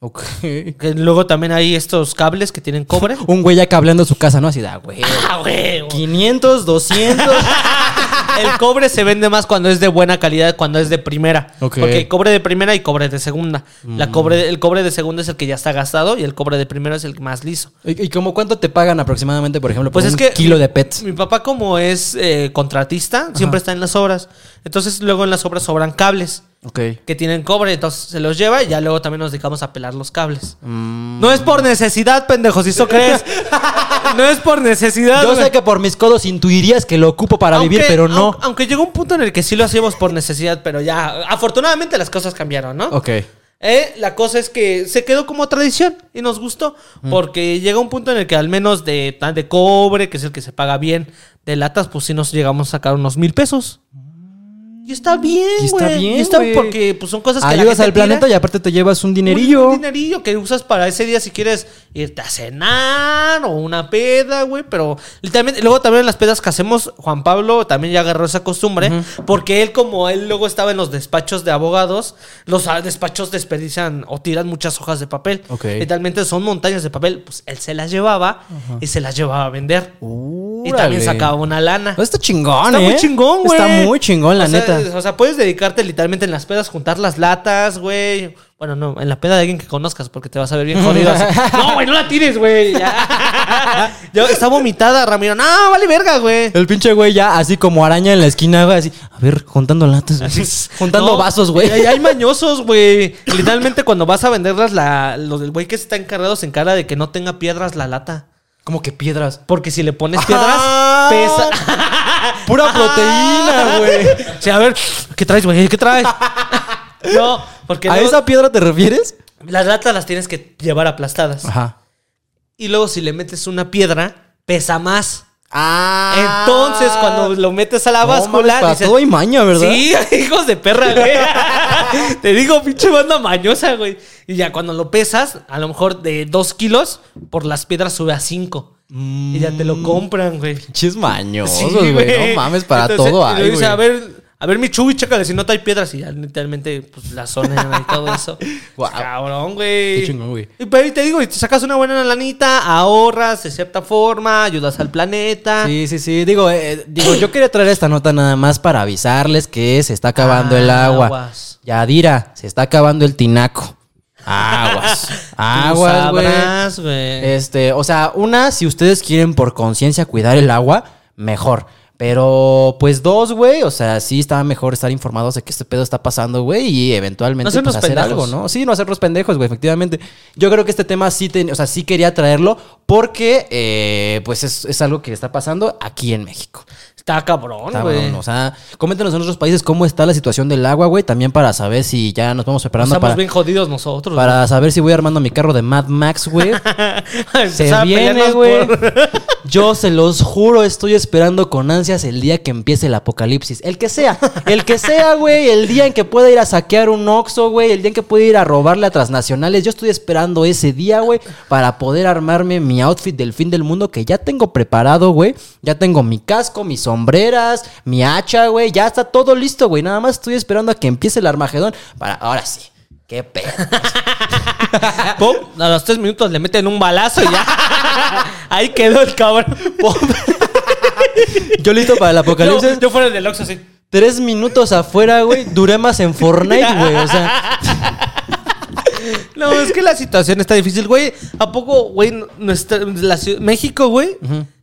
[SPEAKER 3] Ok.
[SPEAKER 2] que luego también hay estos cables que tienen cobre.
[SPEAKER 3] Un güey ya cableando su casa, ¿no? Así da, güey.
[SPEAKER 2] ¡Ah, güey!
[SPEAKER 3] 500, 200.
[SPEAKER 2] El cobre se vende más cuando es de buena calidad, cuando es de primera.
[SPEAKER 3] Ok. Mm.
[SPEAKER 2] Porque hay cobre de primera y cobre de segunda. La cobre, el cobre de segunda es el que ya está gastado y el cobre de primera es el más liso.
[SPEAKER 3] ¿Y, y como cuánto te pagan aproximadamente, por ejemplo, por
[SPEAKER 2] Pues es
[SPEAKER 3] un
[SPEAKER 2] que
[SPEAKER 3] kilo de PET?
[SPEAKER 2] Mi papá, como es eh, contratista, siempre está en las obras. Entonces, luego en las obras sobran cables.
[SPEAKER 3] Ok.
[SPEAKER 2] que tienen cobre, entonces se los lleva y ya luego también nos dedicamos a pelar los cables. No es por necesidad, pendejos, si eso crees. no es por necesidad.
[SPEAKER 3] Yo
[SPEAKER 2] güey.
[SPEAKER 3] sé que por mis codos intuirías que lo ocupo para
[SPEAKER 2] Aunque-
[SPEAKER 3] vivir, pero no.
[SPEAKER 2] au- Aunque llegó un punto en el que sí lo hacíamos por necesidad, pero ya. Afortunadamente las cosas cambiaron, ¿no?
[SPEAKER 3] Ok.
[SPEAKER 2] Eh, la cosa es que se quedó como tradición y nos gustó,
[SPEAKER 3] Mm.
[SPEAKER 2] porque llega un punto en el que al menos de, tan de cobre, que es el que se paga bien, de latas, pues sí nos llegamos a sacar unos mil pesos. Y está bien,
[SPEAKER 3] Mm. Y está
[SPEAKER 2] güey.
[SPEAKER 3] bien,
[SPEAKER 2] Y está
[SPEAKER 3] güey.
[SPEAKER 2] porque pues, son cosas que la
[SPEAKER 3] Ayudas
[SPEAKER 2] gente
[SPEAKER 3] al planeta
[SPEAKER 2] pide.
[SPEAKER 3] y aparte te llevas un
[SPEAKER 2] Un,
[SPEAKER 3] dinerillo.
[SPEAKER 2] un dinerillo que usas para ese día si quieres irte a cenar o una peda, güey. Pero literalmente, luego también en las pedas que hacemos, Juan Pablo también ya agarró esa costumbre. Porque él, como él luego estaba en los despachos de abogados, los ah, despachos desperdician o tiran muchas hojas de papel.
[SPEAKER 3] Ok.
[SPEAKER 2] Literalmente son montañas de papel. Pues él se las llevaba y se las llevaba a vender. Y también
[SPEAKER 3] Órale.
[SPEAKER 2] sacaba una lana.
[SPEAKER 3] Está chingón,
[SPEAKER 2] Está
[SPEAKER 3] ¿eh?
[SPEAKER 2] muy chingón, güey.
[SPEAKER 3] Está muy chingón, la
[SPEAKER 2] O sea,
[SPEAKER 3] neta.
[SPEAKER 2] O sea, puedes dedicarte literalmente en las pedas, juntar las latas, güey. Bueno, no, en la peda de alguien que conozcas, porque te vas a ver bien jodido. así. no, güey, no la tires, güey. Ya. Yo, está vomitada, Ramiro. No, vale verga, güey.
[SPEAKER 3] El pinche güey ya así como araña en la esquina, güey, así. A ver, juntando latas. güey. juntando
[SPEAKER 2] No,
[SPEAKER 3] vasos, güey.
[SPEAKER 2] y Hay, hay mañosos, güey. Literalmente cuando vas a venderlas, la, los del güey que está encargado se encarga de que no tenga piedras la lata.
[SPEAKER 3] Como que piedras.
[SPEAKER 2] Porque si le pones piedras,
[SPEAKER 3] Ah.
[SPEAKER 2] pesa.
[SPEAKER 3] Pura proteína, güey.
[SPEAKER 2] Sí, a ver, ¿qué traes, güey? ¿Qué traes? No, porque
[SPEAKER 3] ¿A
[SPEAKER 2] luego-
[SPEAKER 3] esa piedra te refieres?
[SPEAKER 2] Las latas las tienes que llevar aplastadas.
[SPEAKER 3] Ajá.
[SPEAKER 2] Y luego si le metes una piedra, pesa más.
[SPEAKER 3] Ah.
[SPEAKER 2] Entonces, cuando lo metes a la
[SPEAKER 3] No
[SPEAKER 2] báscula...
[SPEAKER 3] mames, para
[SPEAKER 2] dices,
[SPEAKER 3] todo hay maña, ¿verdad?
[SPEAKER 2] Sí, hijos de perra, güey. Te digo, pinche banda mañosa, güey. Y ya cuando lo pesas, a lo mejor de dos kilos, por las piedras sube a cinco. Y ya te
[SPEAKER 3] Mm.
[SPEAKER 2] lo compran, güey.
[SPEAKER 3] Pinches mañosos,
[SPEAKER 2] Sí,
[SPEAKER 3] güey. No mames, para
[SPEAKER 2] Entonces,
[SPEAKER 3] todo
[SPEAKER 2] y le
[SPEAKER 3] hay,
[SPEAKER 2] dice,
[SPEAKER 3] güey.
[SPEAKER 2] a ver, a ver, mi chubi, chécale si no te hay piedras. Y ya literalmente, pues, la zona y todo eso. Pues,
[SPEAKER 3] Guau.
[SPEAKER 2] Cabrón, güey.
[SPEAKER 3] Qué chingón, güey.
[SPEAKER 2] Y pero ahí te digo, y te sacas una buena lanita, ahorras de cierta forma, ayudas al planeta.
[SPEAKER 3] Sí, sí, sí. Digo, eh, digo, yo quería traer esta nota nada más para avisarles que se está acabando el agua.
[SPEAKER 2] Aguas.
[SPEAKER 3] Yadira, se está acabando el tinaco. Aguas.
[SPEAKER 2] Tú
[SPEAKER 3] Aguas, güey.
[SPEAKER 2] sabrás, güey.
[SPEAKER 3] Este, o sea, una, si ustedes quieren por conciencia cuidar el agua, mejor. Pero, pues dos, güey, o sea, sí está mejor estar informados de que este pedo está pasando, güey, y eventualmente
[SPEAKER 2] No hacernos
[SPEAKER 3] pues, hacer
[SPEAKER 2] pendejos.
[SPEAKER 3] algo, ¿no? Sí, no hacernos pendejos, güey, efectivamente. Yo creo que este tema sí, ten- o sea, sí quería traerlo porque, eh, pues, es, es algo que está pasando aquí en México.
[SPEAKER 2] Está cabrón,
[SPEAKER 3] Está
[SPEAKER 2] güey.
[SPEAKER 3] cabrón, o sea, coméntenos en otros países cómo está la situación del agua, güey, también para saber si ya nos vamos preparando
[SPEAKER 2] Estamos
[SPEAKER 3] para...
[SPEAKER 2] bien jodidos nosotros.
[SPEAKER 3] Para saber si voy armando mi carro de Mad Max, güey.
[SPEAKER 2] güey.
[SPEAKER 3] Se
[SPEAKER 2] Empezar a
[SPEAKER 3] viene,
[SPEAKER 2] pelearnos
[SPEAKER 3] güey.
[SPEAKER 2] por-
[SPEAKER 3] Yo se los juro, estoy esperando con ansias el día que empiece el apocalipsis. El que sea, el que sea, güey. El día en que pueda ir a saquear un Oxxo, güey. El día en que pueda ir a robarle a transnacionales. Yo estoy esperando ese día, güey, para poder armarme mi outfit del fin del mundo que ya tengo preparado, güey. Ya tengo mi casco, mis sombreras, mi hacha, güey. Ya está todo listo, güey. Nada más estoy esperando a que empiece el Armagedón para... Ahora sí. Qué pedo.
[SPEAKER 2] Pum, a los tres minutos le meten un balazo y ya. Ahí quedó el cabrón.
[SPEAKER 3] Yo listo para el apocalipsis.
[SPEAKER 2] Yo, yo fuera del Oxxo así.
[SPEAKER 3] Tres minutos afuera, güey. Duré más en Fortnite, güey. O sea,
[SPEAKER 2] No, es que la situación está difícil, güey. ¿A poco, güey, nuestra, la ciu- México, güey,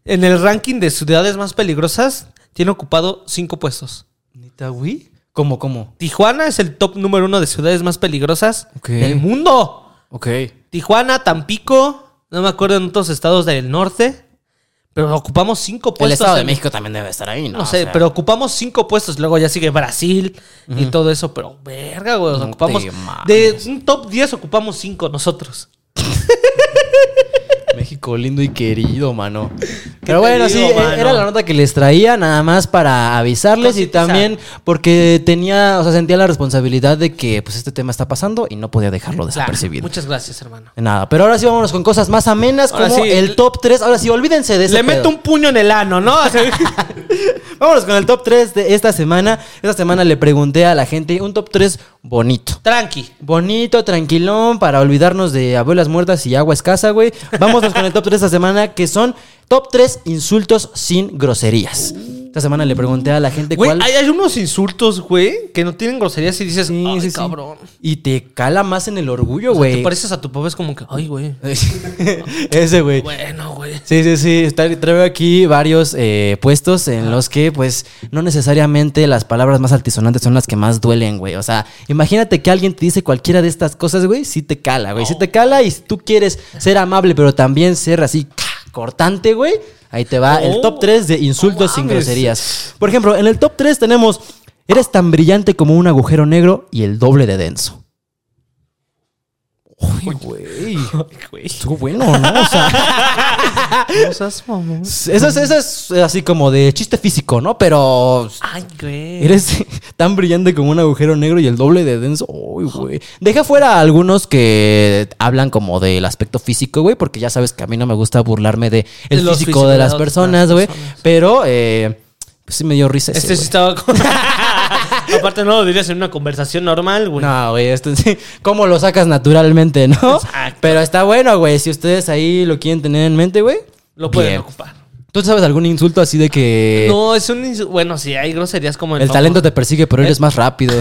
[SPEAKER 2] en el ranking de ciudades más peligrosas, tiene ocupado cinco puestos?
[SPEAKER 3] ¿neta, güey? ¿Cómo, cómo?
[SPEAKER 2] Tijuana es el top número uno de ciudades más peligrosas
[SPEAKER 3] Ok.
[SPEAKER 2] del mundo.
[SPEAKER 3] Ok.
[SPEAKER 2] Tijuana, Tampico, no me acuerdo en otros estados del norte, pero ocupamos cinco puestos.
[SPEAKER 3] El Estado de
[SPEAKER 2] en-
[SPEAKER 3] México también debe estar ahí, ¿no?
[SPEAKER 2] No
[SPEAKER 3] O
[SPEAKER 2] sé,
[SPEAKER 3] sea,
[SPEAKER 2] pero ocupamos cinco puestos. Luego ya sigue Brasil y todo eso. Pero verga, güey. o sea,
[SPEAKER 3] No
[SPEAKER 2] ocupamos.
[SPEAKER 3] te mames.
[SPEAKER 2] De un top 10 ocupamos cinco nosotros.
[SPEAKER 3] México lindo y querido, mano. Pero bueno,
[SPEAKER 2] digo,
[SPEAKER 3] sí, e-
[SPEAKER 2] mano?
[SPEAKER 3] era la nota que les traía, nada más para avisarles y
[SPEAKER 2] Concientizar.
[SPEAKER 3] también porque tenía, o sea, sentía la responsabilidad de que pues este tema está pasando y no podía dejarlo
[SPEAKER 2] Claro,
[SPEAKER 3] desapercibido.
[SPEAKER 2] Ah, Muchas gracias, hermano.
[SPEAKER 3] De Nada, pero ahora sí vámonos con cosas más amenas
[SPEAKER 2] Ahora
[SPEAKER 3] como
[SPEAKER 2] sí.
[SPEAKER 3] el top 3. Ahora sí, olvídense de ese
[SPEAKER 2] Le meto
[SPEAKER 3] pedo.
[SPEAKER 2] un puño en el ano, ¿no? O sea,
[SPEAKER 3] Vámonos con el top 3 de esta semana. Esta semana le pregunté a la gente un top 3 bonito.
[SPEAKER 2] tranqui.
[SPEAKER 3] Bonito, tranquilón, para olvidarnos de abuelas muertas y agua escasa, güey. Vámonos con el top 3 esta semana, que son top 3 insultos sin groserías. Esta semana le pregunté a la gente
[SPEAKER 2] Güey,
[SPEAKER 3] cuál.
[SPEAKER 2] hay, hay unos insultos, güey, que no tienen groserías y dices,
[SPEAKER 3] Sí,
[SPEAKER 2] ay,
[SPEAKER 3] sí, sí.
[SPEAKER 2] cabrón.
[SPEAKER 3] Y te cala más en el orgullo,
[SPEAKER 2] Te
[SPEAKER 3] güey.
[SPEAKER 2] pareces a tu papá, es como que, ay, güey.
[SPEAKER 3] Ese, güey.
[SPEAKER 2] Bueno, güey.
[SPEAKER 3] Sí, sí, sí. Está, traigo aquí varios eh, puestos en los que, pues, no necesariamente las palabras más altisonantes son las que más duelen, güey. O sea, imagínate que alguien te dice cualquiera de estas cosas, güey, sí te cala, güey.
[SPEAKER 2] Oh.
[SPEAKER 3] Sí te cala y si tú quieres ser amable, pero también ser así ca, cortante, güey, ahí te va el
[SPEAKER 2] Oh,
[SPEAKER 3] top 3 de insultos
[SPEAKER 2] no
[SPEAKER 3] sin
[SPEAKER 2] mames.
[SPEAKER 3] groserías. Por ejemplo, en el top 3 tenemos, eres tan brillante como un agujero negro y el doble de denso. Uy, güey.
[SPEAKER 2] güey.
[SPEAKER 3] Estuvo bueno, ¿no? O sea...
[SPEAKER 2] Cosas, mamón.
[SPEAKER 3] Eso es, eso es eh, así como de chiste físico, ¿no? Pero
[SPEAKER 2] Ay, güey.
[SPEAKER 3] eres tan brillante como un agujero negro y el doble de denso. Uy, güey. Deja fuera a algunos que hablan como del aspecto físico, güey, porque ya sabes que a mí no me gusta burlarme de el
[SPEAKER 2] De los
[SPEAKER 3] físico,
[SPEAKER 2] físicos
[SPEAKER 3] de
[SPEAKER 2] de
[SPEAKER 3] las
[SPEAKER 2] las
[SPEAKER 3] personas, güey.
[SPEAKER 2] personas.
[SPEAKER 3] Pero eh, pues sí me dio risa. ese,
[SPEAKER 2] Este sí
[SPEAKER 3] güey.
[SPEAKER 2] estaba con- Aparte no lo dirías en una conversación normal, güey.
[SPEAKER 3] No, güey, esto sí, ¿cómo lo sacas naturalmente, no?
[SPEAKER 2] Exacto.
[SPEAKER 3] Pero está bueno, güey, si ustedes ahí lo quieren tener en mente, güey.
[SPEAKER 2] Lo pueden
[SPEAKER 3] bien.
[SPEAKER 2] ocupar.
[SPEAKER 3] ¿Tú sabes algún insulto así de que
[SPEAKER 2] No, es un insu- bueno, sí, hay groserías como el,
[SPEAKER 3] el
[SPEAKER 2] famo-
[SPEAKER 3] talento te persigue, pero
[SPEAKER 2] Eh.
[SPEAKER 3] eres más rápido?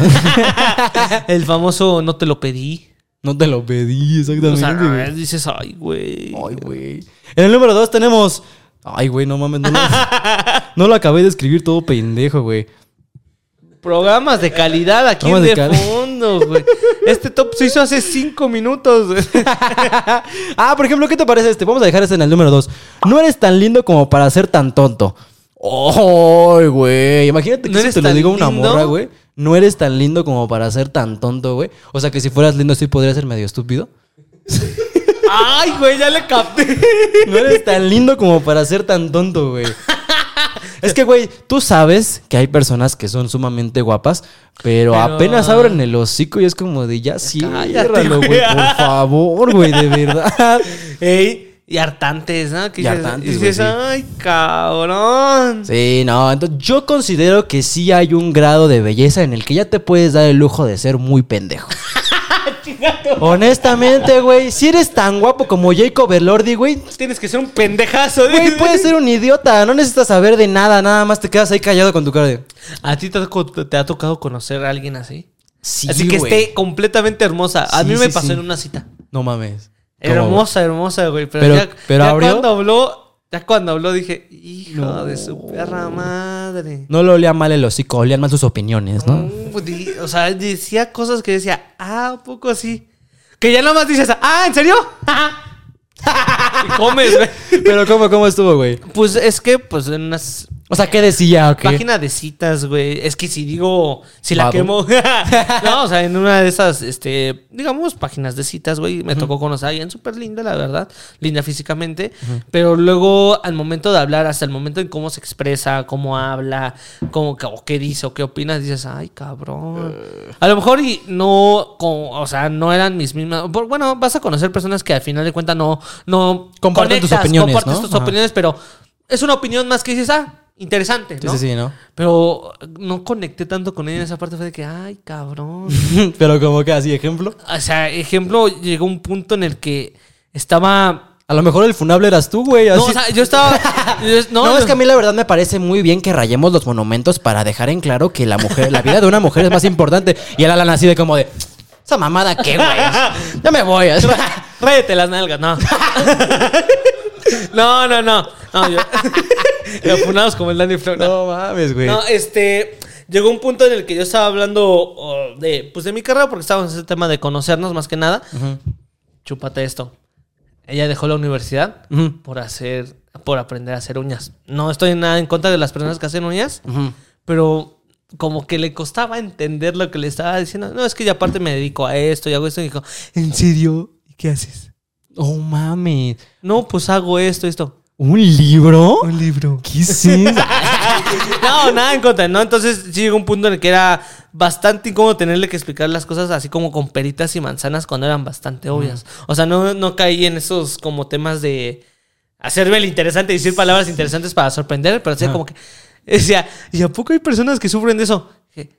[SPEAKER 2] el famoso no te lo pedí.
[SPEAKER 3] No te lo pedí,
[SPEAKER 2] O
[SPEAKER 3] exactamente.
[SPEAKER 2] sea,
[SPEAKER 3] güey.
[SPEAKER 2] dices, "Ay, güey."
[SPEAKER 3] Ay, güey. En el número 2 tenemos. Ay, güey, no mames, no lo, no lo acabé de escribir todo pendejo, güey.
[SPEAKER 2] Programas de calidad aquí
[SPEAKER 3] Programas
[SPEAKER 2] de,
[SPEAKER 3] de cali-
[SPEAKER 2] fondo, güey. Este top se hizo hace cinco minutos. güey.
[SPEAKER 3] Ah, por ejemplo, ¿qué te parece este? Vamos a dejar este en el número 2. No eres tan lindo como para ser tan tonto. Ay, güey. Imagínate que
[SPEAKER 2] ¿No
[SPEAKER 3] si
[SPEAKER 2] eres
[SPEAKER 3] te lo
[SPEAKER 2] tan
[SPEAKER 3] digo una
[SPEAKER 2] lindo?
[SPEAKER 3] morra, güey. No eres tan lindo como para ser tan tonto, güey. O sea, que si fueras lindo, sí podrías ser medio estúpido.
[SPEAKER 2] Ay, güey, ya le capté.
[SPEAKER 3] No eres tan lindo como para ser tan tonto, güey. Es que, güey, tú sabes que hay personas que son sumamente guapas, pero,
[SPEAKER 2] Pero-
[SPEAKER 3] apenas abren el hocico y es como de ya ciérralo,
[SPEAKER 2] güey.
[SPEAKER 3] güey, por favor, güey, de verdad.
[SPEAKER 2] Ey, y hartantes, ¿no? Que
[SPEAKER 3] Y
[SPEAKER 2] dices-
[SPEAKER 3] hartantes,
[SPEAKER 2] dices,
[SPEAKER 3] güey, sí.
[SPEAKER 2] "Ay, cabrón."
[SPEAKER 3] Sí, no, entonces yo considero que sí hay un grado de belleza en el que ya te puedes dar el lujo de ser muy pendejo. Honestamente, güey, si eres tan guapo como Jacob Elordi, güey,
[SPEAKER 2] Tienes que ser un pendejazo,
[SPEAKER 3] güey,
[SPEAKER 2] dices.
[SPEAKER 3] puedes ser un idiota, no necesitas saber de nada, nada más te quedas ahí callado con tu cara de...
[SPEAKER 2] ¿A ti te ha, co- te ha tocado conocer a alguien así?
[SPEAKER 3] Sí,
[SPEAKER 2] así que este
[SPEAKER 3] güey.
[SPEAKER 2] esté completamente hermosa. A
[SPEAKER 3] Sí,
[SPEAKER 2] mí me
[SPEAKER 3] sí,
[SPEAKER 2] pasó
[SPEAKER 3] sí.
[SPEAKER 2] en una cita.
[SPEAKER 3] No mames.
[SPEAKER 2] Hermosa, hermosa, güey. Pero,
[SPEAKER 3] Pero-
[SPEAKER 2] ya,
[SPEAKER 3] pero
[SPEAKER 2] ya
[SPEAKER 3] abrió.
[SPEAKER 2] cuando habló, ya cuando habló dije, hijo de su perra madre.
[SPEAKER 3] No lo olía mal el hocico, olían mal sus opiniones, ¿no?
[SPEAKER 2] Mm, di- O sea, decía cosas que decía, ah, ¿a poco así. Que ya nada más dices, ah, ¿en serio? y comes, güey.
[SPEAKER 3] Pero ¿cómo, cómo estuvo, güey?
[SPEAKER 2] Pues es que, pues, en unas
[SPEAKER 3] O sea, ¿qué decía o qué?
[SPEAKER 2] Página de citas, güey. Es que si digo, si la
[SPEAKER 3] Badu.
[SPEAKER 2] quemo. no, o sea, en una de esas, este, digamos, páginas de citas, güey, me tocó conocer a alguien súper linda, la verdad. Linda físicamente. Pero luego, al momento de hablar, hasta el momento en cómo se expresa, cómo habla, cómo, o qué dice, o qué opinas, dices, ay, cabrón.
[SPEAKER 3] Eh.
[SPEAKER 2] A lo mejor y no, como, o sea, no eran mis mismas. por- Bueno, vas a conocer personas que al final de cuentas no, no
[SPEAKER 3] Comparten tus opiniones,
[SPEAKER 2] compartes
[SPEAKER 3] ¿no?
[SPEAKER 2] tus
[SPEAKER 3] Ajá.
[SPEAKER 2] opiniones, pero es una opinión más que dices, ah. interesante,
[SPEAKER 3] Sí,
[SPEAKER 2] ¿no?
[SPEAKER 3] sí, sí, ¿no?
[SPEAKER 2] Pero no conecté tanto con ella en esa parte. Fue de que, ay, cabrón.
[SPEAKER 3] Pero como que así, ejemplo.
[SPEAKER 2] O sea, ejemplo, llegó un punto en el que estaba.
[SPEAKER 3] A lo mejor el funable eras tú, güey.
[SPEAKER 2] No,
[SPEAKER 3] así.
[SPEAKER 2] o sea, yo estaba. yo- no,
[SPEAKER 3] No, es que a mí la verdad me parece muy bien que rayemos los monumentos para dejar en claro que la mujer, la vida de una mujer es más importante. Y el Alan así de como de, esa mamada qué, güey. Ya me voy.
[SPEAKER 2] Réete las nalgas, no. no, no, no. No, yo. Apunados como el Danny Flow. No.
[SPEAKER 3] mames, güey.
[SPEAKER 2] No, este. Llegó un punto en el que yo estaba hablando oh, de, pues de mi carrera, porque estábamos en ese tema de conocernos más que nada. Chúpate esto. Ella dejó la universidad
[SPEAKER 3] Ujú.
[SPEAKER 2] por hacer, por aprender a hacer uñas. No estoy nada en contra de las personas que hacen uñas, pero como que le costaba entender lo que le estaba diciendo. No, es que yo aparte me dedico a esto y hago esto. Y dijo, ¿en serio? ¿Y qué haces?
[SPEAKER 3] Oh mames.
[SPEAKER 2] No, pues hago esto, esto.
[SPEAKER 3] ¿Un libro?
[SPEAKER 2] Un libro.
[SPEAKER 3] ¿Qué es eso?
[SPEAKER 2] No, nada en contra, ¿no? Entonces sí llegó un punto en el que era bastante incómodo tenerle que explicar las cosas así como con peritas y manzanas cuando eran bastante obvias. O sea, no, no caí en esos como temas de hacerme el interesante y decir palabras interesantes para sorprender, pero sí como que decía, ¿y a poco hay personas que sufren de eso? Dije,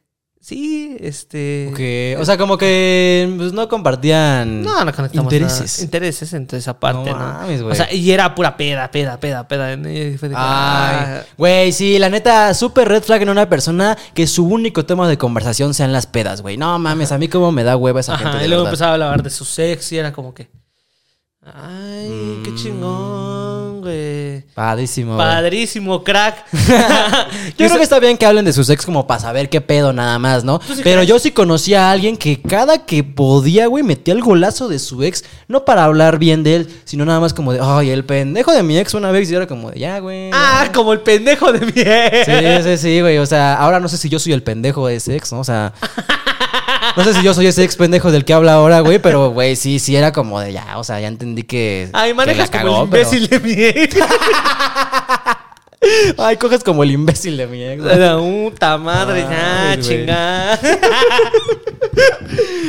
[SPEAKER 2] Sí, este...
[SPEAKER 3] Ok, O sea, como que pues, no compartían
[SPEAKER 2] No, no conectamos
[SPEAKER 3] intereses.
[SPEAKER 2] nada. Intereses entre esa parte,
[SPEAKER 3] No
[SPEAKER 2] ¿no?
[SPEAKER 3] mames, güey.
[SPEAKER 2] o sea, y era pura peda, peda, peda, peda. Y fue
[SPEAKER 3] Ay,
[SPEAKER 2] de que, ah,
[SPEAKER 3] güey, sí, la neta, súper red flag en una persona que su único tema de conversación sean las pedas, güey. No mames, a mí como me da hueva esa gente.
[SPEAKER 2] Ajá,
[SPEAKER 3] de
[SPEAKER 2] y luego
[SPEAKER 3] verdad.
[SPEAKER 2] empezaba a hablar de su sex y era como que. Ay, qué
[SPEAKER 3] Mm.
[SPEAKER 2] chingón, güey.
[SPEAKER 3] Padrísimo. güey.
[SPEAKER 2] Padrísimo, crack.
[SPEAKER 3] Yo creo que está bien que hablen de sus ex como para saber qué pedo nada más, ¿no? Pero yo sí conocía a alguien que cada que podía, güey, metía el golazo de su ex, no para hablar bien de él, sino nada más como de, ay, el pendejo de mi ex una vez y era como de, ya, güey.
[SPEAKER 2] Ah, como el pendejo de mi ex.
[SPEAKER 3] Sí, sí, sí, güey. O sea, ahora no sé si yo soy el pendejo de ese ex, ¿no? O sea, no sé si yo soy ese ex pendejo del que habla ahora, güey, pero, güey, sí, sí era como de, ya, o sea, ya entendí que.
[SPEAKER 2] Ay,
[SPEAKER 3] que
[SPEAKER 2] manejas
[SPEAKER 3] la
[SPEAKER 2] como
[SPEAKER 3] cagó,
[SPEAKER 2] el
[SPEAKER 3] pero-
[SPEAKER 2] imbécil de mi ex.
[SPEAKER 3] Ay, coges como el imbécil de mi ex, güey.
[SPEAKER 2] La puta madre, ya,
[SPEAKER 3] Ay, güey.
[SPEAKER 2] chingada.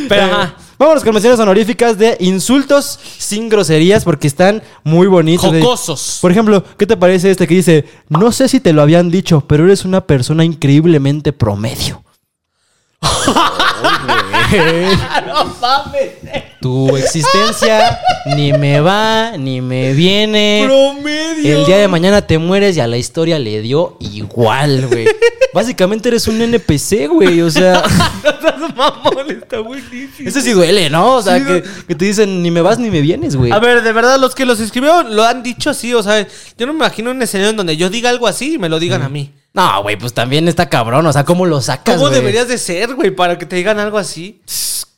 [SPEAKER 2] Pero ajá.
[SPEAKER 3] Eh, Vámonos con menciones honoríficas de insultos sin groserías porque están muy bonitos. De-
[SPEAKER 2] Jocosos.
[SPEAKER 3] Por ejemplo, ¿qué te parece este que dice, no sé si te lo habían dicho, pero eres una persona increíblemente promedio?
[SPEAKER 2] No mames.
[SPEAKER 3] Tu existencia ni me va, ni me viene.
[SPEAKER 2] Promedio.
[SPEAKER 3] Eh, El día de mañana te mueres y a la historia le dio igual, güey. Básicamente eres un NPC, güey. O sea,
[SPEAKER 2] No seas mamón, está buenísimo.
[SPEAKER 3] eso sí duele, ¿no? O sea, que, que te dicen ni me vas ni me vienes, güey.
[SPEAKER 2] A ver, de verdad, los que los escribieron lo han dicho así, o sea, yo no me imagino un escenario en donde yo diga algo así y me lo
[SPEAKER 3] Mm.
[SPEAKER 2] digan a mí.
[SPEAKER 3] No, güey, pues también está cabrón. O sea, ¿cómo lo sacas,
[SPEAKER 2] ¿Cómo
[SPEAKER 3] güey?
[SPEAKER 2] deberías de ser, güey, para que te digan algo así?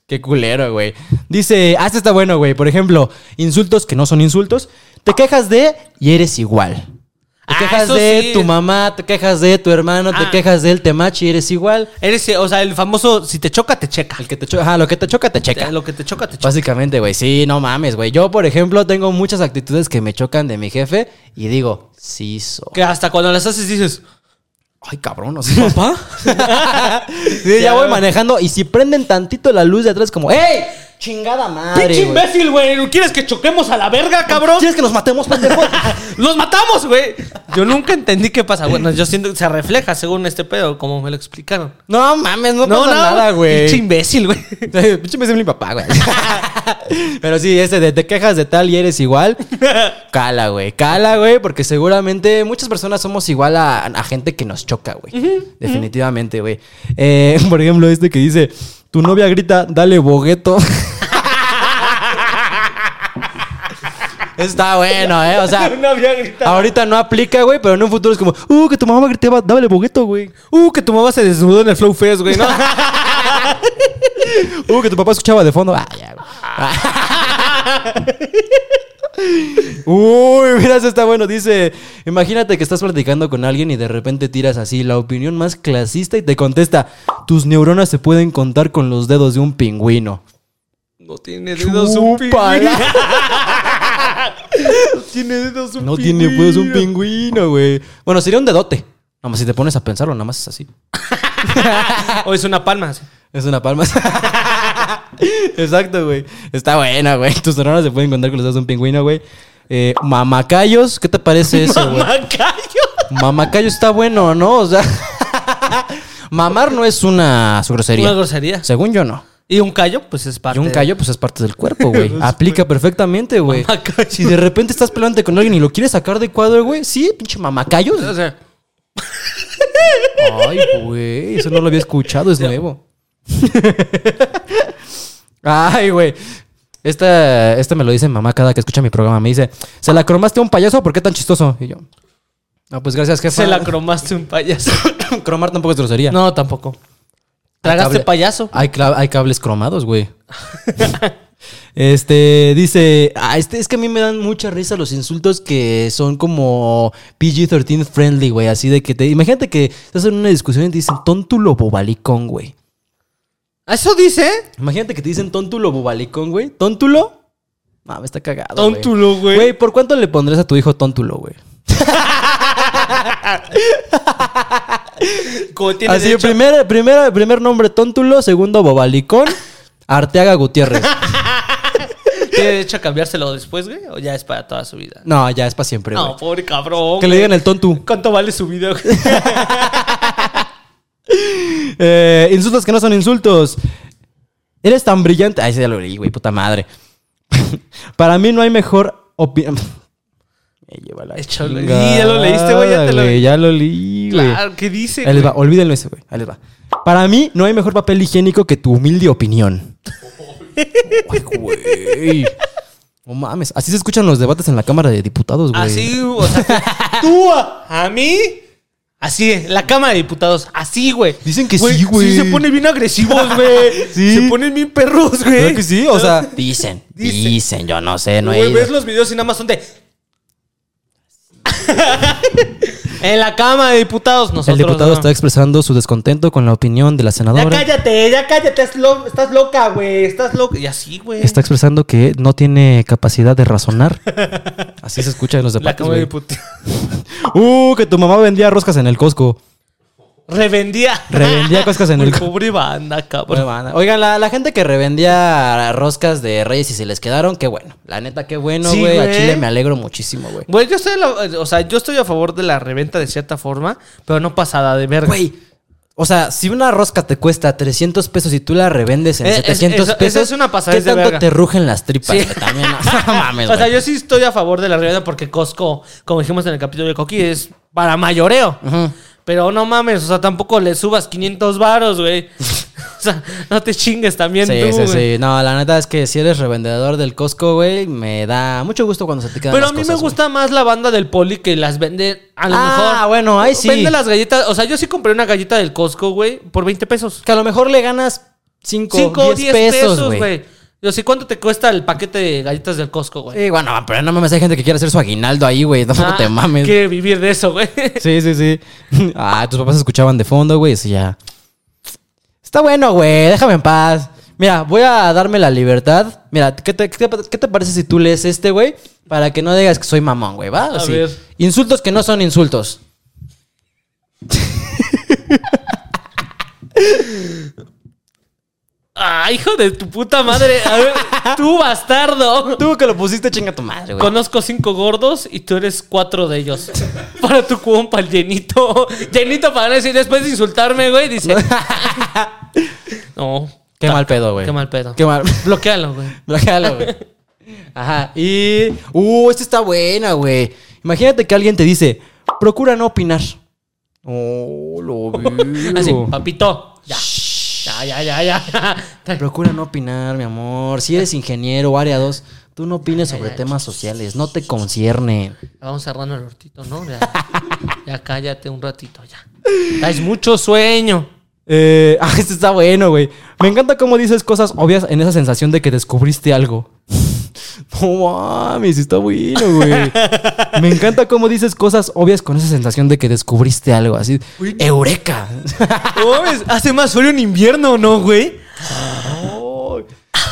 [SPEAKER 3] Qué culero, güey. Dice, ah, este está bueno, güey. Por ejemplo, insultos que no son insultos. Te quejas de y eres igual. Te
[SPEAKER 2] Ah,
[SPEAKER 3] quejas
[SPEAKER 2] eso
[SPEAKER 3] de
[SPEAKER 2] sí.
[SPEAKER 3] tu mamá, te quejas de tu hermano, te
[SPEAKER 2] Ah.
[SPEAKER 3] quejas del temachi y eres igual.
[SPEAKER 2] Eres, eh, o sea, el famoso, si te choca, te checa.
[SPEAKER 3] El que te cho- ajá, lo que te choca, te checa. Pues
[SPEAKER 2] Te- Lo que te choca, te choca.
[SPEAKER 3] Básicamente, güey, sí, no mames, güey. Yo, por ejemplo, tengo muchas actitudes que me chocan de mi jefe y digo, sí, so.
[SPEAKER 2] Que hasta cuando las haces dices,
[SPEAKER 3] Ay, cabrón, ¿no sé. ¿Papá? sí, ya voy manejando y si prenden tantito la luz de atrás, como, ¡Ey! ¡Chingada madre!
[SPEAKER 2] ¡Pinche
[SPEAKER 3] güey!
[SPEAKER 2] imbécil, güey! ¿No ¿Quieres que choquemos a la verga, cabrón?
[SPEAKER 3] ¿Quieres que nos matemos, pendejo?
[SPEAKER 2] ¡Los matamos, güey! Yo nunca entendí qué pasa. Bueno, yo siento que se refleja según este pedo, como me lo explicaron.
[SPEAKER 3] no mames, no, pasa nada,
[SPEAKER 2] Pinche
[SPEAKER 3] güey.
[SPEAKER 2] imbécil, güey.
[SPEAKER 3] Pinche imbécil mi papá, güey. Pero sí, ese de te quejas de tal y eres igual. Cala, güey. Cala, güey, porque seguramente muchas personas somos igual a, a gente que nos choca, güey. Definitivamente, güey. Eh, por ejemplo, este que dice, tu novia grita, dale bogueto. Está bueno, ¿eh? O sea,
[SPEAKER 2] No había gritado.
[SPEAKER 3] ahorita no aplica, güey, pero en un futuro es como, uh, que tu mamá grite, va- dale bogueto, güey.
[SPEAKER 2] Uh, que tu mamá se desnudó en el Flow Fest, güey, ¿no?
[SPEAKER 3] Uh, que tu papá escuchaba de fondo. Ah, ya, güey. Uy, mira, eso está bueno. Dice, imagínate que estás platicando con alguien y de repente tiras así la opinión más clasista y te contesta, tus neuronas se pueden contar con los dedos de un pingüino.
[SPEAKER 2] No tiene dedos un
[SPEAKER 3] Chúpala.
[SPEAKER 2] pingüino. No tiene dedos un
[SPEAKER 3] No tiene pues un pingüino, güey. Bueno, sería un dedote. Nada más si te pones a pensarlo, nada más es así.
[SPEAKER 2] Ah, O es una palma. así.
[SPEAKER 3] Es una palma. Exacto, güey. Está buena, güey. Tus neuronas se pueden contar con los dedos de un pingüino, güey. Eh, mamacayos, ¿qué te parece eso, güey?
[SPEAKER 2] Mamacayo.
[SPEAKER 3] Mamacayo está bueno, ¿no? O sea, mamar no es una su grosería.
[SPEAKER 2] Una grosería.
[SPEAKER 3] Según yo, no.
[SPEAKER 2] Y un callo, pues es parte.
[SPEAKER 3] Y un callo, pues es parte del cuerpo, güey. Aplica perfectamente, güey.
[SPEAKER 2] Mamacayo.
[SPEAKER 3] Si de repente estás peleando con alguien y lo quieres sacar de cuadro, güey, sí, pinche mamacayo.
[SPEAKER 2] O sea,
[SPEAKER 3] Ay, güey, eso no lo había escuchado, es nuevo. Ay, güey. Esta, esta me lo dice mamá cada que escucha mi programa. Me dice, ¿se la cromaste a un payaso? ¿Por qué tan chistoso? Y yo, no, pues gracias, jefa.
[SPEAKER 2] se la cromaste un payaso.
[SPEAKER 3] Cromar tampoco es grosería.
[SPEAKER 2] No, tampoco.
[SPEAKER 3] Hay
[SPEAKER 2] Tragaste
[SPEAKER 3] cable-
[SPEAKER 2] payaso.
[SPEAKER 3] Hay, cla- hay cables cromados, güey. este, dice, ah, este, es que a mí me dan mucha risa los insultos que son como PG-13 friendly, güey. Así de que te, imagínate que estás en una discusión y te dicen tontulo bobalicón, güey. Ah,
[SPEAKER 2] ¿Eso dice?
[SPEAKER 3] Imagínate que te dicen tontulo bobalicón, güey. ¿Tontulo? No, me está cagado. güey.
[SPEAKER 2] Tontulo, güey.
[SPEAKER 3] Güey, ¿por cuánto le pondrías a tu hijo tontulo, güey?
[SPEAKER 2] Como tiene
[SPEAKER 3] Así,
[SPEAKER 2] derecho.
[SPEAKER 3] primer, primer, primer nombre tontulo, segundo bobalicón, Arteaga Gutiérrez.
[SPEAKER 2] Tiene derecho a cambiárselo después, güey. O ya es para toda su vida.
[SPEAKER 3] No, ya es para siempre, güey.
[SPEAKER 2] No, pobre cabrón.
[SPEAKER 3] que le
[SPEAKER 2] güey.
[SPEAKER 3] digan el tontu.
[SPEAKER 2] ¿Cuánto vale su vida, güey?
[SPEAKER 3] Eh, insultos que no son insultos. Eres tan brillante. Ay, ese ya lo leí, güey, puta madre. Para mí no hay mejor opinión.
[SPEAKER 2] Échalo. Sí, ya lo leíste, güey, ya te lo-
[SPEAKER 3] Ya lo leí, güey.
[SPEAKER 2] Claro, ¿qué dice,
[SPEAKER 3] Ahí les va,
[SPEAKER 2] güey?
[SPEAKER 3] olvídenlo ese, güey. Ahí les va. Para mí no hay mejor papel higiénico que tu humilde opinión. Ay, güey. No mames. Así se escuchan los debates en la Cámara de Diputados, güey.
[SPEAKER 2] Así, o sea, tú a, a mí. Así, en la Cámara de Diputados, así, güey.
[SPEAKER 3] Dicen que sí, güey.
[SPEAKER 2] Sí, se ponen bien agresivos, güey.
[SPEAKER 3] Sí.
[SPEAKER 2] Se ponen bien perros, güey.
[SPEAKER 3] ¿Verdad que sí? O sea,
[SPEAKER 1] Dicen,
[SPEAKER 2] Dicen.
[SPEAKER 1] dicen, yo no sé, no he
[SPEAKER 2] Güey,
[SPEAKER 1] ido.
[SPEAKER 2] ves los videos y nada más son de. en la Cámara de Diputados,
[SPEAKER 3] el
[SPEAKER 2] nosotros.
[SPEAKER 3] diputado
[SPEAKER 2] no.
[SPEAKER 3] está expresando su descontento con la opinión de la
[SPEAKER 2] Ya
[SPEAKER 3] senadora.
[SPEAKER 2] cállate, ya cállate, es lo- estás loca, güey, estás loca. Y así, güey.
[SPEAKER 3] Está expresando que no tiene capacidad de razonar. Así se escucha en los
[SPEAKER 2] La
[SPEAKER 3] debates,
[SPEAKER 2] Cámara de
[SPEAKER 3] güey.
[SPEAKER 2] Diputados.
[SPEAKER 3] Uh, que tu mamá vendía roscas en el Costco.
[SPEAKER 2] Revendía.
[SPEAKER 3] Revendía cosas en
[SPEAKER 2] Güey,
[SPEAKER 3] el Costco.
[SPEAKER 2] Pobre banda, cabrón.
[SPEAKER 3] Bueno, banda. Oigan, la, la gente que revendía roscas de Reyes y se les quedaron, qué bueno. La neta, qué bueno,
[SPEAKER 2] Sí,
[SPEAKER 3] güey. a
[SPEAKER 2] güey.
[SPEAKER 3] Chile me alegro muchísimo, güey.
[SPEAKER 2] Güey, yo estoy, a la- o sea, yo estoy a favor de la reventa de cierta forma, pero no pasada de verga.
[SPEAKER 3] Güey, o sea, si una rosca te cuesta 300 pesos y tú la revendes en
[SPEAKER 2] Eh, es-
[SPEAKER 3] 700
[SPEAKER 2] eso-
[SPEAKER 3] pesos,
[SPEAKER 2] esa es una pasada
[SPEAKER 3] ¿qué
[SPEAKER 2] de
[SPEAKER 3] tanto
[SPEAKER 2] verga.
[SPEAKER 3] te rugen las tripas? güey? También, no mames,
[SPEAKER 2] Ah, o sea,
[SPEAKER 3] güey.
[SPEAKER 2] yo sí estoy a favor de la reventa porque Costco, como dijimos en el capítulo de Coqui, es para mayoreo. Pero no mames, o sea, tampoco le subas 500 varos, güey. o sea, no te chingues también
[SPEAKER 3] Sí,
[SPEAKER 2] tú,
[SPEAKER 3] sí,
[SPEAKER 2] güey.
[SPEAKER 3] sí. No, la neta es que si eres revendedor del Costco, güey, me da mucho gusto cuando se te quedan
[SPEAKER 2] Pero a
[SPEAKER 3] las
[SPEAKER 2] mí me
[SPEAKER 3] cosas,
[SPEAKER 2] gusta más la banda del poli que las vende a lo
[SPEAKER 3] Ah,
[SPEAKER 2] mejor.
[SPEAKER 3] bueno, ahí sí.
[SPEAKER 2] Vende las galletas. O sea, yo sí compré una galleta del Costco, güey, por 20 pesos.
[SPEAKER 3] güey. Que a lo mejor le ganas
[SPEAKER 2] 5
[SPEAKER 3] 5,
[SPEAKER 2] o 10
[SPEAKER 3] pesos, güey.
[SPEAKER 2] Yo sé cuánto te cuesta el paquete de galletas del Costco, güey.
[SPEAKER 3] Sí, bueno, pero no mames, hay gente que quiere hacer su aguinaldo ahí, güey. Tampoco
[SPEAKER 2] Ah,
[SPEAKER 3] te mames.
[SPEAKER 2] Quiere vivir de eso, güey.
[SPEAKER 3] Sí, sí, sí. Ah, tus papás escuchaban de fondo, güey. Eso ya. Está bueno, güey. Déjame en paz. Mira, voy a darme la libertad. Mira, ¿qué te, qué te- qué te parece si tú lees este, güey? Para que no digas que soy mamón, güey, ¿va?
[SPEAKER 2] A
[SPEAKER 3] Así.
[SPEAKER 2] ver.
[SPEAKER 3] Insultos que no son insultos.
[SPEAKER 2] Ah, hijo de tu puta madre. A ver, tú bastardo.
[SPEAKER 3] Tú que lo pusiste, chinga tu madre, güey.
[SPEAKER 2] Conozco cinco gordos y tú eres cuatro de ellos. Para tu compa, el llenito. Llenito para no decir después de insultarme, güey, dice. No.
[SPEAKER 3] Qué mal pedo, güey.
[SPEAKER 2] Qué mal pedo.
[SPEAKER 3] Qué mal.
[SPEAKER 2] Bloquealo, güey.
[SPEAKER 3] Bájalo, güey. Ajá. Y. Uh, esta está buena, güey. Imagínate que alguien te dice: procura no opinar. Oh, lo vi.
[SPEAKER 2] Así, papito. Ya. Ya, ya, ya, ya.
[SPEAKER 3] Procura no opinar, mi amor. Si eres ingeniero o área 2, tú no opines sobre temas sociales, no te concierne.
[SPEAKER 2] Vamos cerrando el hortito, ¿no? Ya, ya cállate un ratito, ya. Traes mucho sueño.
[SPEAKER 3] Eh, ah, este está bueno, güey. Me encanta cómo dices cosas obvias en esa sensación de que descubriste algo. No mames, está bueno, güey. Me encanta cómo dices cosas obvias con esa sensación de que descubriste algo, así. ¡Eureka!
[SPEAKER 2] hace más frío en invierno, ¿no, güey?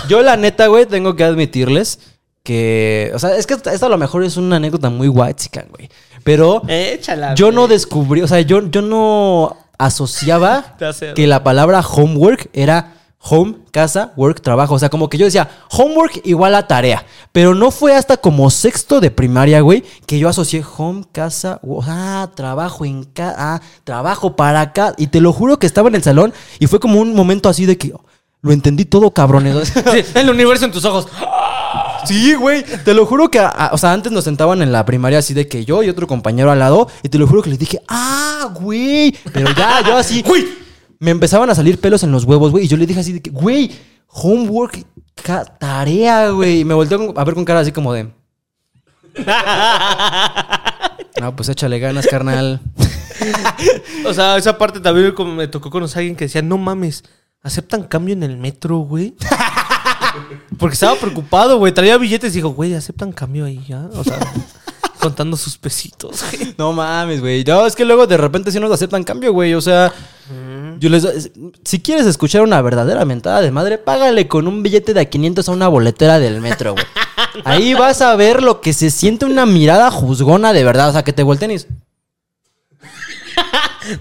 [SPEAKER 3] Yo, la neta, güey, tengo que admitirles que. O sea, es que esta esta a lo mejor es una anécdota muy whitezican, güey. Pero.
[SPEAKER 2] Échala.
[SPEAKER 3] Yo
[SPEAKER 2] güey.
[SPEAKER 3] no descubrí, o sea, yo, yo no asociaba
[SPEAKER 2] Te hace-
[SPEAKER 3] que la palabra homework era home, casa, work, trabajo. O sea, como que yo decía, homework igual a tarea. Pero no fue hasta como sexto de primaria, güey, que yo asocié home, casa, wo- ah, trabajo en casa, ah, trabajo para acá. Y te lo juro que estaba en el salón y fue como un momento así de que "Oh, lo entendí todo, cabrones.
[SPEAKER 2] Sí, el universo en tus ojos.
[SPEAKER 3] Sí, güey. Te lo juro que, a- a- o sea, antes nos sentaban en la primaria así de que yo y otro compañero al lado, y te lo juro que les dije, ah, güey. Pero ya, yo así, güey. Me empezaban a salir pelos en los huevos, güey. Y yo le dije así de que, güey, homework, ca- tarea, güey. Y me volteó a ver con cara así como de. No, pues échale ganas, carnal.
[SPEAKER 2] O sea, esa parte también como me tocó conocer a alguien que decía, no mames, ¿aceptan cambio en el metro, güey? Porque estaba preocupado, güey. Traía billetes y dijo, güey, ¿aceptan cambio ahí ya? O sea, contando sus pesitos, güey.
[SPEAKER 3] No mames, güey. No, es que luego de repente si nos aceptan cambio, güey. O sea, yo les es- si quieres escuchar una verdadera mentada de madre, págale con un billete de a 500 a una boletera del metro, güey. Ahí vas a ver lo que se siente una mirada juzgona de verdad, o sea, que te volteen y es-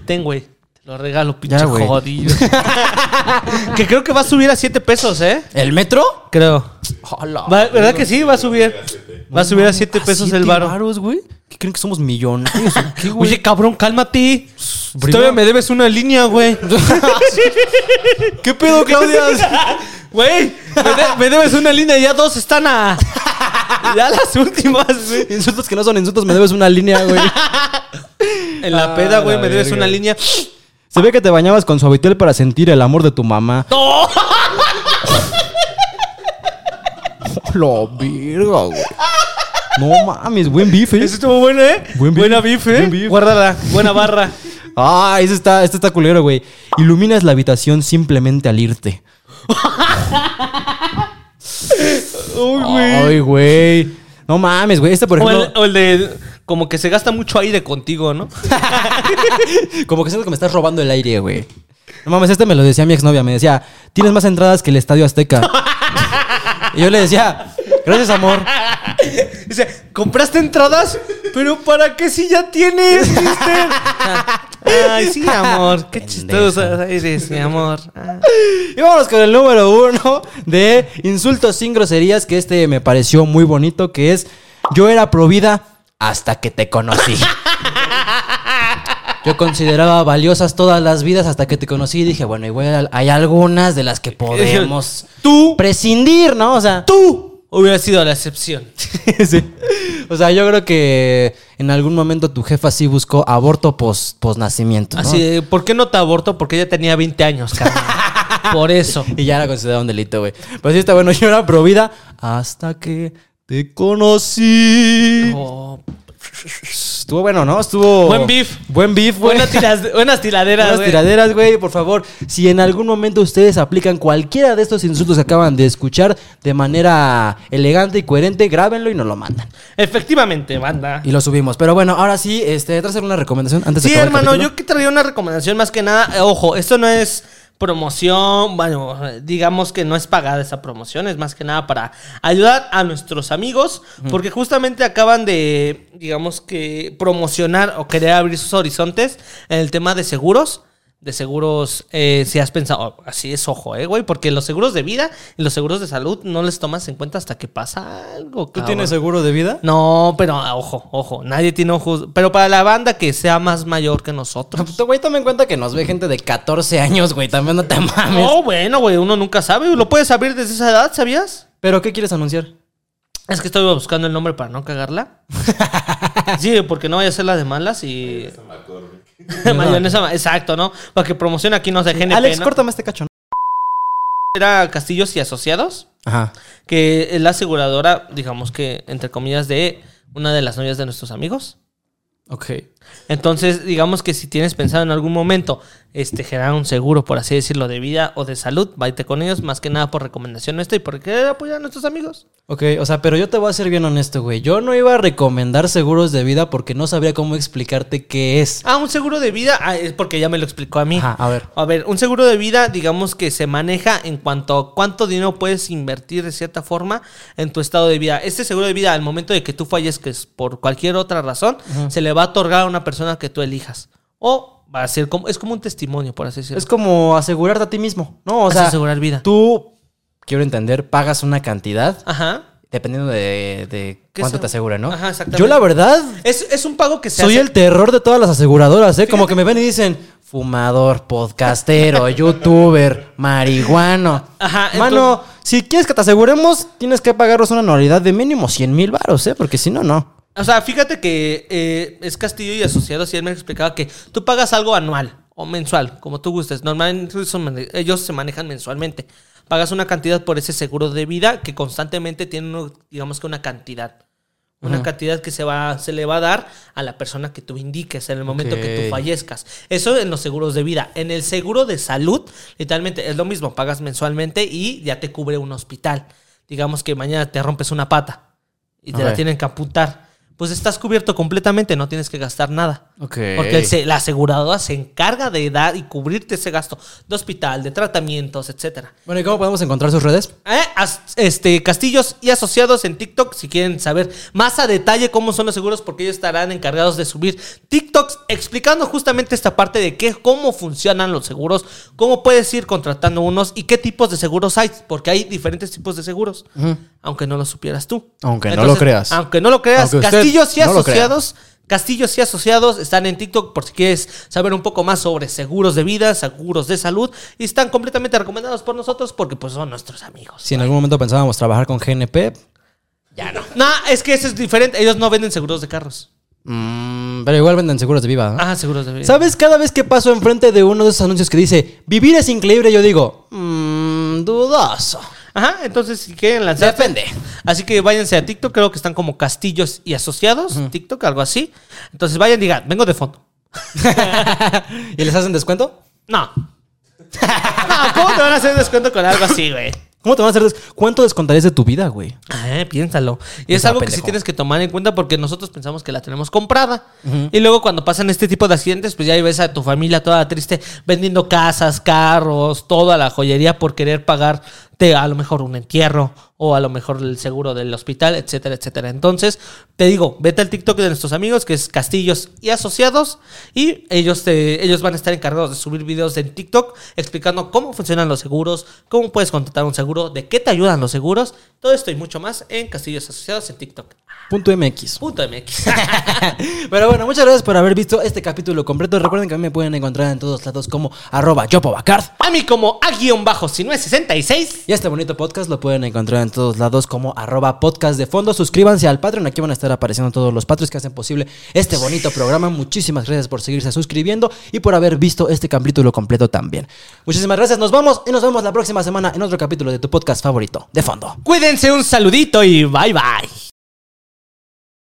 [SPEAKER 2] Ten, güey. Te lo regalo, pinche
[SPEAKER 3] Ya, güey.
[SPEAKER 2] jodido. que creo que va a subir a 7 pesos, ¿eh?
[SPEAKER 3] ¿El metro?
[SPEAKER 2] Creo.
[SPEAKER 3] Hola.
[SPEAKER 2] Va- ¿Verdad que sí? Va a subir. Va a subir a 7 pesos el
[SPEAKER 3] varo.
[SPEAKER 2] varo.
[SPEAKER 3] Ah, güey? ¿Qué creen que somos millonarios? o qué, güey?
[SPEAKER 2] Oye, cabrón, cálmate.
[SPEAKER 3] Primero-
[SPEAKER 2] Todavía me debes una línea, güey.
[SPEAKER 3] ¿Qué pedo, Claudia?
[SPEAKER 2] Güey, me, de- me debes una línea y ya dos están a. Ya las últimas, güey.
[SPEAKER 3] insultos que no son insultos, me debes una línea, güey.
[SPEAKER 2] En la
[SPEAKER 3] Ah,
[SPEAKER 2] peda, güey,
[SPEAKER 3] la
[SPEAKER 2] me debes
[SPEAKER 3] verga.
[SPEAKER 2] una línea.
[SPEAKER 3] Se ve que te bañabas con su habitual para sentir el amor de tu mamá.
[SPEAKER 2] ¡No!
[SPEAKER 3] Lo virga, güey. No mames, buen bife.
[SPEAKER 2] Eso estuvo bueno, ¿eh?
[SPEAKER 3] Buen beef,
[SPEAKER 2] Buena bife, ¿eh?
[SPEAKER 3] buen beef.
[SPEAKER 2] Guárdala, buena barra.
[SPEAKER 3] Ah, ese está, este está culero, güey. Iluminas la habitación simplemente al irte.
[SPEAKER 2] Uy, güey.
[SPEAKER 3] Ay, güey. No mames, güey. Este, por
[SPEAKER 2] O el,
[SPEAKER 3] ejemplo,
[SPEAKER 2] o el de. Como que se gasta mucho aire contigo, ¿no?
[SPEAKER 3] como que siento que me estás robando el aire, güey. No mames, este me lo decía mi exnovia. Me decía, tienes más entradas que el Estadio Azteca. y yo le decía, gracias, amor.
[SPEAKER 2] Dice, ¿compraste entradas? ¿Pero para qué si ya tienes, mister? Ay, sí, amor. Qué chistosa eres, mi amor. Ah.
[SPEAKER 3] Y vámonos con el número uno de insultos sin groserías, que este me pareció muy bonito, que es yo era provida hasta que te conocí. Yo consideraba valiosas todas las vidas hasta que te conocí y dije, bueno, igual hay algunas de las que podemos
[SPEAKER 2] Tú,
[SPEAKER 3] prescindir, ¿no? O sea,
[SPEAKER 2] tú hubieras sido la excepción.
[SPEAKER 3] sí. O sea, yo creo que en algún momento tu jefa sí buscó aborto pos, posnacimiento. ¿no?
[SPEAKER 2] Así de, ¿por qué no te aborto? Porque ella tenía 20 años, carnal. Por eso.
[SPEAKER 3] Y ya era considerado un delito, güey. Pero sí está bueno, yo era provida hasta que te conocí.
[SPEAKER 2] Oh,
[SPEAKER 3] Estuvo bueno, ¿no? Estuvo.
[SPEAKER 2] Buen beef.
[SPEAKER 3] Buen beef, güey.
[SPEAKER 2] buenas, tiras- buenas tiraderas,
[SPEAKER 3] Buenas
[SPEAKER 2] güey.
[SPEAKER 3] tiraderas, güey. Por favor, si en algún momento ustedes aplican cualquiera de estos insultos que acaban de escuchar de manera elegante y coherente, grábenlo y nos lo mandan.
[SPEAKER 2] Efectivamente, banda.
[SPEAKER 3] Y lo subimos. Pero bueno, ahora sí, este, ¿traes alguna recomendación antes de
[SPEAKER 2] Sí,
[SPEAKER 3] acabar el
[SPEAKER 2] hermano,
[SPEAKER 3] capítulo?
[SPEAKER 2] yo que traía una recomendación más que nada. Eh, Ojo, esto no es promoción, bueno, eh, digamos que no es pagada esa promoción, es más que nada para ayudar a nuestros amigos, porque justamente acaban de, digamos que, promocionar o querer abrir sus horizontes en el tema de seguros. De seguros, eh, si has pensado, oh, así es, ojo, eh, güey, porque los seguros de vida y los seguros de salud no les tomas en cuenta hasta que pasa algo.
[SPEAKER 3] ¿Tú
[SPEAKER 2] cabrón.
[SPEAKER 3] tienes seguro de vida?
[SPEAKER 2] No, pero ah, ojo, ojo, nadie tiene ojos. Pero para la banda que sea más mayor que nosotros.
[SPEAKER 3] Puta, Güey, toma en cuenta que nos ve gente de 14 años, güey. También no te mames.
[SPEAKER 2] No, bueno, güey, uno nunca sabe. Lo puedes abrir desde esa edad, ¿sabías?
[SPEAKER 3] ¿Pero qué quieres anunciar?
[SPEAKER 2] Es que estoy buscando el nombre para no cagarla. Sí, porque no vaya a ser la de malas y. Mayonesa Ma- exacto, ¿no? Para que promocione aquí nos de GNP,
[SPEAKER 3] Alex,
[SPEAKER 2] ¿no?
[SPEAKER 3] córtame este cacho.
[SPEAKER 2] Era Castillos y Asociados,
[SPEAKER 3] Ajá.
[SPEAKER 2] que es la aseguradora, digamos que, entre comillas, de una de las novias de nuestros amigos.
[SPEAKER 3] Ok.
[SPEAKER 2] Entonces, digamos que si tienes pensado en algún momento este, generar un seguro, por así decirlo, de vida o de salud, váyate con ellos, más que nada por recomendación nuestra y por querer apoyar a nuestros amigos.
[SPEAKER 3] Ok, o sea, pero yo te voy a ser bien honesto, güey. Yo no iba a recomendar seguros de vida porque no sabría cómo explicarte qué es.
[SPEAKER 2] Ah, un seguro de vida, ah, es porque ya me lo explicó a mí.
[SPEAKER 3] Ajá, ah. a ver.
[SPEAKER 2] A ver, un seguro de vida, digamos que se maneja en cuanto a cuánto dinero puedes invertir de cierta forma en tu estado de vida. Este seguro de vida, al momento de que tú fallezcas por cualquier otra razón, se le va a otorgar a una persona que tú elijas. O va a ser como, es como un testimonio, por así decirlo.
[SPEAKER 3] Es como asegurarte a ti mismo, ¿no? O
[SPEAKER 2] Es
[SPEAKER 3] sea,
[SPEAKER 2] asegurar vida.
[SPEAKER 3] tú, quiero entender, pagas una cantidad
[SPEAKER 2] Ajá.
[SPEAKER 3] dependiendo de, de
[SPEAKER 2] ¿Qué
[SPEAKER 3] cuánto
[SPEAKER 2] se-
[SPEAKER 3] te asegura, ¿no?
[SPEAKER 2] Ajá, exactamente.
[SPEAKER 3] Yo la verdad
[SPEAKER 2] Es, es un pago que se
[SPEAKER 3] soy
[SPEAKER 2] hace-
[SPEAKER 3] el terror de todas las aseguradoras, ¿eh? Como que me ven y dicen, fumador, podcastero, youtuber, marihuano.
[SPEAKER 2] Ajá,
[SPEAKER 3] Mano, si quieres que te aseguremos, tienes que pagarnos una anualidad de mínimo 100 mil varos, ¿eh? Porque si no, no.
[SPEAKER 2] O sea, fíjate que eh, es Castillo y Asociados y él me explicaba que tú pagas algo anual o mensual, como tú gustes. Normalmente son mane- ellos se manejan mensualmente. Pagas una cantidad por ese seguro de vida que constantemente tiene, uno, digamos que una cantidad. Una cantidad que se, va, se le va a dar a la persona que tú indiques en el momento que tú
[SPEAKER 3] Ok.
[SPEAKER 2] fallezcas. Eso en los seguros de vida. En el seguro de salud, literalmente es lo mismo. Pagas mensualmente y ya te cubre un hospital. Digamos que mañana te rompes una pata y te la
[SPEAKER 3] Ok.
[SPEAKER 2] tienen que apuntar. Pues estás cubierto completamente, no tienes que gastar nada.
[SPEAKER 3] Ok.
[SPEAKER 2] Porque el se- la aseguradora se encarga de dar y cubrirte ese gasto de hospital, de tratamientos, etcétera.
[SPEAKER 3] Bueno, ¿y cómo podemos encontrar sus redes?
[SPEAKER 2] Eh, as- este, Castillos y asociados en TikTok, si quieren saber más a detalle cómo son los seguros, porque ellos estarán encargados de subir TikToks explicando justamente esta parte de qué, cómo funcionan los seguros, cómo puedes ir contratando unos y qué tipos de seguros hay, porque hay diferentes tipos de seguros, aunque no lo supieras tú.
[SPEAKER 3] Aunque no lo creas.
[SPEAKER 2] Aunque no lo creas,
[SPEAKER 3] Aunque usted
[SPEAKER 2] Castillos y
[SPEAKER 3] no lo crea.
[SPEAKER 2] asociados. Castillos y asociados están en TikTok por si quieres saber un poco más sobre seguros de vida, seguros de salud y están completamente recomendados por nosotros porque pues son nuestros amigos.
[SPEAKER 3] Si en algún momento pensábamos trabajar con GNP,
[SPEAKER 2] No, es que eso es diferente, ellos no venden seguros de carros.
[SPEAKER 3] mm, pero igual venden seguros de viva, ¿no?
[SPEAKER 2] Ah, seguros de vida.
[SPEAKER 3] ¿Sabes? Cada vez que paso enfrente de uno de esos anuncios que dice, vivir es increíble, yo digo, mmm, dudoso.
[SPEAKER 2] Ajá, entonces si quieren lanzar
[SPEAKER 3] Depende.
[SPEAKER 2] Así que váyanse a TikTok, creo que están como Castillos y asociados, TikTok, algo así. Entonces vayan, digan, vengo de fondo.
[SPEAKER 3] ¿Y les hacen descuento?
[SPEAKER 2] No. no, ¿cómo te van a hacer descuento con algo así, güey?
[SPEAKER 3] ¿Cómo te van a hacer? des- ¿Cuánto descontarías de tu vida, güey?
[SPEAKER 2] Ah, piénsalo. Y es
[SPEAKER 3] Pensaba,
[SPEAKER 2] algo que sí
[SPEAKER 3] pendejo.
[SPEAKER 2] tienes que tomar en cuenta porque nosotros pensamos que la tenemos comprada. Y luego cuando pasan este tipo de accidentes, pues ya ves a tu familia toda triste vendiendo casas, carros, toda la joyería por querer pagarte a lo mejor un entierro o a lo mejor el seguro del hospital, etcétera, etcétera. Entonces, te digo, vete al TikTok de nuestros amigos que es Castillos y Asociados y ellos, te, ellos van a estar encargados de subir videos en TikTok explicando cómo funcionan los seguros, cómo puedes contratar un seguro, de qué te ayudan los seguros, todo esto y mucho más en Castillos Asociados en TikTok.
[SPEAKER 3] Punto MX.
[SPEAKER 2] Punto MX.
[SPEAKER 3] Pero bueno, muchas gracias por haber visto este capítulo completo. Recuerden que a mí me pueden encontrar en todos lados como arroba yopobacard.
[SPEAKER 2] A mí como a guión bajo, si no es 66.
[SPEAKER 3] Y este bonito podcast lo pueden encontrar en todos lados como arroba podcast de fondo. Suscríbanse al Patreon, aquí van a estar apareciendo todos los patrios que hacen posible este bonito programa. Muchísimas gracias por seguirse suscribiendo y por haber visto este capítulo completo también. Muchísimas gracias, nos vamos y nos vemos la próxima semana en otro capítulo de tu podcast favorito, de fondo.
[SPEAKER 2] Cuídense un saludito y bye bye.